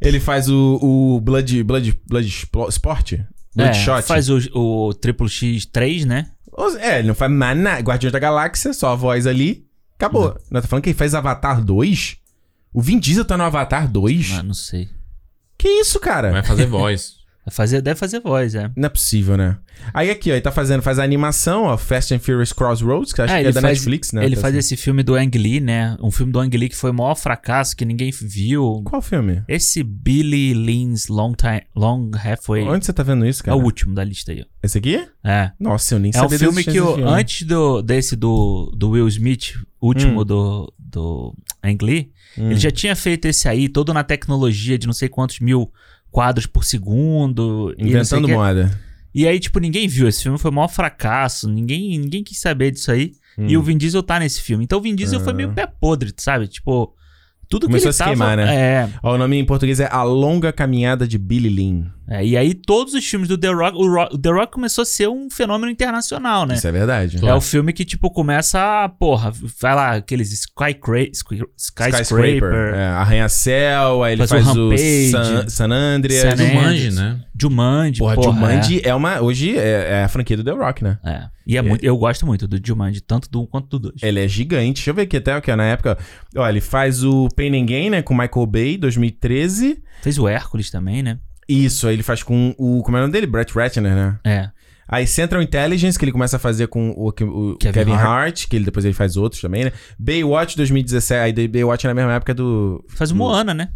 S1: Ele faz o, o Blood, Blood, Blood Splo- Sport? Bloodshot.
S2: É, faz o, o Triple X3, né?
S1: Ou- É, ele não faz mais nada. Guardiões da Galáxia, só a voz ali. Acabou. Nós tá falando que ele faz Avatar 2? O Vin Diesel tá no Avatar 2?
S2: Ah, não sei.
S1: Que isso, cara?
S3: Vai é fazer voz.
S2: Vai fazer- deve fazer voz, é.
S1: Não é possível, né? Aí aqui, ó, ele tá fazendo, faz a animação, ó, Fast and Furious Crossroads, que eu acho
S2: É,
S1: que é
S2: ele
S1: da
S2: faz-
S1: Netflix, né?
S2: ele
S1: Tá
S2: faz
S1: assim.
S2: esse filme do Ang Lee, né? Um filme do Ang Lee que foi o maior fracasso, que ninguém viu.
S1: Qual filme?
S2: Esse Billy Lynn's Long Time Long Halfway
S1: Onde você tá vendo isso,
S2: é
S1: cara?
S2: o último da lista aí. ó.
S1: Esse aqui?
S2: É.
S1: Nossa, eu nem
S2: É um
S1: sabia
S2: filme
S1: desse-
S2: que eu-
S1: desse filme.
S2: antes do, desse do, do Will Smith,
S1: Hum.
S2: último do, do Ang Lee, ele já tinha feito esse aí, todo na tecnologia de não sei quantos mil quadros por segundo. e não sei o
S1: Inventando
S2: quê.
S1: moda.
S2: E aí, tipo, ninguém viu. Esse filme foi o maior fracasso. Ninguém, ninguém quis saber disso aí.
S1: Hum.
S2: E o Vin Diesel tá nesse filme. Então o Vin Diesel foi meio pé podre, sabe? Tipo, tudo
S1: Ah. Começou a
S2: que
S1: se
S2: ele tava...
S1: queimar,
S2: né?
S1: Ó, o nome em português é A Longa Caminhada de Billy Lynn.
S2: É, e aí todos os filmes do The Rock... O, Ro- o The Rock começou a ser um fenômeno internacional, né?
S1: Isso é verdade.
S2: É o filme que, tipo, começa a... Porra, vai lá, aqueles skycra- sky- skyscraper...
S1: É, Arranha-Céu, aí ele
S2: Faz o
S1: faz o,
S2: Rampage,
S1: San, San
S2: San
S1: Andreas.
S3: É do Manji,
S2: Anderson.
S3: né?
S2: Jumanji,
S1: Porra,
S2: porra.
S1: Jumanji é. uma... Hoje é, é a franquia do The Rock, né?
S2: É. É. E é muito- eu gosto muito do Jumanji, tanto do um quanto do dois.
S1: Ele é gigante. Deixa eu ver aqui até aqui, ó, na época. Ó, ele faz o Pain and Gain, né? Com Michael Bay, 2013.
S2: Fez o Hércules também, né?
S1: Isso, aí ele faz com o. Como é o nome dele? Brett Ratner, né?
S2: É.
S1: Aí Central Intelligence, que ele começa a fazer com o, o- o
S2: Kevin
S1: Kevin,
S2: Hart.
S1: Hart. que ele, depois ele faz outros também, né? Baywatch 2017. Aí daí Baywatch é na mesma época do.
S2: Faz o Moana, né?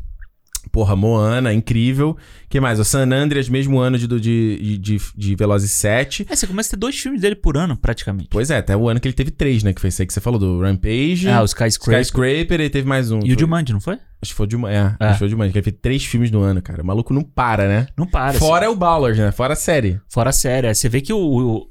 S1: Porra, Moana, incrível. que mais? O San Andreas, mesmo ano de, do- de, de, de, de Velozes 7.
S2: É, você começa a ter dois filmes dele por ano, praticamente.
S1: Pois é, até o ano que ele teve três, né? Que foi esse aí que você falou, do Rampage.
S2: Ah, o
S1: Skyscraper,
S2: Skyscraper.
S1: ele teve mais um.
S2: E
S1: Foi-
S2: o Jumanji, não foi?
S1: Acho que foi o Dilma. É,
S2: É.
S1: acho que foi o Dilma. que Ele fez três filmes no ano, cara. O maluco não para, né?
S2: Não para.
S1: Fora o Ballard, né? Fora a série.
S2: assim. Fora a série. é. Você vê que o,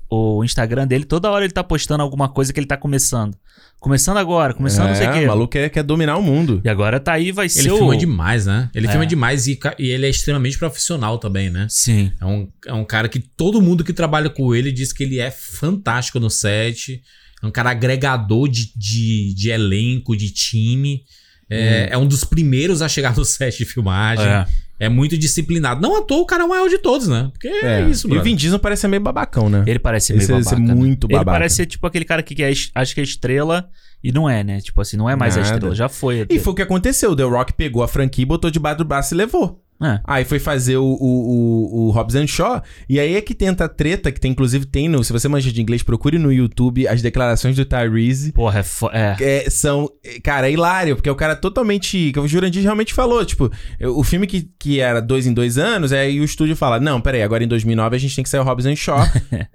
S2: o, o Instagram dele, toda hora ele tá postando alguma coisa que ele tá começando. Começando agora, começando não sei o
S1: é,
S2: quê.
S1: o maluco quer, quer dominar o mundo.
S2: E agora tá aí, vai
S3: Ele
S2: ser
S3: filma
S2: o...
S3: demais, né? Ele
S2: É.
S3: filma demais e, ca- e ele é extremamente profissional também, né?
S2: Sim.
S3: É um, é um cara que todo mundo que trabalha com ele diz que ele é fantástico no set. É um cara agregador de, de, de elenco, de time. É, é um dos primeiros a chegar no set de filmagem. É,
S2: Hum. É.
S3: muito disciplinado. Não à toa, o cara é o maior de todos, né? Porque é, isso,
S1: E o
S3: mano.
S1: Vin Diesel parece ser meio babacão, né?
S2: Ele parece ser meio
S1: Esse- esse é
S2: babaca. né?
S1: muito
S2: Ele
S1: babaca.
S2: parece ser tipo aquele cara que é, es- acha que é estrela e não é, né? Tipo assim, não é mais a
S1: Nada.
S2: estrela, já foi.
S1: E foi o que aconteceu. O The Rock pegou a franquia, botou debaixo do braço e levou.
S2: É.
S1: Aí foi fazer o, o, o, o Hobbs and Shaw. E aí é que tenta a treta, que tem, inclusive, tem no. Se você manja de inglês, procure no YouTube as declarações do Tyrese.
S2: Porra, é, fo- é.
S1: É, são. é, Cara, é hilário, porque é o cara totalmente. Que o Jurandir realmente falou. Tipo, eu- o filme que, que era dois em dois anos, aí o estúdio fala: Não, peraí, agora em 2009 a gente tem que sair o Hobbs and Shaw.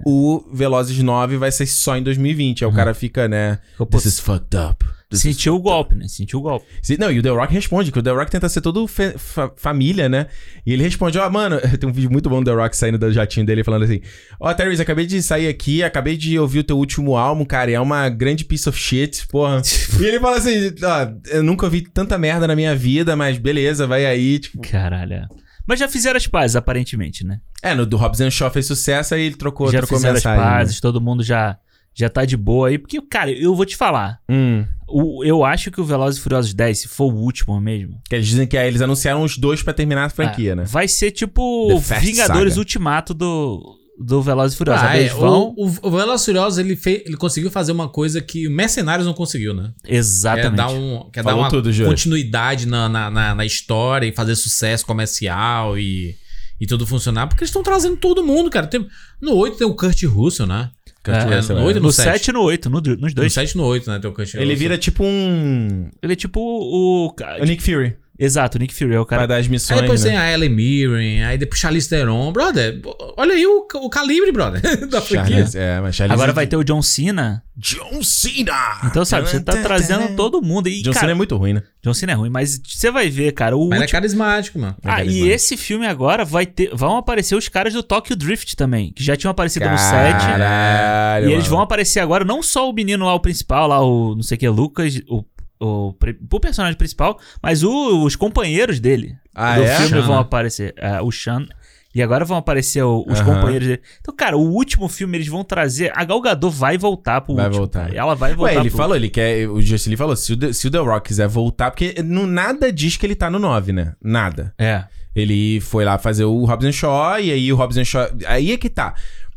S1: o Velozes 9 vai ser só em 2020. Aí o cara fica, né?
S2: Eu, pô,
S1: This is fucked up. This is
S2: sentiu o golpe, né? Sentiu o golpe.
S1: se- Não, e o The Rock responde, que o The Rock tenta ser todo fe- fa- família, né? E ele responde, ó, mano, tem um vídeo muito bom do The Rock saindo do jatinho dele falando assim, ó, Terry, acabei de sair aqui, acabei de ouvir o teu último álbum, cara, e é uma grande piece of shit, porra. e ele fala assim, ó, eu nunca ouvi tanta merda na minha vida, mas beleza, vai aí, tipo...
S2: Caralho. é. Mas já fizeram as pazes, aparentemente, né?
S1: É, no do Hobbs and Shaw fez sucesso, aí ele trocou,
S2: já
S1: trocou
S2: fizeram as
S1: mensagem. né?
S2: pazes, todo mundo já, já tá de boa aí. Porque, cara, eu vou te falar.
S1: Hum,
S2: O, eu acho que o Velozes e Furiosos 10, se for o último mesmo...
S1: que eles dizem que aí eles anunciaram os dois pra terminar a franquia,
S2: é,
S1: né?
S2: Vai ser tipo
S1: The Fast
S2: Vingadores
S1: Saga.
S2: Ultimato do, do Velozes e Furiosos.
S3: Ah,
S2: Sabe?
S3: é,
S2: Eles vão...
S3: o, o Velozes e Furiosos, ele, fez, ele conseguiu fazer uma coisa que o Mercenários não conseguiu, né? Quer
S2: Exatamente.
S3: dar, um, quer dar
S1: Falou
S3: uma
S1: tudo, Júlio.
S3: continuidade na, na, na- na história e fazer sucesso comercial e, e tudo funcionar. Porque eles estão trazendo todo mundo, cara. Tem- no 8 tem o Kurt Russell, né?
S2: É,
S3: Russell,
S1: é.
S3: no 8
S2: No 7 e no 8, no, nos
S3: No
S2: dois.
S3: 7 e no 8, né? Tem o Kurt
S1: Ele
S3: Russell.
S1: vira tipo um...
S2: Ele é tipo o. o ca-
S1: O Nick Fury,
S2: Exato, o Nick Fury é o
S1: pra
S2: cara.
S1: dar as
S3: Aí
S1: missões,
S3: depois
S2: é,
S1: né?
S3: tem a Ellen Mirren, aí depois Charlize Theron. Brother, olha aí o, ca- o calibre, brother, da franquia.
S1: Charlize- é, mas Charlize
S2: Agora vai ter o John Cena.
S1: John Cena!
S2: Então, sabe, você tá trazendo todo mundo. E,
S1: John
S2: cara,
S1: Cena é muito ruim, né?
S2: John Cena é ruim, mas você vai ver, cara. O
S3: Mas ele é
S2: último-
S3: carismático, mano.
S1: é
S2: Ah, e
S1: carismático.
S2: esse filme agora vai ter. Vão aparecer os caras do Tokyo Drift também, que já tinham aparecido no 7.
S1: Caralho,
S2: né? E eles vão
S1: mano.
S2: aparecer agora, não só o menino lá, o principal, lá, o não sei o que, Lucas, o, o, pri- o personagem principal, mas o- os companheiros dele.
S1: Ah,
S2: do
S1: é?
S2: filme
S3: Shan,
S2: vão
S3: né?
S2: aparecer. é, o Shan. E agora vão aparecer o- os
S1: Aham.
S2: companheiros dele. Então, cara, o último filme eles vão trazer. A Gal Gadot vai voltar pro
S1: Vai
S2: último.
S1: voltar.
S2: cara. Ela vai voltar
S1: Ué, ele
S2: pro
S1: falou, ele quer. O Justin Lee falou: se o, The, se o The Rock quiser voltar, porque no, nada diz que ele tá no 9, né? Nada.
S2: É.
S1: Ele foi lá fazer o Robson Shaw, e aí o Robson Shaw. Aí é que tá.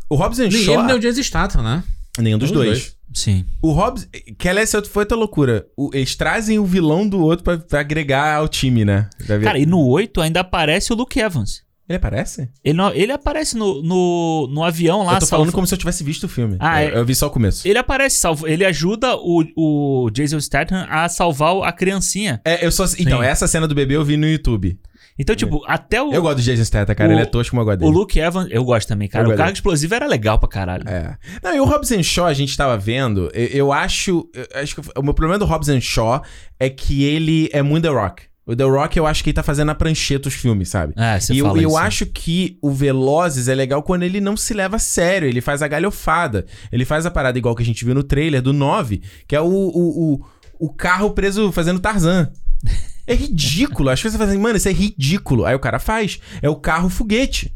S1: O Robson
S3: Nem
S1: Shaw.
S3: ele, nem o James Statham, né?
S1: Nenhum dos
S3: nenhum
S1: dois.
S3: dos
S2: Sim.
S1: O Hobbs. Que aliás, essa foi outra loucura. O- eles trazem o vilão do outro pra, pra agregar ao time, né? Já vi-
S2: Cara, e no 8 ainda aparece o Luke Evans.
S1: Ele aparece?
S2: Ele, não- ele aparece no, no, no avião lá,
S1: eu tô
S2: salvo.
S1: falando como se eu tivesse visto o filme.
S2: Ah,
S1: eu,
S2: é.
S1: eu vi só o começo.
S2: Ele aparece, salvo. Ele ajuda o, o Jason Statham a salvar a criancinha.
S1: É, eu só. Então, essa cena do bebê eu vi no YouTube.
S2: Então, tipo, até o,
S1: É. Eu gosto do Jason Statham, cara.
S2: o-
S1: ele é tosco como eu gosto
S2: o
S1: dele.
S2: Luke Evans. Eu gosto também, cara.
S1: Eu
S2: o
S1: gosto
S2: cargo explosivo era legal pra caralho.
S1: É. Não, e o Robson Shaw, a gente tava vendo, eu, eu acho. eu acho que o meu problema do Robson Shaw é que ele é muito The Rock. O The Rock, eu acho que ele tá fazendo a prancheta os filmes, sabe?
S2: É, você
S1: e eu,
S2: fala
S1: eu
S2: isso.
S1: acho que o Velozes é legal quando ele não se leva a sério, ele faz a galhofada. Ele faz a parada igual que a gente viu no trailer do 9, que é o, o, o, o carro preso fazendo Tarzan. É ridículo. As pessoas falam assim, mano, isso é ridículo. Aí o cara faz. É o carro foguete.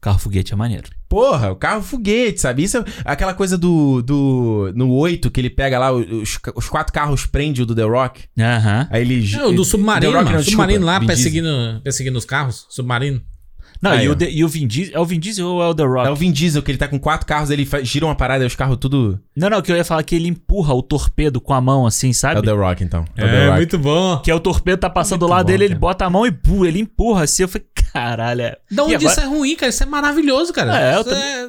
S2: Carro foguete é maneiro.
S1: Porra, o carro foguete, sabe? Isso é aquela coisa do. do no 8 que ele pega lá os, os quatro carros prende o do The Rock.
S2: Aham.
S1: Aí ele.
S3: É, o do submarino,
S1: The Rock,
S3: mano.
S1: não,
S3: submarino
S1: desculpa,
S3: lá
S1: Vin
S3: perseguindo, perseguindo os carros. Submarino.
S2: Não,
S1: Ah,
S2: e,
S1: é.
S2: o de, e o Vin Diesel. É o Vin Diesel ou é o The Rock?
S1: É o Vin Diesel, que ele tá com quatro carros, ele fa- gira uma parada e os carros tudo.
S2: Não, não, que eu ia falar que ele empurra o torpedo com a mão, assim,
S1: É o
S2: sabe?
S1: The Rock, então. É, o The Rock.
S3: muito bom.
S2: Que é o torpedo tá passando do lado
S1: bom,
S2: dele, ele
S1: cara.
S2: bota a mão e bu, ele empurra assim. Eu falei, caralho. é-
S3: Da onde
S2: E agora-
S3: isso é ruim, cara? Isso é maravilhoso, cara.
S2: É, eu
S3: Isso
S2: também-
S3: é-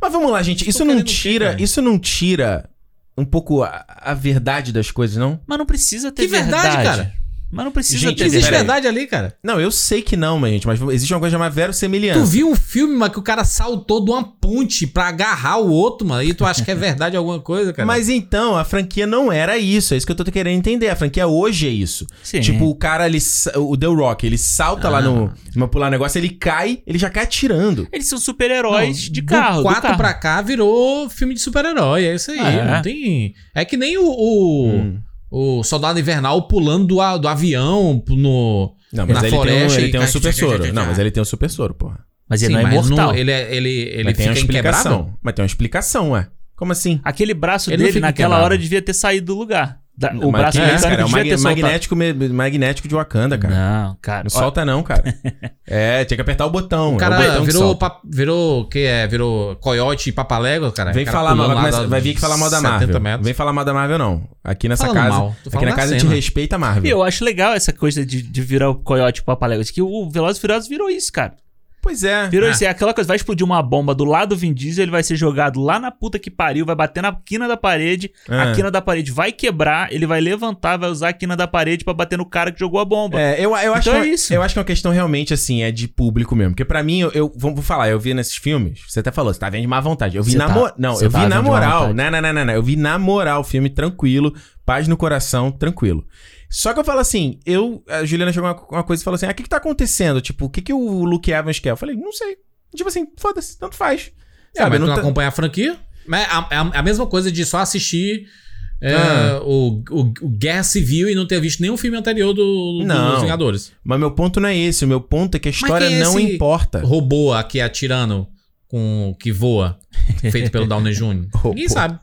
S1: Mas vamos lá, gente. Isso
S3: Tô
S1: não
S3: querendo ver,
S1: tira.
S3: cara.
S1: Isso não tira um pouco a, a verdade das coisas, não?
S2: Mas não precisa ter
S3: Que verdade, cara.
S2: Mas não precisa
S1: Gente, é
S2: ter
S1: existe
S3: Existe
S1: Peraí.
S2: verdade.
S3: verdade ali, cara.
S1: Não, eu sei que não, mas, gente, mas existe uma coisa chamada
S3: Tu
S2: É.
S1: verossemelhança.
S3: viu um filme, mano, que o cara saltou de uma ponte pra agarrar o outro, mano, e tu acha que é verdade alguma coisa, cara?
S1: Mas então, a franquia não era isso. É isso que eu tô querendo entender. A franquia hoje é isso.
S2: Sim.
S1: Tipo, o cara, ele, sa- o The Rock, ele salta
S3: Ah.
S1: lá no. Pra pular o negócio, ele cai, ele já cai atirando.
S2: Eles são
S3: Não,
S2: super-heróis de
S3: do
S2: carro. Do
S3: quatro
S2: carro.
S3: pra cá virou filme de super-herói, é isso aí.
S2: É. Hum.
S3: Não tem. É que nem o. o...
S1: Hum.
S3: o Soldado Invernal pulando do, a- do avião no.
S1: Não, mas
S3: Na
S1: ele,
S3: floresta
S1: tem um, ele
S3: e
S1: tem um
S3: cai-
S1: super soro. Não, mas ele tem um super soro, porra.
S2: Mas
S3: Sim,
S2: ele não é
S3: mas
S2: imortal.
S3: não- ele é- ele, ele
S1: mas tem uma
S3: fica inquebrável.
S1: explicação. Mas tem uma explicação, ué. Como assim?
S2: Aquele braço
S3: Ele não
S2: dele
S3: fica
S2: naquela
S3: quebrado.
S2: hora devia ter saído do lugar. da- o
S1: Mas
S2: braço
S1: que isso, cara, é
S2: mecânico
S1: o
S2: devia ter
S1: mag-
S2: soltado.
S1: magnético, me- magnético de Wakanda, cara. Não,
S2: Não, cara. ó,
S1: solta não, cara. é, tinha que apertar o botão.
S3: O
S1: é o
S3: cara
S1: botão que
S3: virou,
S1: solta.
S3: pa, virou, que é, virou coiote e papalégua, cara.
S1: Vem
S3: cara
S1: falar mal, vai,
S3: pulando lá
S1: começar-
S3: da-
S1: vai vir que falar mal da
S3: 70
S1: Marvel.
S3: metros.
S1: Vem falar mal da Marvel, não. Aqui nessa
S3: Falando
S1: casa.
S3: mal, tô
S1: aqui
S3: falando
S1: na
S3: da
S1: casa a gente
S3: cena.
S1: respeita a
S2: E
S1: Marvel.
S2: eu acho legal essa coisa de, de virar o coiote o papalégua. Que o Velozes e Furiosos virou isso, cara.
S1: Pois é.
S2: Virou
S3: Ah.
S2: isso. É aquela coisa, vai explodir uma bomba do lado do Vin Diesel, ele vai ser jogado lá na puta que pariu, vai bater na quina da parede,
S1: Ah.
S2: a quina da parede vai quebrar, ele vai levantar, vai usar a quina da parede pra bater no cara que jogou a bomba.
S1: É, eu, eu, acho
S2: Então
S1: que,
S2: é isso.
S1: eu acho que é uma questão realmente, assim, é de público mesmo. Porque pra mim, eu, eu- vou, vou falar, eu vi nesses filmes, você até falou, você tá vendo de má vontade. Eu vi
S2: Você
S1: na
S2: tá-
S1: moral. Não,
S2: você
S1: eu
S2: tá
S1: vi
S2: vendo
S1: na
S2: de má
S1: moral.
S2: vontade.
S1: Não, não, não, não, não. Eu vi na moral o filme tranquilo, paz no coração, tranquilo. Só que eu falo assim, eu. A Juliana chegou com uma, com uma coisa e falou assim: ah, o que, que tá acontecendo? Tipo, o que, que o Luke Evans quer? Eu falei, não sei. Tipo assim, foda-se, tanto faz.
S3: É, mas
S1: eu
S3: tu não
S1: tá-
S3: acompanha a franquia. Mas É a, é a- é a mesma coisa de só assistir é,
S1: Ah.
S3: o, o- o Guerra Civil e não ter visto nenhum filme anterior do, do-
S1: Não.
S3: dos Vingadores.
S1: Mas meu ponto não é esse. O meu ponto é que a história
S3: quem é
S1: não
S3: esse-
S1: importa.
S3: Robô aqui atirando com que voa, feito pelo Downey Jr. Ninguém
S1: Robô.
S3: sabe.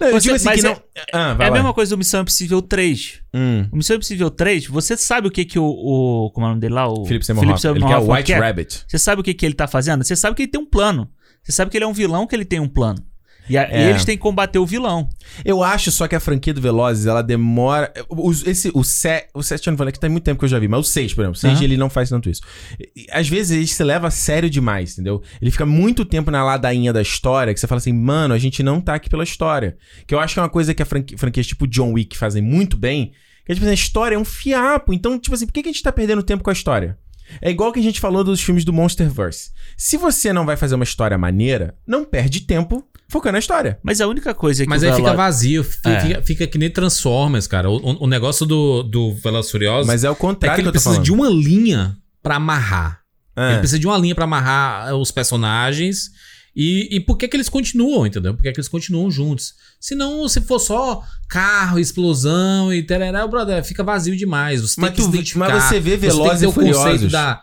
S1: Não, eu
S2: Você-
S1: digo assim
S2: mas
S1: que
S2: é-
S1: não. Ah, vai
S2: É a
S1: lá.
S2: mesma coisa do Missão Impossível 3.
S1: Hum.
S2: O Missão Impossível 3, você sabe o que que o... o como é o nome dele lá? O
S1: Felipe Seymour Hoffman. Ele quer o
S2: Hoffman é.
S1: White
S2: quer?
S1: Rabbit.
S2: Você sabe o que, que ele tá fazendo? Você sabe que ele tem um plano. Você sabe que ele é um vilão, que ele tem um plano. E, a- e
S1: É.
S2: eles têm que combater o vilão.
S1: Eu acho só que a franquia do Velozes, ela demora. Os, esse, o 7. O 7 eu não falei que tem muito tempo que eu já vi, mas o 6, por exemplo. O 6
S2: Aham.
S1: ele não faz tanto isso. E- e, Às vezes ele se leva a sério demais, entendeu? Ele fica muito tempo na ladainha da história que você fala assim, mano, a gente não tá aqui pela história. Que eu acho que é uma coisa que a franqui- franquias tipo John Wick fazem muito bem. Que é, tipo assim, a história é um fiapo. Então, tipo assim, por que que a gente tá perdendo tempo com a história? É igual que a gente falou dos filmes do Monsterverse. Se você não vai fazer uma história maneira, não perde tempo focando na história.
S2: Mas a única coisa que
S3: Mas
S2: o
S3: aí fica
S2: Velo-
S3: vazio, fica,
S2: É.
S3: fica- fica que nem Transformers, cara. O, o- o negócio do, do Velozes e Furiosos
S1: Mas é o
S3: é
S1: contrário
S3: que ele
S1: que eu tô
S3: precisa
S1: falando.
S3: de uma linha pra amarrar.
S1: Ah.
S3: Ele precisa de uma linha pra amarrar eh, os personagens. E, e por que que eles continuam, entendeu? Por que que eles continuam juntos? Senão, se for só carro, explosão e tereré, brother, fica vazio demais. Você
S1: Mas
S3: tem que
S1: tu
S3: se
S1: vê-
S3: identificar.
S1: mas você vê
S3: tem que
S1: Velozes
S3: ter
S1: e
S3: o conceito
S1: Furiosos.
S3: da-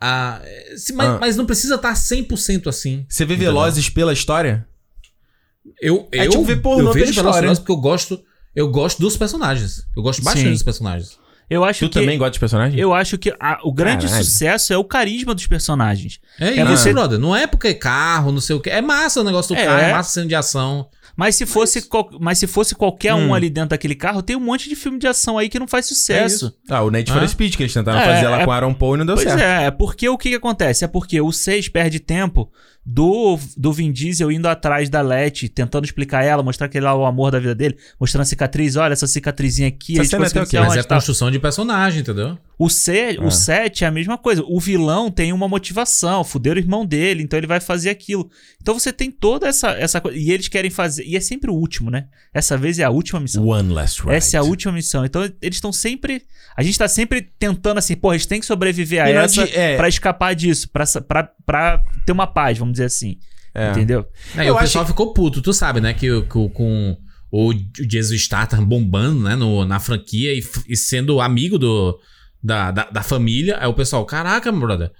S3: a- eh, se- mas,
S1: Ah.
S3: mas não precisa tá estar 100% assim.
S1: Você vê Velozes pela história?
S3: Eu, eu,
S1: É tipo ver pornô
S3: eu
S1: pela
S3: vejo
S1: história.
S3: Velozes porque eu gosto, eu gosto dos personagens. Eu gosto bastante
S2: Sim.
S3: dos personagens.
S2: Eu acho
S1: Tu
S2: que...
S1: também gosta de personagem?
S2: Eu acho que a- o grande
S1: Caralho.
S2: sucesso é o carisma dos personagens.
S3: É,
S2: É
S3: isso,
S2: você-
S3: brother. Não é porque é carro, não sei o que. É massa o negócio do
S2: É.
S3: carro, é massa a cena de ação.
S2: Mas se fosse, qual- mas se fosse qualquer
S1: Hum.
S2: um ali dentro daquele carro, tem um monte de filme de ação aí que não faz sucesso.
S1: Ah, o Need for
S3: Ah.
S1: Speed, que eles tentaram
S2: É,
S1: fazer lá
S2: é-
S1: com Aaron Paul e não deu
S2: pois
S1: certo.
S2: é, é porque o que, que acontece? É porque o 6 perde tempo do, do Vin Diesel indo atrás da Letty, tentando explicar ela, mostrar que ele é o amor da vida dele, mostrando a cicatriz, olha essa cicatrizinha aqui.
S1: Essa
S2: aí,
S1: cena
S2: tipo assim,
S1: até o quê?
S2: não sei
S3: Mas é
S2: onde tá.
S3: construção de personagem, entendeu?
S2: O, C,
S1: Ah.
S2: o 7 é a mesma coisa. O vilão tem uma motivação, fuder o irmão dele, então ele vai fazer aquilo. Então você tem toda essa, essa coisa. E eles querem fazer. E é sempre o último, né? Essa vez é a última missão.
S1: One last ride.
S2: Essa é a última missão. Então eles estão sempre. A gente tá sempre tentando assim, porra, a gente tem que sobreviver a
S1: E não
S2: essa
S1: adi- é.
S2: pra escapar disso, pra, sa- pra, pra ter uma paz, vamos dizer assim.
S1: É.
S2: Entendeu?
S3: É, e
S1: Eu
S3: o
S1: acho
S3: pessoal ficou puto, tu sabe, né? Que, o- que o- com o Jesus Statham bombando, né? no- na franquia e, f- e sendo amigo do, da, da, da família. Aí o pessoal, caraca, brother.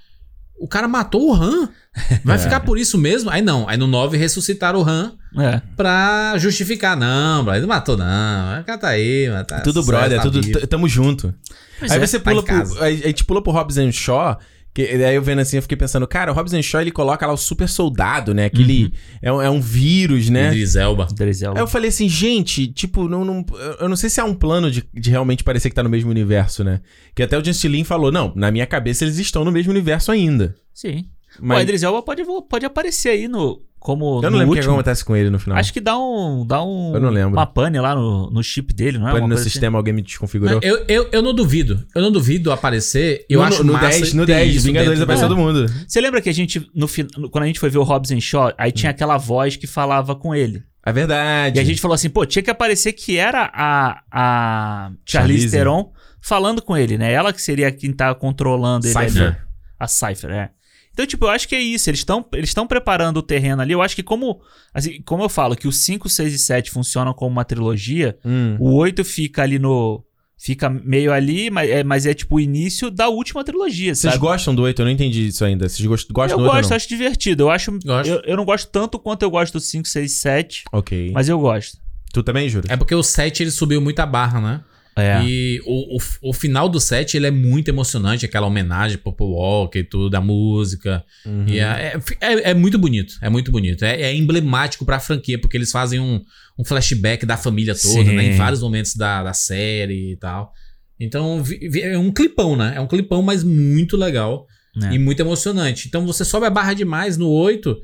S3: O cara matou o Han.
S1: É.
S3: Vai ficar por isso mesmo? Aí não. Aí no 9 ressuscitaram o Han
S2: É.
S3: pra justificar. Não, brother, ele não matou, não. O cara tá aí, mano. Tá
S1: Tudo
S3: certo,
S1: brother, é
S3: tá
S1: tudo,
S3: vivo.
S1: t- tamo junto.
S2: Pois
S1: aí
S2: é,
S1: você
S3: tá
S1: pula
S3: em
S1: pro.
S3: casa.
S1: A a gente pula pro Hobbs and Shaw. Que, aí eu vendo assim, eu fiquei pensando, cara, o Hobbs and Shaw ele coloca lá o super soldado, né? Aquele. É, um- é um vírus, né?
S3: Idris Elba.
S2: Idris Elba.
S1: Aí eu falei assim, gente, tipo, não, não- eu não sei se há um plano de, de realmente parecer que tá no mesmo universo, né? Que até o Justin Lin falou, não, na minha cabeça eles estão no mesmo universo ainda.
S2: Sim. Mas...
S1: Mas
S2: O Idris Elba pode, vo- pode aparecer aí no. Como
S1: eu
S2: no
S1: não lembro o que
S2: último.
S1: acontece com ele no final.
S2: Acho que dá um. Dá um
S1: Eu não lembro.
S2: Uma pane lá no, no chip dele, não é?
S1: pane
S2: Uma
S1: no
S2: coisa assim.
S1: sistema, alguém me desconfigurou.
S3: Eu, eu, eu não duvido. Eu não duvido aparecer. Eu
S1: no,
S3: acho
S1: no
S3: massa
S1: 10, no
S3: ter
S1: 10,
S3: isso
S1: Vingadores
S3: dentro do-
S1: apareceu todo mundo.
S2: assim. Você lembra que a gente, no, fin- quando a gente foi ver o Hobbs and Shaw, aí
S1: Hum.
S2: tinha aquela voz que falava com ele.
S1: É verdade.
S2: E a gente falou assim, pô, tinha que aparecer que era a, a Charlize
S1: Charlize.
S2: Theron falando com ele, né? Ela que seria quem tá controlando ele.
S1: Cypher.
S2: ali. A Cypher, é. Então, tipo, eu acho que é isso. Eles estão eles tão preparando o terreno ali. Eu acho que como... assim, como eu falo que os 5, 6 e 7 funcionam como uma trilogia,
S1: Hum.
S2: o 8 fica ali no... Fica meio ali, mas é, mas é tipo o início da última trilogia,
S1: Vocês
S2: sabe?
S1: gostam do 8? Eu não entendi isso ainda. Vocês gostam, gostam
S2: Eu
S1: do 8
S2: gosto,
S1: ou
S2: acho divertido. Eu acho...
S3: Gosto.
S2: Eu, eu não gosto tanto quanto eu gosto do 5, 6 e 7,
S1: não? Ok.
S2: mas eu gosto.
S1: Tu também, Júlio?
S3: É porque o 7 ele subiu muito a barra, né?
S2: É.
S3: E o, o, o final do set ele é muito emocionante, aquela homenagem pro Paul Walker e tudo, a música.
S1: Uhum.
S2: Uhum.
S3: E é, é, é- é muito bonito, é muito bonito. É, é emblemático pra franquia, porque eles fazem um, um flashback da família toda,
S2: Sim.
S3: né? Em vários momentos da, da série e tal. Então vi- vi- é um clipão, né? É um clipão, mas muito legal
S2: É.
S3: e muito emocionante. Então você sobe a barra demais no 8,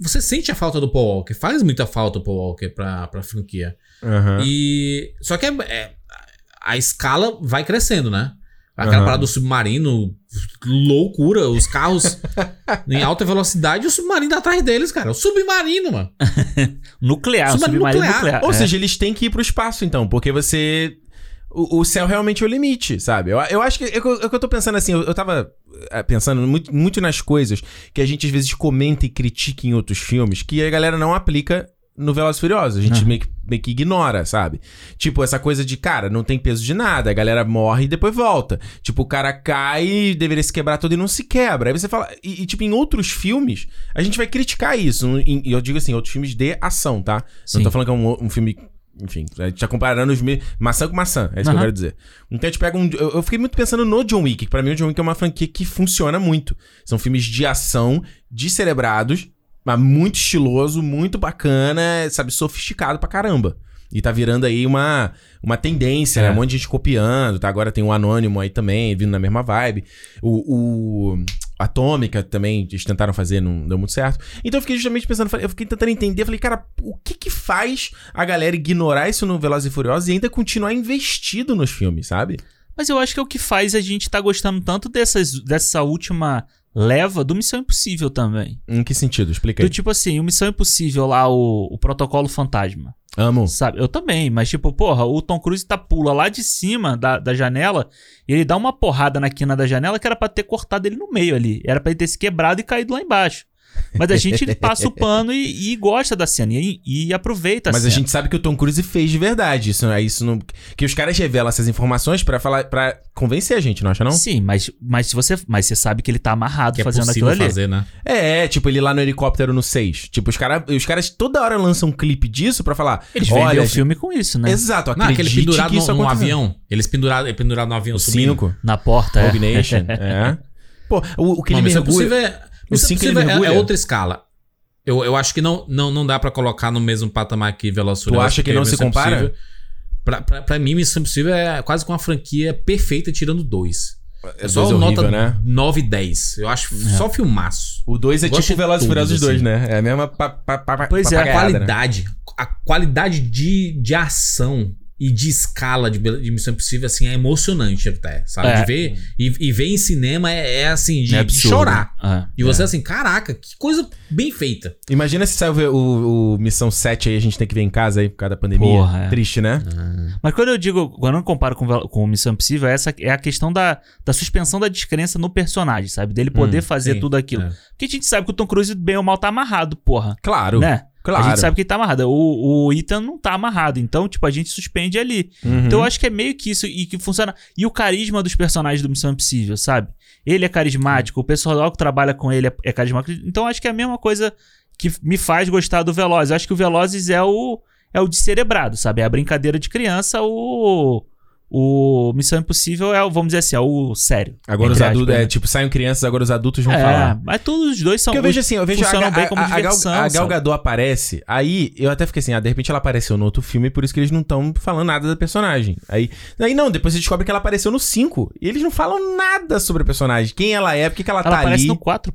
S3: você sente a falta do Paul Walker. Faz muita falta o Paul Walker pra, pra franquia.
S1: Aham.
S3: E. Só que é, é- a escala vai crescendo, né? Aquela
S1: Aham.
S3: parada do submarino, loucura, os carros em alta velocidade e o submarino tá atrás deles, cara. O submarino, mano.
S1: Tá
S2: Nuclear,
S3: Submarino
S2: submarino
S3: nuclear.
S2: nuclear.
S1: Ou
S2: é.
S1: seja, eles têm que ir pro espaço, então, porque você. O, o céu realmente é o limite, sabe? Eu, eu acho que. É o que eu- é o que eu tô pensando assim, eu, eu tava eh, pensando muito, muito nas coisas que a gente às vezes comenta e critica em outros filmes que a galera não aplica no Velozes e Furiosos. A gente meio, que, meio que ignora, sabe? Tipo, essa coisa de, cara, não tem peso de nada, a galera morre e depois volta. Tipo, o cara cai, deveria se quebrar todo e não se quebra. Aí você fala. E, e, tipo, em outros filmes, a gente vai criticar isso. E e eu digo assim, outros filmes de ação, tá?
S2: Sim.
S1: Não tô falando que é um, um filme. Enfim, a gente tá comparando os me... maçã com maçã, é isso que eu
S2: Aham.
S1: quero dizer. Então a gente pega um. Eu, eu fiquei muito pensando no John Wick, que pra mim o John Wick é uma franquia que funciona muito. São filmes de ação, descerebrados, mas muito estiloso, muito bacana, sabe, sofisticado pra caramba. E tá virando aí uma, uma tendência, né? Um monte de gente copiando, tá? Agora tem o Anônimo aí também, vindo na mesma vibe. O, o Atômica também, eles tentaram fazer, não deu muito certo. Então eu fiquei justamente pensando, falei- eu fiquei tentando entender, falei, cara, o que que faz a galera ignorar isso no Velozes e Furiosos e ainda continuar investido nos filmes, sabe?
S2: Mas eu acho que é o que faz a gente tá gostando tanto dessas, dessa última leva do Missão Impossível também.
S1: Em que sentido? Explica
S2: Do
S1: aí.
S2: tipo assim, o Missão Impossível lá, o, o Protocolo Fantasma.
S3: Hum.
S1: Amo.
S2: Sabe? Eu também, mas tipo, porra, o Tom Cruise tá pula lá de cima da, da janela e ele dá uma porrada na quina da janela que era pra ter cortado ele no meio ali. Era pra ele ter se quebrado e caído lá embaixo. Mas a gente passa o pano e, e gosta da cena e, e aproveita a
S1: Mas
S2: cena.
S1: a gente sabe que o Tom Cruise fez de verdade. Isso, é isso não... Que os caras revelam essas informações pra falar para convencer a gente, não acha não?
S2: Sim, mas, mas, se você, mas você sabe que ele tá amarrado
S3: Que é
S2: fazendo aquilo
S3: possível
S2: ali.
S3: fazer, né?
S1: É, tipo, ele lá no helicóptero no 6. Tipo, os, cara, os caras toda hora lançam um clipe disso pra falar.
S2: Eles vendem
S1: Olha,
S2: o filme com isso, né?
S1: Exato,
S3: Não,
S1: acredite
S3: aquele pendurado
S1: que isso
S3: no, no
S1: aconteceu.
S3: avião. Eles penduraram, ele pendurado no avião
S1: O
S3: subindo.
S1: 5,
S2: Na porta, é.
S1: Rogue Nation, é. Pô, o, o que
S3: Não,
S1: ele
S3: Missão
S1: mergulha...
S3: Impossível é,
S1: O
S3: Missão
S1: cinco ele
S3: Impossível é-
S1: mergulha?
S3: é outra escala. Eu, eu acho que não, não, não dá pra colocar no mesmo patamar que Velozes e
S1: Tu
S3: Furiosos,
S1: acha que
S3: porque
S1: não se
S3: Missão
S1: compara?
S3: Impossível- Pra, pra, pra mim, Missão Impossível é quase com uma franquia perfeita, tirando dois. É só
S1: dois é horrível,
S3: nota
S1: né? É.
S3: 9 e 10. Eu acho só filmaço.
S1: O 2 é
S3: Eu gosto
S1: tipo
S3: de
S1: Velozes e
S3: todos,
S1: Furiosos 2,
S3: assim.
S1: né? É a mesma pa, pa, pa,
S2: Pois é,
S3: A
S1: papagaiada, né?
S3: qualidade, a qualidade de, de ação e de escala de, Bel- de Missão Impossível, assim, é emocionante até, sabe?
S2: É.
S3: De ver, e, e ver em cinema é, é, assim, de,
S2: É
S3: de
S2: absurdo.
S3: chorar.
S2: É.
S1: né?
S3: E você assim, caraca, que coisa bem feita.
S1: Imagina se sai o, o- o Missão 7 aí, a gente tem que ver em casa aí por causa da pandemia.
S2: Porra, é.
S1: Triste, né?
S2: Mas quando eu digo, quando eu comparo com, Vel- com Missão Impossível, essa é a questão da, da suspensão da descrença no personagem, sabe? Dele poder fazer
S3: sim,
S2: tudo aquilo.
S3: é.
S2: Porque a gente sabe que o Tom Cruise, bem ou mal, tá amarrado, porra.
S1: Claro,
S2: Né?
S1: claro.
S2: A gente sabe que ele tá amarrado. O, o Ethan não tá amarrado. Então, tipo, a gente suspende ali.
S1: Uhum.
S2: Então, eu acho que é meio que isso e que funciona. E o carisma dos personagens do Missão Impossível, sabe? Ele é carismático, o pessoal que trabalha com ele é, é carismático. Então, eu acho que é a mesma coisa que me faz gostar do Velozes. Eu acho que o Velozes é o é o descerebrado, sabe? É a brincadeira de criança, o o Missão Impossível é, o, vamos dizer assim, é o sério.
S1: Agora os
S2: Entre
S1: adultos,
S2: aspas,
S1: é, tipo, saiam crianças, agora os adultos vão
S2: né?
S1: falar.
S2: É, mas todos os dois são
S1: Porque eu vejo assim, eu vejo a,
S2: funcionam
S1: a,
S2: bem como
S1: a- a Gal-
S2: diversão,
S1: a Gal
S2: sabe?
S1: Gadot aparece, aí eu até fiquei assim, ah, de repente ela apareceu no outro filme, por isso que eles não estão falando nada da personagem. Aí, aí não, depois você descobre que ela apareceu no 5, e eles não falam nada sobre a personagem, quem ela é, por que que ela,
S2: ela
S1: tá
S2: aparece
S1: ali.
S2: no 4.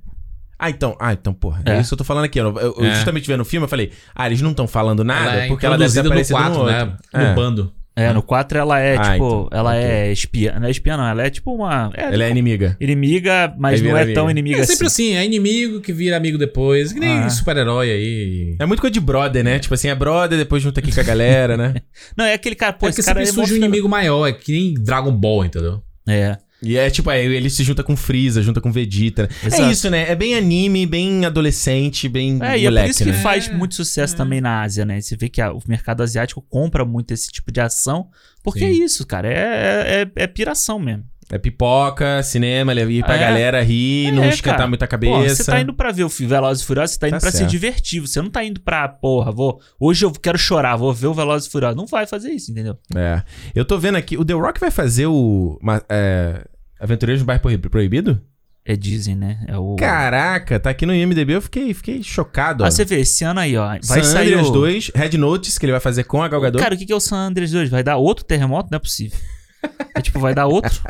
S1: Ah, então, ah, então, porra, é.
S2: É.
S1: isso que eu tô falando aqui, eu, eu- eu
S3: É.
S1: justamente vendo o filme, eu falei, ah, eles não estão falando nada,
S3: é
S1: porque ela deve ter
S3: introduzida
S1: aparecido no,
S3: quatro,
S1: outro.
S3: né?
S1: É.
S3: No bando.
S2: É, no 4 ela é,
S1: Ah,
S2: tipo,
S1: então,
S2: ela
S1: ok.
S2: é espiã. Não é espiã, não. Ela é tipo uma. É,
S1: Ela é inimiga.
S2: inimiga, mas
S1: Aí
S2: não
S1: vira
S2: é tão
S1: amiga.
S2: inimiga
S3: É
S2: assim.
S3: sempre assim, é inimigo que vira amigo depois, que nem
S2: Ah.
S3: super-herói aí.
S1: É muito coisa de brother, né? Tipo assim, é brother, depois junta aqui com a galera, né?
S2: Não, é aquele cara, pô,
S3: é porque
S2: esse cara
S3: sempre
S2: é
S3: surge um
S2: emocionante.
S3: inimigo maior, é que nem Dragon Ball, entendeu?
S2: É.
S1: E é tipo, aí ele se junta com Freeza, junta com Vegeta.
S2: Exato.
S1: É isso, né? É bem anime, bem adolescente, bem
S2: É, e é por
S1: moleque,
S2: isso que
S1: né?
S2: faz muito
S3: É.
S2: sucesso também na Ásia, né? Você vê que a- o mercado asiático compra muito esse tipo de ação, porque
S3: Sim.
S2: é isso, cara. É, é, é- é piração mesmo.
S1: É pipoca, cinema, ele ir pra
S2: É.
S1: galera rir, não
S2: É,
S1: esquentar
S2: cara.
S1: muita
S2: Pô,
S1: cabeça.
S2: você tá indo pra ver o fi- Velozes e Furiosos, você tá indo
S1: Tá
S2: pra
S1: certo.
S2: se divertir. Você não tá indo pra, porra, vou. Hoje eu quero chorar, vou ver o Velozes e Furiosos. Não vai fazer isso, entendeu?
S1: É. Eu tô vendo aqui, o The Rock vai fazer o. ma- É, Aventureiros no Bairro Proib- Proibido?
S2: É Disney, né? É o.
S1: Caraca, tá aqui no IMDB, eu fiquei, fiquei chocado. Ó.
S2: Ah, você vê, esse ano aí, ó. Vai
S1: Vai San
S2: sair.
S1: Andreas
S2: O...
S1: 2, Red Notice, que ele vai fazer com a Galgador.
S2: Cara, o que que é o San Andreas 2? Vai dar outro terremoto? Não é possível. É tipo, vai dar outro?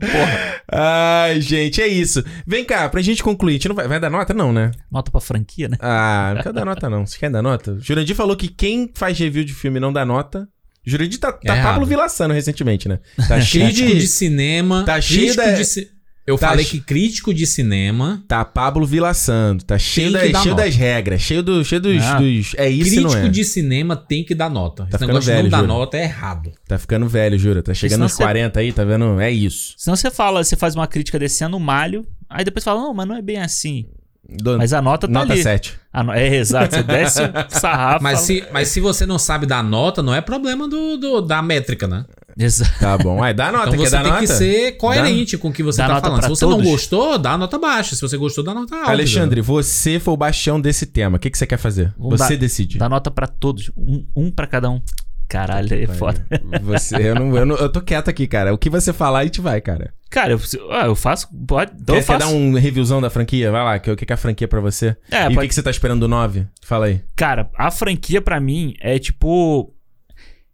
S2: Porra,
S1: Ai, gente, é isso. Vem cá, pra gente concluir. A gente não vai, vai dar nota, não, né?
S2: nota pra franquia, né?
S1: Ah, não quero dar nota, não. Você quer dar nota? Jurandir falou que quem faz review de filme não dá nota. Jurandir tá, tá
S3: É errado.
S1: Pablo Vilassano recentemente, né? Tá cheio
S3: Crítico
S1: de.
S3: de cinema.
S1: tá cheio
S3: crítico
S1: da-
S3: de ci- Eu
S1: tá
S3: falei
S1: che-
S3: que crítico de cinema.
S1: Tá Pablo Vilassando, tá cheio,
S3: que
S1: das,
S3: dar
S1: cheio
S3: nota.
S1: das regras, cheio, do, cheio dos,
S2: Ah,
S1: dos- É isso e
S3: crítico
S1: não é. Tá
S3: de cinema tem que dar nota. Esse
S1: ficando
S3: negócio de
S1: velho,
S3: não dar
S1: jura.
S3: nota é errado.
S1: Tá ficando velho, jura. Tá chegando
S2: Senão
S1: nos
S2: você-
S1: 40 aí, tá vendo? É isso.
S2: Senão você fala, você faz uma crítica descendo o malho, aí depois fala, não, mas não é bem assim.
S1: Do-
S2: Mas a
S3: então
S2: nota tá
S1: nota
S2: ali.
S1: 7.
S2: A no- É, exato. Você desce o sarrafo.
S3: Mas
S2: fala-
S3: se, mas se você não sabe dar nota, não é problema do, do- da métrica, né?
S2: Exato.
S1: Tá bom. Aí dá nota,
S3: Então
S1: quer
S3: você
S1: dar
S3: tem
S1: nota?
S3: que ser coerente com o que você
S2: Dá
S3: tá
S2: nota
S3: falando. Se
S2: pra
S3: você
S2: todos.
S3: não gostou, dá nota baixa. Se você gostou, dá nota alta.
S1: Alexandre, você foi o bastião desse tema. O que, que você quer fazer?
S2: Vamos
S1: você
S2: dar-
S1: decide.
S2: Dá nota pra todos. Um, um pra cada um. Caralho, é foda.
S1: Você, eu, não, eu, não- eu tô quieto aqui, cara. O que você falar, a gente vai, cara.
S2: Cara, eu, ah, eu faço. Pode, então
S1: quer, quer
S2: eu faço.
S1: dar um reviewzão da franquia? Vai lá, que- o que, que é a franquia pra você?
S2: É,
S1: e o que,
S2: pode-
S1: que você tá esperando do 9? Fala aí.
S2: Cara, a franquia pra mim é tipo.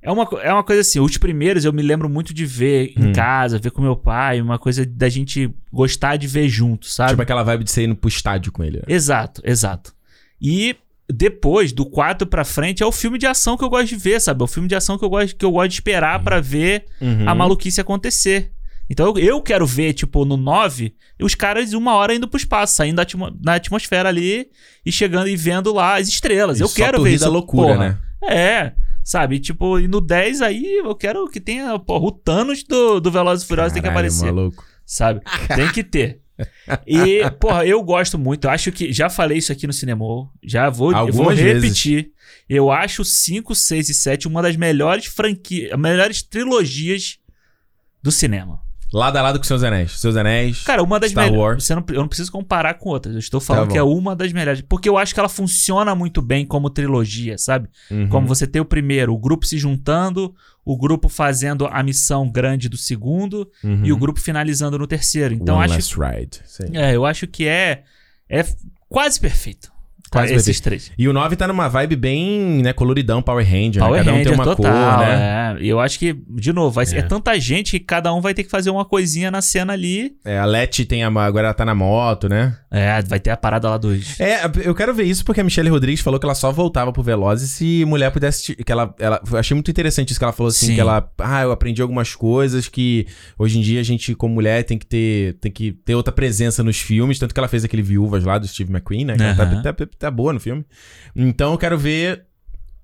S2: É uma, co- é uma coisa assim, os primeiros eu me lembro muito de ver
S1: Hum.
S2: em casa, ver com meu pai, uma coisa da gente gostar de ver junto, sabe?
S1: Tipo aquela vibe de você indo pro estádio com ele. né?
S2: Exato, exato. E depois, do 4 pra frente, é o filme de ação que eu gosto de ver, sabe? É o filme de ação que eu gosto, que eu gosto de esperar pra
S1: Uhum.
S2: ver
S1: Ah,
S2: a maluquice acontecer. Então eu, eu quero ver, tipo, no 9, os caras uma hora indo pro espaço, saindo da atmo- na atmosfera ali e chegando e vendo lá as estrelas. eu
S1: Só
S2: quero
S1: tu
S2: ver
S1: ri
S2: isso.
S1: da loucura,
S2: porra.
S1: né?
S2: É, sabe? Tipo, e no 10 aí eu quero que tenha, porra, o Thanos do, do Velozes e Furiosos tem que
S1: Caralho,
S2: aparecer
S1: maluco.
S2: sabe? Tem que ter. E, porra, eu gosto muito. Eu acho que. Já falei isso aqui no cinema. Já vou, eu vou
S1: Algumas vezes.
S2: repetir. Eu acho 5, 6 e 7 uma das melhores franquias. melhores trilogias do cinema.
S1: Lado a lado com seus anéis. Seus anéis.
S2: Cara, uma das
S1: Star Wars. Tá
S2: melhores. Você não, eu não preciso comparar com outras. Eu estou falando
S1: bom.
S2: que é uma das melhores. Porque eu acho que ela funciona muito bem como trilogia, sabe?
S1: Uhum.
S2: Como você tem o primeiro, o grupo se juntando, o grupo fazendo a missão grande do segundo
S1: Uhum.
S2: e o grupo finalizando no terceiro. Então
S1: One Last
S2: acho
S1: Ride. Sim.
S2: é, eu acho que é, é f- quase perfeito.
S1: Quase
S2: esses três.
S1: E o 9 tá numa vibe bem, né, coloridão, Power Ranger. né?
S2: Power
S1: Cada um
S2: Ranger
S1: tem uma cor,
S2: total,
S1: né?
S2: é. E eu acho que, de novo, vai ser- é.
S3: É.
S2: tanta gente que cada um vai ter que fazer uma coisinha na cena ali.
S1: É, a Leti tem a, agora ela tá na moto, né?
S2: É, vai ter a parada lá dos...
S1: É, eu quero ver isso porque a Michelle Rodrigues falou que ela só voltava pro Velozes se mulher pudesse. ti- Que ela, ela, eu achei muito interessante isso que ela falou assim:
S2: Sim.
S1: que ela. Ah, eu aprendi algumas coisas que hoje em dia a gente, como mulher, tem que ter, tem que ter outra presença nos filmes. Tanto que ela fez aquele Viúvas lá do Steve McQueen, né? Que ela
S2: Aham.
S1: tá, tá, tá boa no filme. Então eu quero ver.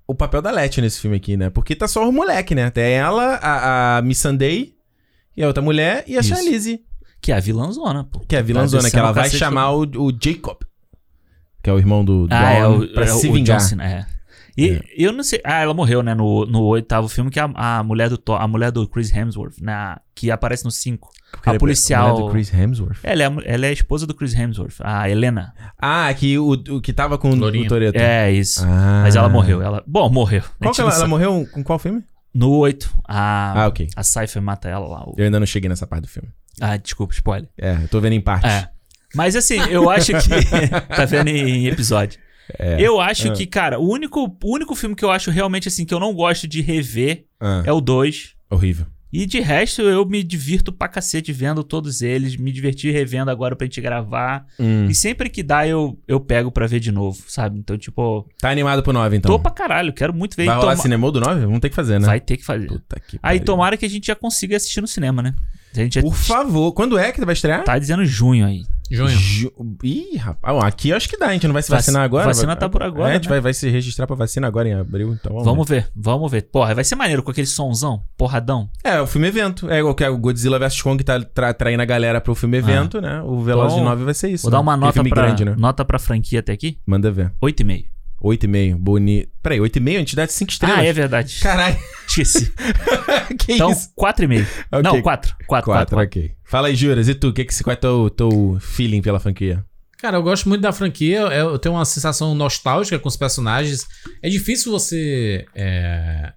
S1: O papel da Letty nesse filme aqui, né? Porque tá só o moleque, né? Tem ela, a, a Miss Sunday, e a outra mulher, e a
S2: Isso.
S1: Charlize,
S2: Que é a vilãzona, pô.
S1: que é a vilãzona,
S2: descendo
S1: que ela
S2: o
S1: vai
S2: um cacete
S1: chamar o, o Jacob, que é o irmão do, do
S2: Ah, é
S1: Alan,
S2: o,
S1: pra
S2: é
S1: se
S2: o
S1: vingar.
S2: John Cena, é. E
S1: É.
S2: eu não sei... Ah, ela morreu, né, no, no oitavo filme, que a, a mulher do Thor- a mulher do Chris Hemsworth, né, que aparece no 5.
S1: Porque ele é
S2: A policial...
S1: mulher do Chris Hemsworth.
S2: Ela é, a mu- ela é a esposa do Chris Hemsworth, a Helena.
S1: Ah, que o, o que tava com
S3: Lourinho.
S1: o Toreto.
S2: É, isso.
S1: Ah.
S2: Mas ela morreu. Ela... Bom, morreu. A
S1: Qual
S2: gente
S1: que ela,
S2: não
S1: ela
S2: sabe.
S1: morreu com qual filme?
S2: No 8, a,
S1: Ah, ok.
S2: a Cypher mata ela lá. o-
S1: Eu ainda não cheguei nessa parte do filme.
S2: Ah, desculpa, spoiler.
S1: É, eu tô vendo em parte.
S2: É. Mas assim, eu acho que. tá vendo em episódio.
S1: É.
S2: Eu
S1: Ah.
S2: acho que, cara, o único, o único filme que eu acho realmente assim, que eu não gosto de rever
S1: Ah,
S2: é o 2.
S1: Horrível.
S2: E de resto, eu me divirto pra cacete vendo todos eles. Me diverti revendo agora pra gente gravar.
S1: Hum.
S2: E sempre que dá, eu, eu pego pra ver de novo, sabe? Então, tipo,
S1: Tá animado pro 9, então?
S2: tô pra caralho, quero muito ver.
S1: Vai
S2: e
S1: rolar
S2: toma-
S1: cinema do 9? Vamos ter que fazer, né?
S2: Vai ter que fazer.
S1: Puta que
S2: Aí
S1: pariu.
S2: tomara que a gente já consiga assistir no cinema, né? A gente já
S1: Por favor, quando é que vai estrear?
S2: tá dizendo junho aí.
S3: Junho.
S1: Ju- Ih, rapaz. Ah, Aqui eu acho que dá, a gente não vai se vacinar
S2: Vac-
S1: agora.
S2: vacina
S1: vai-
S2: tá por agora,
S1: É, a gente
S2: né?
S1: vai, vai se registrar pra vacina agora em abril, então vamos.
S2: Vamos ver, vamos ver. Porra, vai ser maneiro com aquele sonzão, porradão.
S1: É, o filme evento. É o que é o Godzilla vs Kong tá tra- atraindo a galera pro filme evento, né? O Veloz de
S2: É. Então,
S1: 9 vai ser isso.
S2: Vou dar
S1: né?
S2: uma
S1: Aquele
S2: nota
S1: filme
S2: pra,
S1: grande, né?
S2: nota pra franquia até aqui.
S1: Manda ver.
S2: 8,5.
S1: Oito e meio, bonito. Peraí, oito e meio, a gente dá cinco estrelas.
S2: Ah, é verdade.
S1: Caralho,
S2: Esqueci.
S1: que
S2: Então,
S1: isso?
S2: 4,5.
S1: Ok.
S2: Não, 4. 4, 4.
S1: Quatro, ok. Fala aí, Juras, e tu? Que que, qual é teu, teu feeling pela franquia?
S3: Cara, eu gosto muito da franquia, eu- eu tenho uma sensação nostálgica com os personagens. É difícil você é,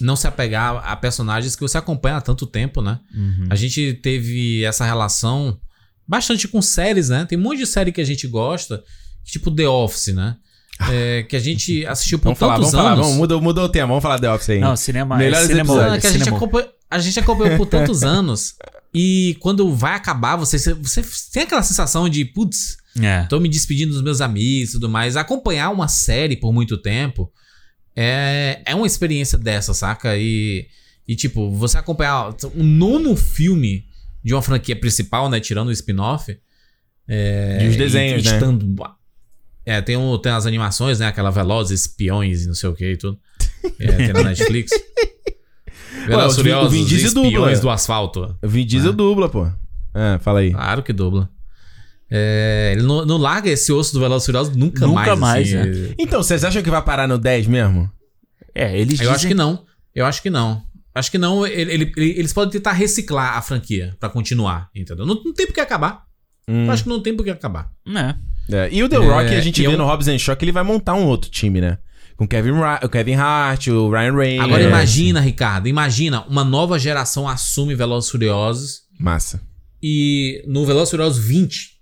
S3: não se apegar a personagens que você acompanha há tanto tempo, né?
S2: Uhum.
S3: A gente teve essa relação bastante com séries, né? Tem um monte de série que a gente gosta, tipo The Office, né? É, que a gente assistiu por
S1: Vamos falar,
S3: tantos
S1: vamos falar.
S3: anos.
S1: Vamos, mudou, mudou o tema, vamos falar The Office aí.
S2: Não, cinema.
S1: Melhores
S2: é cinema,
S1: episódios.
S3: Não, é que a, gente
S2: cinema.
S3: acompanha- a gente acompanhou por tantos anos. E quando vai acabar, você, você tem aquela sensação de, putz,
S2: É.
S3: Tô me despedindo dos meus amigos e tudo mais. Acompanhar uma série por muito tempo é, é uma experiência dessa, saca? E, e, tipo, você acompanhar o nono filme de uma franquia principal, né? Tirando o spin-off. é,
S1: E os desenhos, né?
S3: estando- É, tem, um, tem as animações, né? Aquela Velozes, Espiões e não sei o que e tudo. É, tem na Netflix.
S1: o Vin- o Vin Diesel dubla.
S3: Espiões do Asfalto.
S1: Vin Diesel dubla, pô. Ah, fala aí.
S3: Claro que dubla. É, ele não, não larga esse osso do Velozes e Furiosos nunca,
S2: Nunca mais,
S3: mais.
S2: né?
S3: assim.
S1: Então, vocês acham que vai parar no 10 mesmo?
S2: É, eles
S3: Eu acho
S2: dizem-
S3: que não. Eu acho que não. Acho que não. ele- ele- ele- eles podem tentar reciclar a franquia pra continuar, entendeu? Não, não tem por que acabar. Eu acho que não tem por que acabar.
S2: É.
S1: Hum, É, E o The Rock,
S3: É,
S1: a gente
S3: e
S1: vê
S3: eu-
S1: no Hobbs and Shaw que ele vai montar um outro time, né? Com Kevin Ra- o Kevin Hart, o Ryan
S2: Hum.
S1: Reynolds.
S3: Agora
S1: É.
S3: imagina, Ricardo. Imagina, uma nova geração assume Velozes e Furiosos
S1: Massa.
S3: e no Velozes e Furiosos 20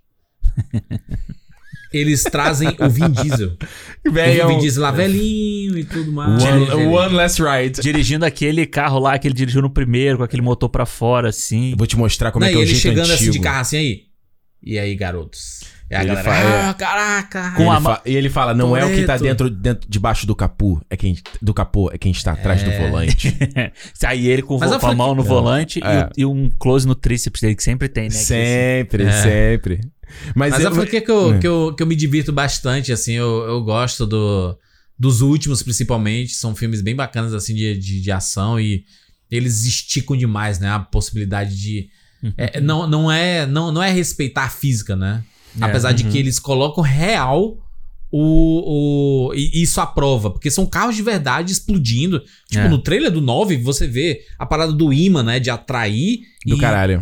S3: eles trazem o Vin Diesel. o
S2: um-
S3: Vin Diesel lá velhinho e tudo mais.
S1: One, one Last Ride.
S2: Dirigindo aquele carro lá que ele dirigiu no primeiro, com aquele motor pra fora, assim.
S1: Eu vou te mostrar como
S3: Não,
S1: é que é
S3: e
S1: o
S3: ele
S1: jeito
S3: chegando
S1: antigo.
S3: assim de carro assim aí. E aí, garotos? E a
S1: Ele é.
S3: galera,
S1: fala-
S3: ah, caraca.
S1: E
S2: Com
S1: ele
S2: a ma-
S1: fa- E ele fala, não é o que tá
S3: Toretto.
S1: dentro, dentro debaixo do capô, é quem do capô é quem está atrás do
S3: é
S1: volante.
S2: Aí ele com,
S3: Mas
S2: vo-
S3: a
S2: com a mão no volante e
S1: É.
S2: o- e, um close no tríceps dele, que sempre tem, né? Que
S1: sempre,
S3: É.
S1: sempre. Mas,
S3: Mas
S1: eu,
S3: é porque que eu,
S1: É.
S3: que, eu, que eu me divirto bastante, assim, eu, eu gosto do, dos últimos, principalmente. São filmes bem bacanas, assim, de, de, de ação e eles esticam demais, né? A possibilidade de. é, não, não, é, não, não é respeitar a física, né?
S2: É,
S3: Apesar
S1: uhum.
S3: de que eles colocam real o, o- e isso à prova, porque são carros de verdade explodindo. Tipo,
S2: É.
S3: no trailer do 9, você vê a parada do imã, né? De atrair
S1: do
S3: e,
S1: caralho.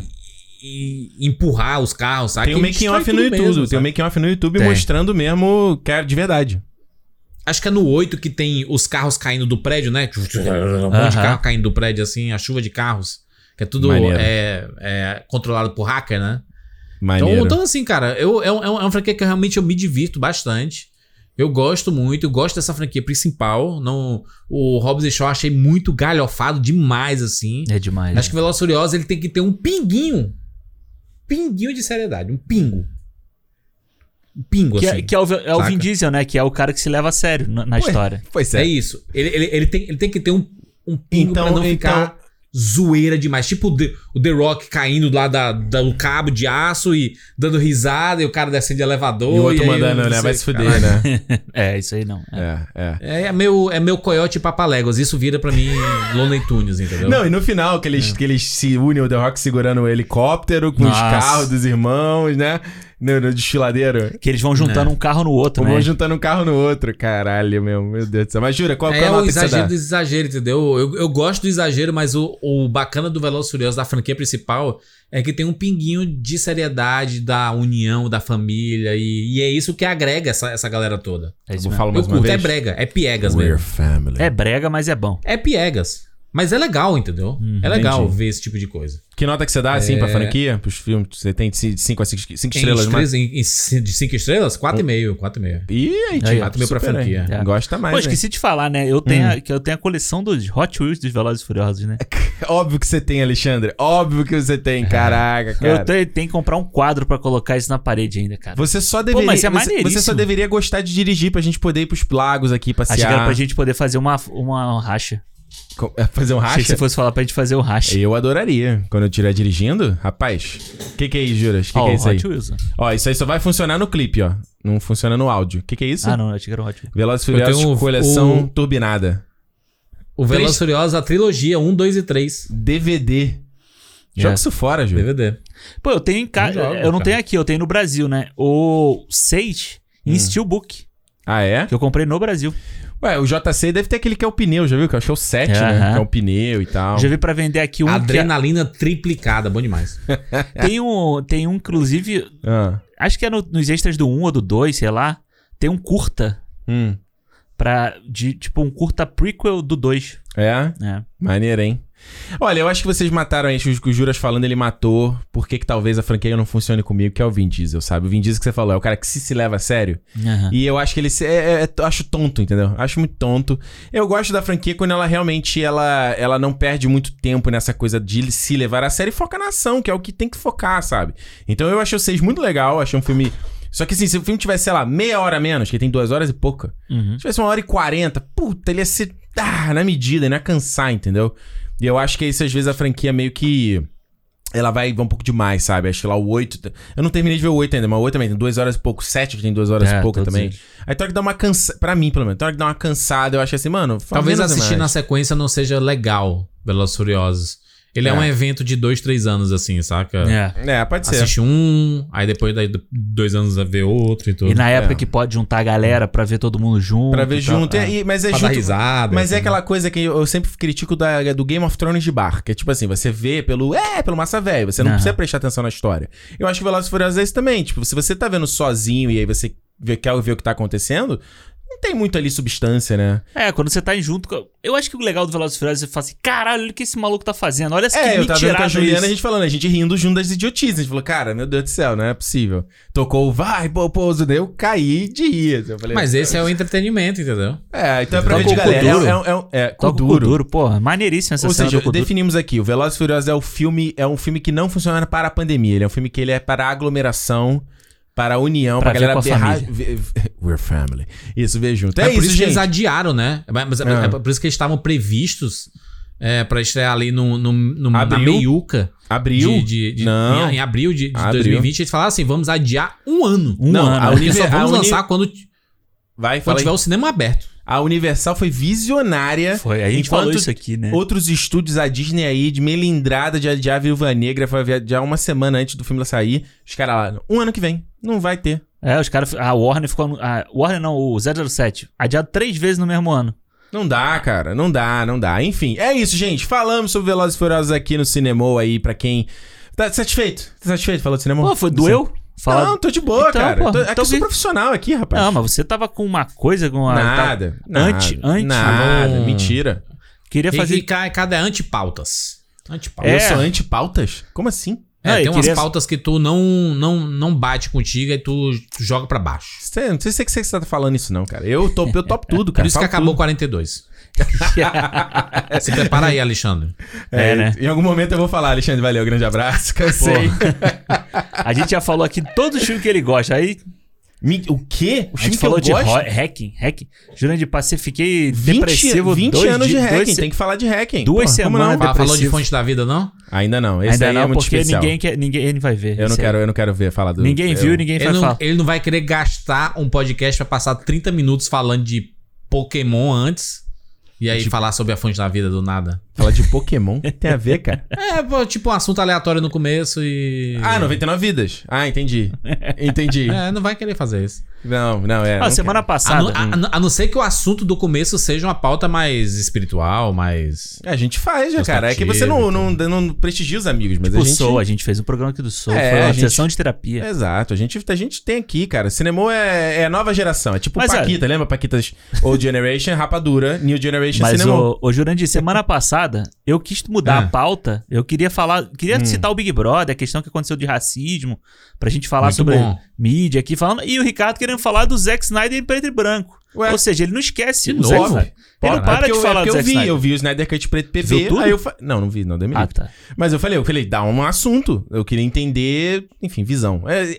S3: e empurrar os carros, sabe?
S1: Tem um
S3: Que
S1: making off no
S3: destrói tudo
S1: YouTube,
S3: mesmo,
S1: tem
S3: sabe?
S1: um making off no YouTube
S2: Tem.
S1: mostrando mesmo cara de verdade.
S3: Acho que é no 8 que tem os carros caindo do prédio, né? Um monte de
S2: Aham.
S3: carro caindo do prédio, assim, a chuva de carros. Que é tudo
S1: Maneiro.
S3: é, é, controlado por hacker, né? Então,
S1: Maneiro.
S3: então, assim, cara, eu, é, um- é um- é uma franquia que eu realmente eu me divirto bastante. Eu gosto muito, eu gosto dessa franquia principal. Não, o Hobbs e Shaw eu achei muito galhofado demais, assim.
S2: É demais.
S3: Acho que o Velozes e Furiosos, ele tem que ter um pinguinho. Pinguinho de seriedade, um pingo. Um pingo,
S2: Que,
S3: assim.
S2: é, que é o, Vin- é o
S3: saca?
S2: Vin Diesel, né? Que é o cara que se leva a sério na, na
S1: Tipo Ué.
S2: história.
S1: Pois
S3: É
S1: é.
S3: isso. Ele, ele, ele tem, ele tem que ter um, um pingo
S1: Então-
S3: pra não
S1: então-
S3: ficar zoeira demais. Tipo o The, o The Rock caindo lá da, da- do cabo de aço e dando risada e o cara descendo de elevador.
S1: E o outro
S3: aí,
S1: mandando,
S3: não
S1: né?
S3: sei,
S1: Vai se
S3: cara.
S1: fuder, né?
S2: É, isso aí não. É.
S1: É, é.
S3: É, é meu, é meu coiote e papaléguas. Isso vira pra mim Lonely Tunes, entendeu?
S1: Não, e no final, que eles, que eles se unem, o The Rock segurando o helicóptero com os
S2: Nossa.
S1: carros dos irmãos, né? No, no desfiladeiro.
S2: Que eles vão juntando um carro no outro,
S1: Um
S2: né?
S1: vão juntando um carro no outro. Caralho, meu, meu Deus do céu. Mas jura, qual, qual
S3: É
S1: a
S3: o
S1: nota que você
S3: exagero
S1: dá?
S3: do exagero, entendeu? Eu, eu gosto do exagero, mas o, o bacana do Velozes e Furiosos, da franquia principal, é que tem um pinguinho de seriedade, da união, da família, e, e é isso que agrega essa, essa galera toda.
S2: É, isso
S1: Eu
S2: mesmo.
S1: falo
S3: Eu
S1: mais uma
S3: curto, é
S1: vez.
S3: brega, é piegas
S1: We're
S3: mesmo.
S1: family.
S2: é brega, mas é bom.
S3: É piegas. Mas é legal, entendeu? é legal
S1: entendi.
S3: ver esse tipo de coisa.
S1: Que nota que você dá, assim,
S3: É.
S1: pra franquia? Pros filmes? Você tem de 5 a 5 estrelas, né?
S3: em,
S1: mas...
S3: estrelas, em, em- de cinco estrelas? Quatro e meio, quatro e meio.
S1: Ih, aí,
S3: Aí,
S1: Tio,
S3: ó, meu pra
S1: supera aí.
S3: franquia.
S2: É.
S1: Gosta mais,
S2: Pô,
S1: né?
S2: esqueci de falar, né? Eu
S1: Hum.
S2: tenho, a, que eu tenho a coleção dos Hot Wheels dos Velozes e Furiosos, né?
S1: Óbvio que você tem, Alexandre. Óbvio que você tem,
S3: É.
S1: caraca, cara.
S2: Eu tenho, tenho que comprar um quadro pra colocar isso na parede ainda, cara.
S1: Você só deveria.
S2: mas é
S1: você, você só
S2: maneiríssimo.
S1: deveria gostar de dirigir pra gente poder ir pros lagos aqui,
S2: Acho que era
S1: passear.
S2: pra gente poder fazer uma, uma racha.
S1: co- Fazer um
S2: Achei que
S1: racha.
S2: você fosse falar pra gente fazer um racha.
S1: Eu adoraria. Quando eu estiver dirigindo, rapaz. O que, que é isso, Juras? O que,
S2: Ó,
S1: que é
S2: o
S1: isso aí?
S2: Hot Wheels. né? ó.
S1: Ó, isso aí só vai funcionar no clipe, ó. Não funciona no áudio. O que, que é isso?
S2: Ah, não, eu achei que era um Hot Wheels.
S1: Velozes e
S3: Eu tenho
S1: Furiosos
S3: o-
S1: coleção
S3: o-
S1: turbinada.
S3: O Velozes e Furiosos, a trilogia, um, dois e três.
S1: DVD. Joga
S2: Yeah.
S1: isso fora,
S2: É.
S1: Júlio.
S3: DVD.
S2: Pô, eu tenho em casa.
S3: Não joga,
S2: Eu não
S3: cara.
S2: tenho aqui, eu tenho no Brasil, né? O 6 em Steelbook.
S1: Ah, é?
S2: Que eu comprei no Brasil.
S1: Ué, o JC deve ter aquele que é o pneu, já viu? Que eu acho que é o 7, né?
S2: Aham.
S1: Que é o pneu e tal.
S2: Já vi pra vender aqui um. que é-
S3: Adrenalina triplicada, bom demais.
S2: tem um, tem um, inclusive,
S1: Ah.
S2: acho que é no- nos extras do 1 ou do 2, sei lá. Tem um curta
S1: Hum.
S2: pra. De, tipo, um curta prequel do 2.
S1: É?
S2: né?
S1: Maneiro, hein? Olha, eu acho que vocês mataram aí, o Juras falando, ele matou. Por que que talvez a franquia não funcione comigo, que é o Vin Diesel, sabe? O Vin Diesel que você falou, é o cara que se, se leva a sério.
S2: Aham.
S1: E eu acho que ele se, é, é- é- acho tonto, entendeu? Acho muito tonto. Eu gosto da franquia quando ela realmente ela, ela não perde muito tempo nessa coisa de se levar a sério e foca na ação, que é o que tem que focar, sabe? Então eu achei o 6 muito legal, achei um filme. Só que assim, se o filme tivesse, sei lá, meia hora a menos, que tem duas horas e pouca,
S2: Uhum.
S1: se tivesse uma hora e quarenta, puta, ele ia ser ah, na medida, ele não ia cansar, entendeu? E eu acho que isso, às vezes, a franquia meio que. Ela vai, vai um pouco demais, sabe? Acho que lá o 8. Eu não terminei de ver o 8 ainda, mas o 8 também tem duas horas e pouco. 7 que tem duas horas
S2: É,
S1: e pouco
S2: todos
S1: também.
S2: eles.
S1: Aí tem hora que dá uma cansada. Pra mim, pelo menos. Tem hora que dá uma cansada. Eu acho assim, mano. faz
S3: Talvez
S1: menos
S3: assistir na
S1: demais.
S3: sequência não seja legal, Velozes e Furiosos. Ele é.
S1: É.
S3: um evento de dois, três anos, assim, saca?
S2: É.
S1: É, pode ser.
S3: Assiste um, aí depois daí do- dois anos vai ver outro e tudo.
S2: E na época
S1: É.
S2: que pode juntar a galera pra ver todo mundo junto.
S1: Pra ver
S2: e tal.
S1: junto.
S2: É.
S1: e- mas é
S3: pra dar
S1: junto.
S3: risada.
S1: Mas é
S3: assim.
S1: aquela coisa que eu sempre critico da, é do Game of Thrones de bar, que é tipo assim, você vê pelo. É, pelo massa velho, você não
S2: Aham.
S1: precisa prestar atenção na história. Eu acho que Velozes e Furiosos é isso também. Tipo, se você tá vendo sozinho e aí você vê, quer ver o que tá acontecendo, não tem muito ali substância, né?
S2: É, quando você tá em junto. com- Eu acho que o legal do Velozes e Furiosos é você fala assim: caralho, o que esse maluco tá fazendo? Olha essa
S1: É,
S2: que
S1: eu tava vendo com a
S2: mentirada
S1: Juliana
S2: isso.
S1: a gente falando, a gente rindo junto das idiotices. A gente falou, cara, meu Deus do céu, não é possível. Tocou o vai, Poposo, daí eu caí de rir. Eu falei,
S3: Mas esse é o entretenimento, entendeu?
S1: É, então é pra
S2: Toca
S1: ver de
S2: o cu
S1: galera. É,
S2: duro.
S1: é, é, é,
S2: Toca
S1: cu
S2: o cu duro, porra. Maneiríssima essa
S1: Ou
S2: cena
S1: seja,
S2: do cu duro.
S1: definimos aqui, o Velozes e Furiosos é o filme, é um filme que não funciona para a pandemia, ele é um filme que ele é para a aglomeração, para a união, para
S2: Pra
S1: a galera
S2: ver com a
S1: berrar- ve- We're family. Isso, ver junto. É,
S3: por
S1: isso,
S3: que eles
S1: gente.
S3: adiaram, né? Mas, mas- mas
S1: É.
S3: é. por isso que eles estavam previstos é, pra estrear ali no, no, no, na
S1: Abril?
S3: meiuca.
S1: Abril?
S3: De, de- de-
S1: Não.
S3: Em, em abril de, de
S1: Abril.
S3: 2020, eles falaram assim, vamos adiar um ano.
S2: Um
S1: Não, a
S2: ano.
S1: Uni-
S3: Porque só
S1: Univer-
S3: vamos
S1: a Uni-
S3: lançar quando,
S1: Vai,
S3: quando
S1: fala aí.
S3: tiver o cinema aberto.
S1: A Universal foi visionária.
S2: Foi, a gente
S1: Enquanto
S2: falou isso aqui, né?
S1: Outros estúdios, a Disney aí, de melindrada de adiar a Viúva Negra, foi adiar uma semana antes do filme sair. Os caras lá, um ano que vem, não vai ter.
S2: É, os caras. A Warner ficou. A Warner não, o 007. Adiado três vezes no mesmo ano.
S1: Não dá, cara. Não dá, não dá. Enfim, é isso, gente. Falamos sobre Velozes e Furiosos aqui no Cinemol aí, pra quem... Tá satisfeito? Tá satisfeito? Falou do Cinemol?
S2: Pô, foi, doeu? Falar...
S1: Não, tô de boa,
S2: Então,
S1: cara.
S2: porra,
S1: tô, aqui
S2: então
S1: eu sou
S2: que-
S1: profissional aqui, rapaz.
S2: Não, mas você tava com uma coisa, com uma. tava-
S1: nada, nada.
S2: Anti- anti- hum.
S1: Nada,
S3: Não.
S1: mentira.
S2: Queria
S3: Tem
S2: fazer.
S3: que ca- cada antipautas. Antipautas.
S1: Eu
S2: É.
S1: sou anti-pautas? Como assim?
S3: É,
S2: Ah, eu
S3: tem umas
S2: queria-
S3: pautas que tu não, não, não bate contigo e tu, tu joga pra baixo.
S1: Cê, não sei se é que você tá falando isso não, cara. Eu topo, eu topo tudo,
S3: Por
S1: cara.
S3: isso que
S1: Falo
S3: acabou 42. Se prepara aí, Alexandre.
S1: É,
S2: É, né?
S1: Em algum momento eu vou falar, Alexandre, valeu, grande abraço, cansei.
S2: a gente já falou aqui todos os filmes que ele gosta. Aí
S1: Me- o quê? O
S2: a gente
S1: filme que
S2: falou
S1: eu
S2: de
S1: gosto?
S2: ro- hacking, hacking. Jurando de passei, fiquei
S1: 20,
S2: depressivo
S1: 20
S2: dois
S1: anos de
S2: di- dois
S1: hacking,
S2: se-
S1: tem que falar de hacking.
S2: duas
S1: Porra, como não?
S2: semanas.
S3: Fa- Falou de
S2: Depressivo.
S3: fonte da vida, não?
S1: Ainda não, esse
S2: Ainda
S1: aí
S2: não,
S1: é muito
S2: porque
S1: especial.
S2: ninguém, quer, ninguém ele vai ver.
S1: Eu não
S2: esse aí.
S1: quero, eu não quero ver falar do
S2: Ninguém
S1: eu-
S2: viu, ninguém
S3: Ele
S2: vai
S3: não,
S2: falar.
S3: ele não vai querer gastar um podcast pra passar 30 minutos falando de Pokémon antes e aí falar sobre a fonte da vida do nada.
S1: Falar de Pokémon? tem a ver, cara?
S3: É, pô, tipo um assunto aleatório no começo e.
S1: Ah, 99 vidas. Ah, entendi. Entendi.
S3: É, não vai querer fazer isso.
S1: Não, não, é.
S2: Ah,
S1: não
S2: semana
S3: A não,
S2: passada.
S3: a- a não- a não ser que o assunto do começo seja uma pauta mais espiritual, mais.
S1: quero. A gente faz, já, cara. É que você não, não, não prestigia os amigos, mas
S2: o
S1: a gente.
S2: Soul, né? a gente fez um programa aqui do Soul.
S1: É,
S2: foi
S1: a
S2: uma
S1: gente-
S2: sessão de terapia.
S1: Exato, a gente, a gente tem aqui, cara. Cinema é, é nova geração. É tipo
S2: Mas,
S1: Paquita, lembra? Paquitas Old Generation, Rapadura, New Generation
S2: Mas,
S1: Cinema. um.
S2: ô, ô Jurandir, semana passada eu quis mudar
S3: É. Hum.
S2: a pauta. Eu queria falar, queria citar o Big Brother, a questão que aconteceu de racismo, pra gente falar
S3: Muito
S2: sobre
S3: bom.
S2: mídia aqui falando. E o Ricardo querendo falar do Zack Snyder em preto e branco.
S1: Ué.
S2: Ou seja, ele não esquece.
S1: De
S2: o Zack
S1: novo?
S2: Snyder. Ele não
S1: É
S2: para
S1: porque
S2: de
S1: eu, é
S2: falar
S1: porque
S2: do
S1: eu
S2: Zack
S1: vi,
S2: Snyder.
S1: eu vi o Snyder Cut preto PV,
S2: Viu tudo?
S1: aí eu fa... Não, não vi, não, deu
S2: Ah, tá.
S1: Mas eu falei, eu falei, dá um assunto. Eu queria entender, enfim, visão. É,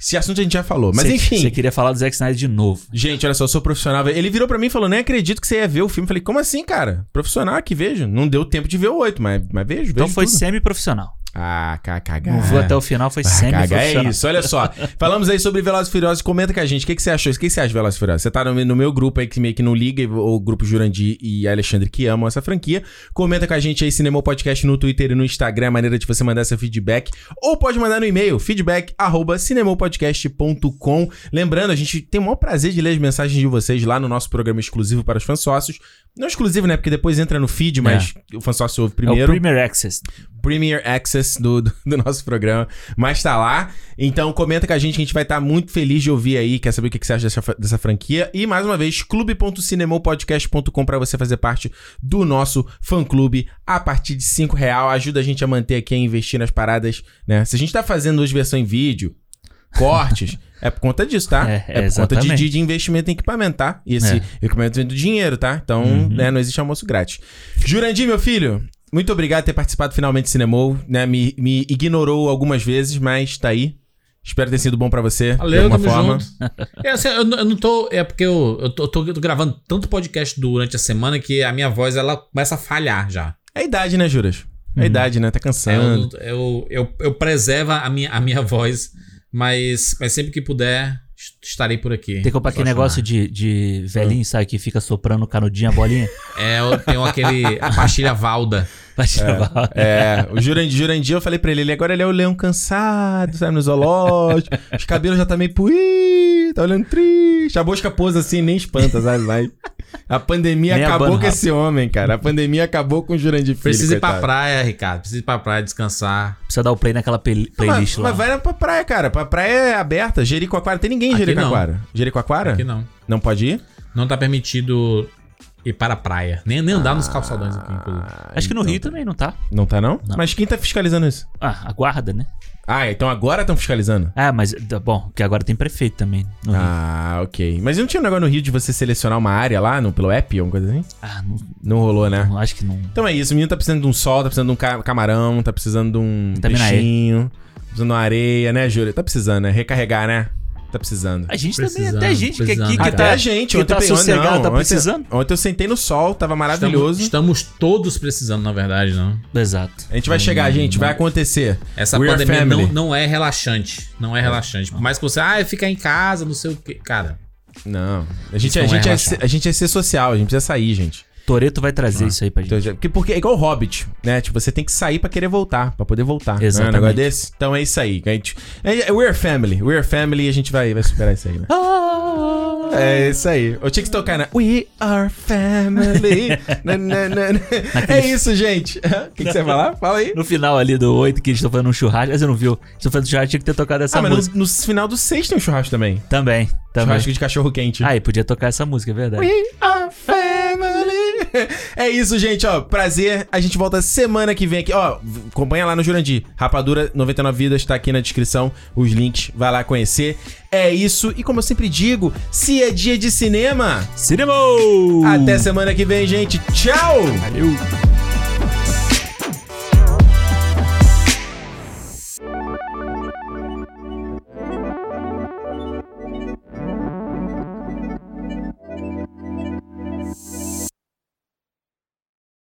S1: esse assunto a gente já falou. Mas
S2: Você-
S1: enfim.
S2: Você queria falar do Zack Snyder de novo.
S1: Gente, olha só, eu sou profissional. Ele virou pra mim e falou: nem acredito que você ia ver o filme. Eu falei, como assim, cara? Profissional que vejo. Não deu tempo de ver o oito mas, mas vejo,
S2: Então
S1: vejo
S2: foi
S1: tudo.
S2: semi-profissional.
S1: Ah, kkh.
S2: Não viu até o final, foi sempre
S1: Caga, é isso, olha só. Falamos aí sobre Velozes e Furiosos. Comenta com a gente, o que, que você achou? O que você acha de Velozes e Furiosos? Você tá no, no meu grupo aí que meio que não liga, ou o grupo Jurandir e Alexandre que amam essa franquia. Comenta com a gente aí, Cinema Podcast no Twitter e no Instagram, a maneira de você mandar seu feedback. Ou pode mandar no e-mail, feedback arroba cinemopodcast.com. Lembrando, a gente tem o maior prazer de ler as mensagens de vocês lá no nosso programa exclusivo para os fãs sócios. Não exclusivo, né? Porque depois entra no feed, mas o fã sócio ouve
S2: É o
S1: primeiro.
S2: Premier Access.
S1: Premier Access do, do, do nosso programa, mas tá lá. Então comenta com a gente que a gente vai estar muito feliz de ouvir aí, quer saber o que, que você acha dessa, fa- dessa franquia. E mais uma vez, clube.cinemopodcast.com pra você fazer parte do nosso fã-clube a partir de 5 real. Ajuda a gente a manter aqui, a investir nas paradas, né? Se a gente tá fazendo hoje versão em vídeo, cortes... É por conta disso, tá?
S2: É,
S1: por conta de,
S2: exatamente.
S1: de- de investimento em equipamento, tá? E esse
S2: É. Uhum.
S1: equipamento vem do dinheiro, tá? Então, né, não existe almoço grátis. Jurandir, meu filho, muito obrigado por ter participado finalmente do Cinemou, né? Me, me ignorou algumas vezes, mas tá aí. Espero ter sido bom pra você,
S3: Valeu,
S1: de
S3: tamo
S1: alguma forma.
S3: junto. É, assim, eu, n- eu não tô. É porque eu, eu, tô, eu tô- eu tô gravando tanto podcast durante a semana que a minha voz ela começa a falhar já.
S1: É a idade, né, Juras? É a idade, né? Tá cansando.
S3: Uhum. É, Eu, eu, eu, eu preservo a minha, a minha voz, mas, mas sempre que puder, est- estarei por aqui.
S2: Tem que comprar
S3: Só
S2: aquele negócio de, de velhinho, sabe? Que fica soprando canudinha, bolinha.
S3: chamar. É, eu tenho aquele. a pastilha Valda.
S2: Pra chamar.
S1: É, o Jurandir, Jurandir, eu falei pra ele, ele agora ele é o leão cansado, sabe, no zoológico. os cabelos já tá meio puí, tá olhando triste. A mosca pousa assim, nem espanta, sabe? Vai. A pandemia
S2: Nem a
S1: acabou
S2: Ban
S1: com
S2: Rapa.
S1: esse homem, cara. A pandemia acabou com o Jurandir Filho,
S3: Precisa ir pra
S1: coitado.
S3: praia, Ricardo. Precisa ir pra praia descansar.
S2: Precisa dar o play naquela peli- playlist
S1: Mas,
S2: lá.
S1: mas vai pra praia, cara. Pra praia é aberta. Jericoacoara. Tem ninguém em
S3: Aqui
S1: Jericoacoara. Jericoacoara?
S3: Aqui
S1: não.
S3: não.
S1: pode ir?
S3: Não tá permitido ir para a praia. Nem, nem andar nos calçadões aqui, inclusive.
S2: Acho que no Rio também, não tá?
S1: Não tá, não?
S2: Não.
S1: Mas quem tá fiscalizando isso?
S2: Ah, aguarda, né?
S1: Ah, então agora estão fiscalizando?
S2: Ah, mas tá bom, que agora tem prefeito também. no Rio.
S1: Ah, ok. Mas não tinha um negócio no Rio de você selecionar uma área lá no, pelo app ou alguma coisa assim?
S2: Ah, não,
S1: Não rolou, né?
S2: não, acho que não.
S1: Então é isso. O menino tá precisando de um sol, tá precisando de um ca- camarão, tá precisando de um
S2: Vitamina E.
S1: peixinho, tá precisando de uma areia, né, Júlia? Tá precisando, né? Recarregar, né? Tá precisando.
S2: A gente
S3: Precisando,
S2: também, até a gente que aqui
S3: precisando.
S2: que
S1: Até
S2: tá.
S1: a gente,
S2: que tá
S1: eu-
S2: sossegado, tá
S1: ontem-
S2: precisando?
S1: Ontem eu sentei no sol, tava maravilhoso.
S3: Estamos, estamos todos precisando, na verdade, não.
S2: Exato.
S1: A gente vai chegar, gente, vai acontecer.
S3: Essa
S1: We are
S3: pandemia
S1: family.
S3: não, não é relaxante. Não é relaxante. Por mais que você, ah, ficar em casa, não sei o quê. Cara,
S1: Não. A gente,
S3: Isso
S1: a,
S3: não é
S1: gente é
S3: relaxar.
S1: ser- a gente é ser social, a gente precisa sair, gente.
S2: Toreto vai trazer isso aí pra gente.
S1: Então, já- porque, porque é igual o Hobbit, né? Tipo, você tem que sair pra querer voltar, pra poder voltar. Não É um
S2: Exatamente.
S1: negócio desse? Então é isso aí. A gente, é, é- we're family. We're family e a gente vai, vai superar isso aí, né? É isso aí. Eu tinha que tocar na We are family. Na, na, na, na. É isso, gente. O que, que você vai falar? Fala aí.
S2: No final ali do 8, que eles estão fazendo um churrasco, mas você não viu. Eles estão fazendo churrasco, tinha que ter tocado essa
S1: Ah, mas
S2: música.
S1: no, no final do sexto tem um churrasco também.
S2: Também, também.
S1: Churrasco de cachorro quente.
S2: Aí, podia tocar essa música, é verdade.
S1: We are family. É isso, gente, ó. Prazer. A gente volta semana que vem aqui. Ó, v- acompanha lá no Jurandir. Rapadura 99 Vidas tá aqui na descrição. Os links, vai lá conhecer. É isso. E como eu sempre digo, se é dia de cinema,
S2: Cinema!
S1: Ah, até semana que vem, gente. Tchau!
S2: Valeu!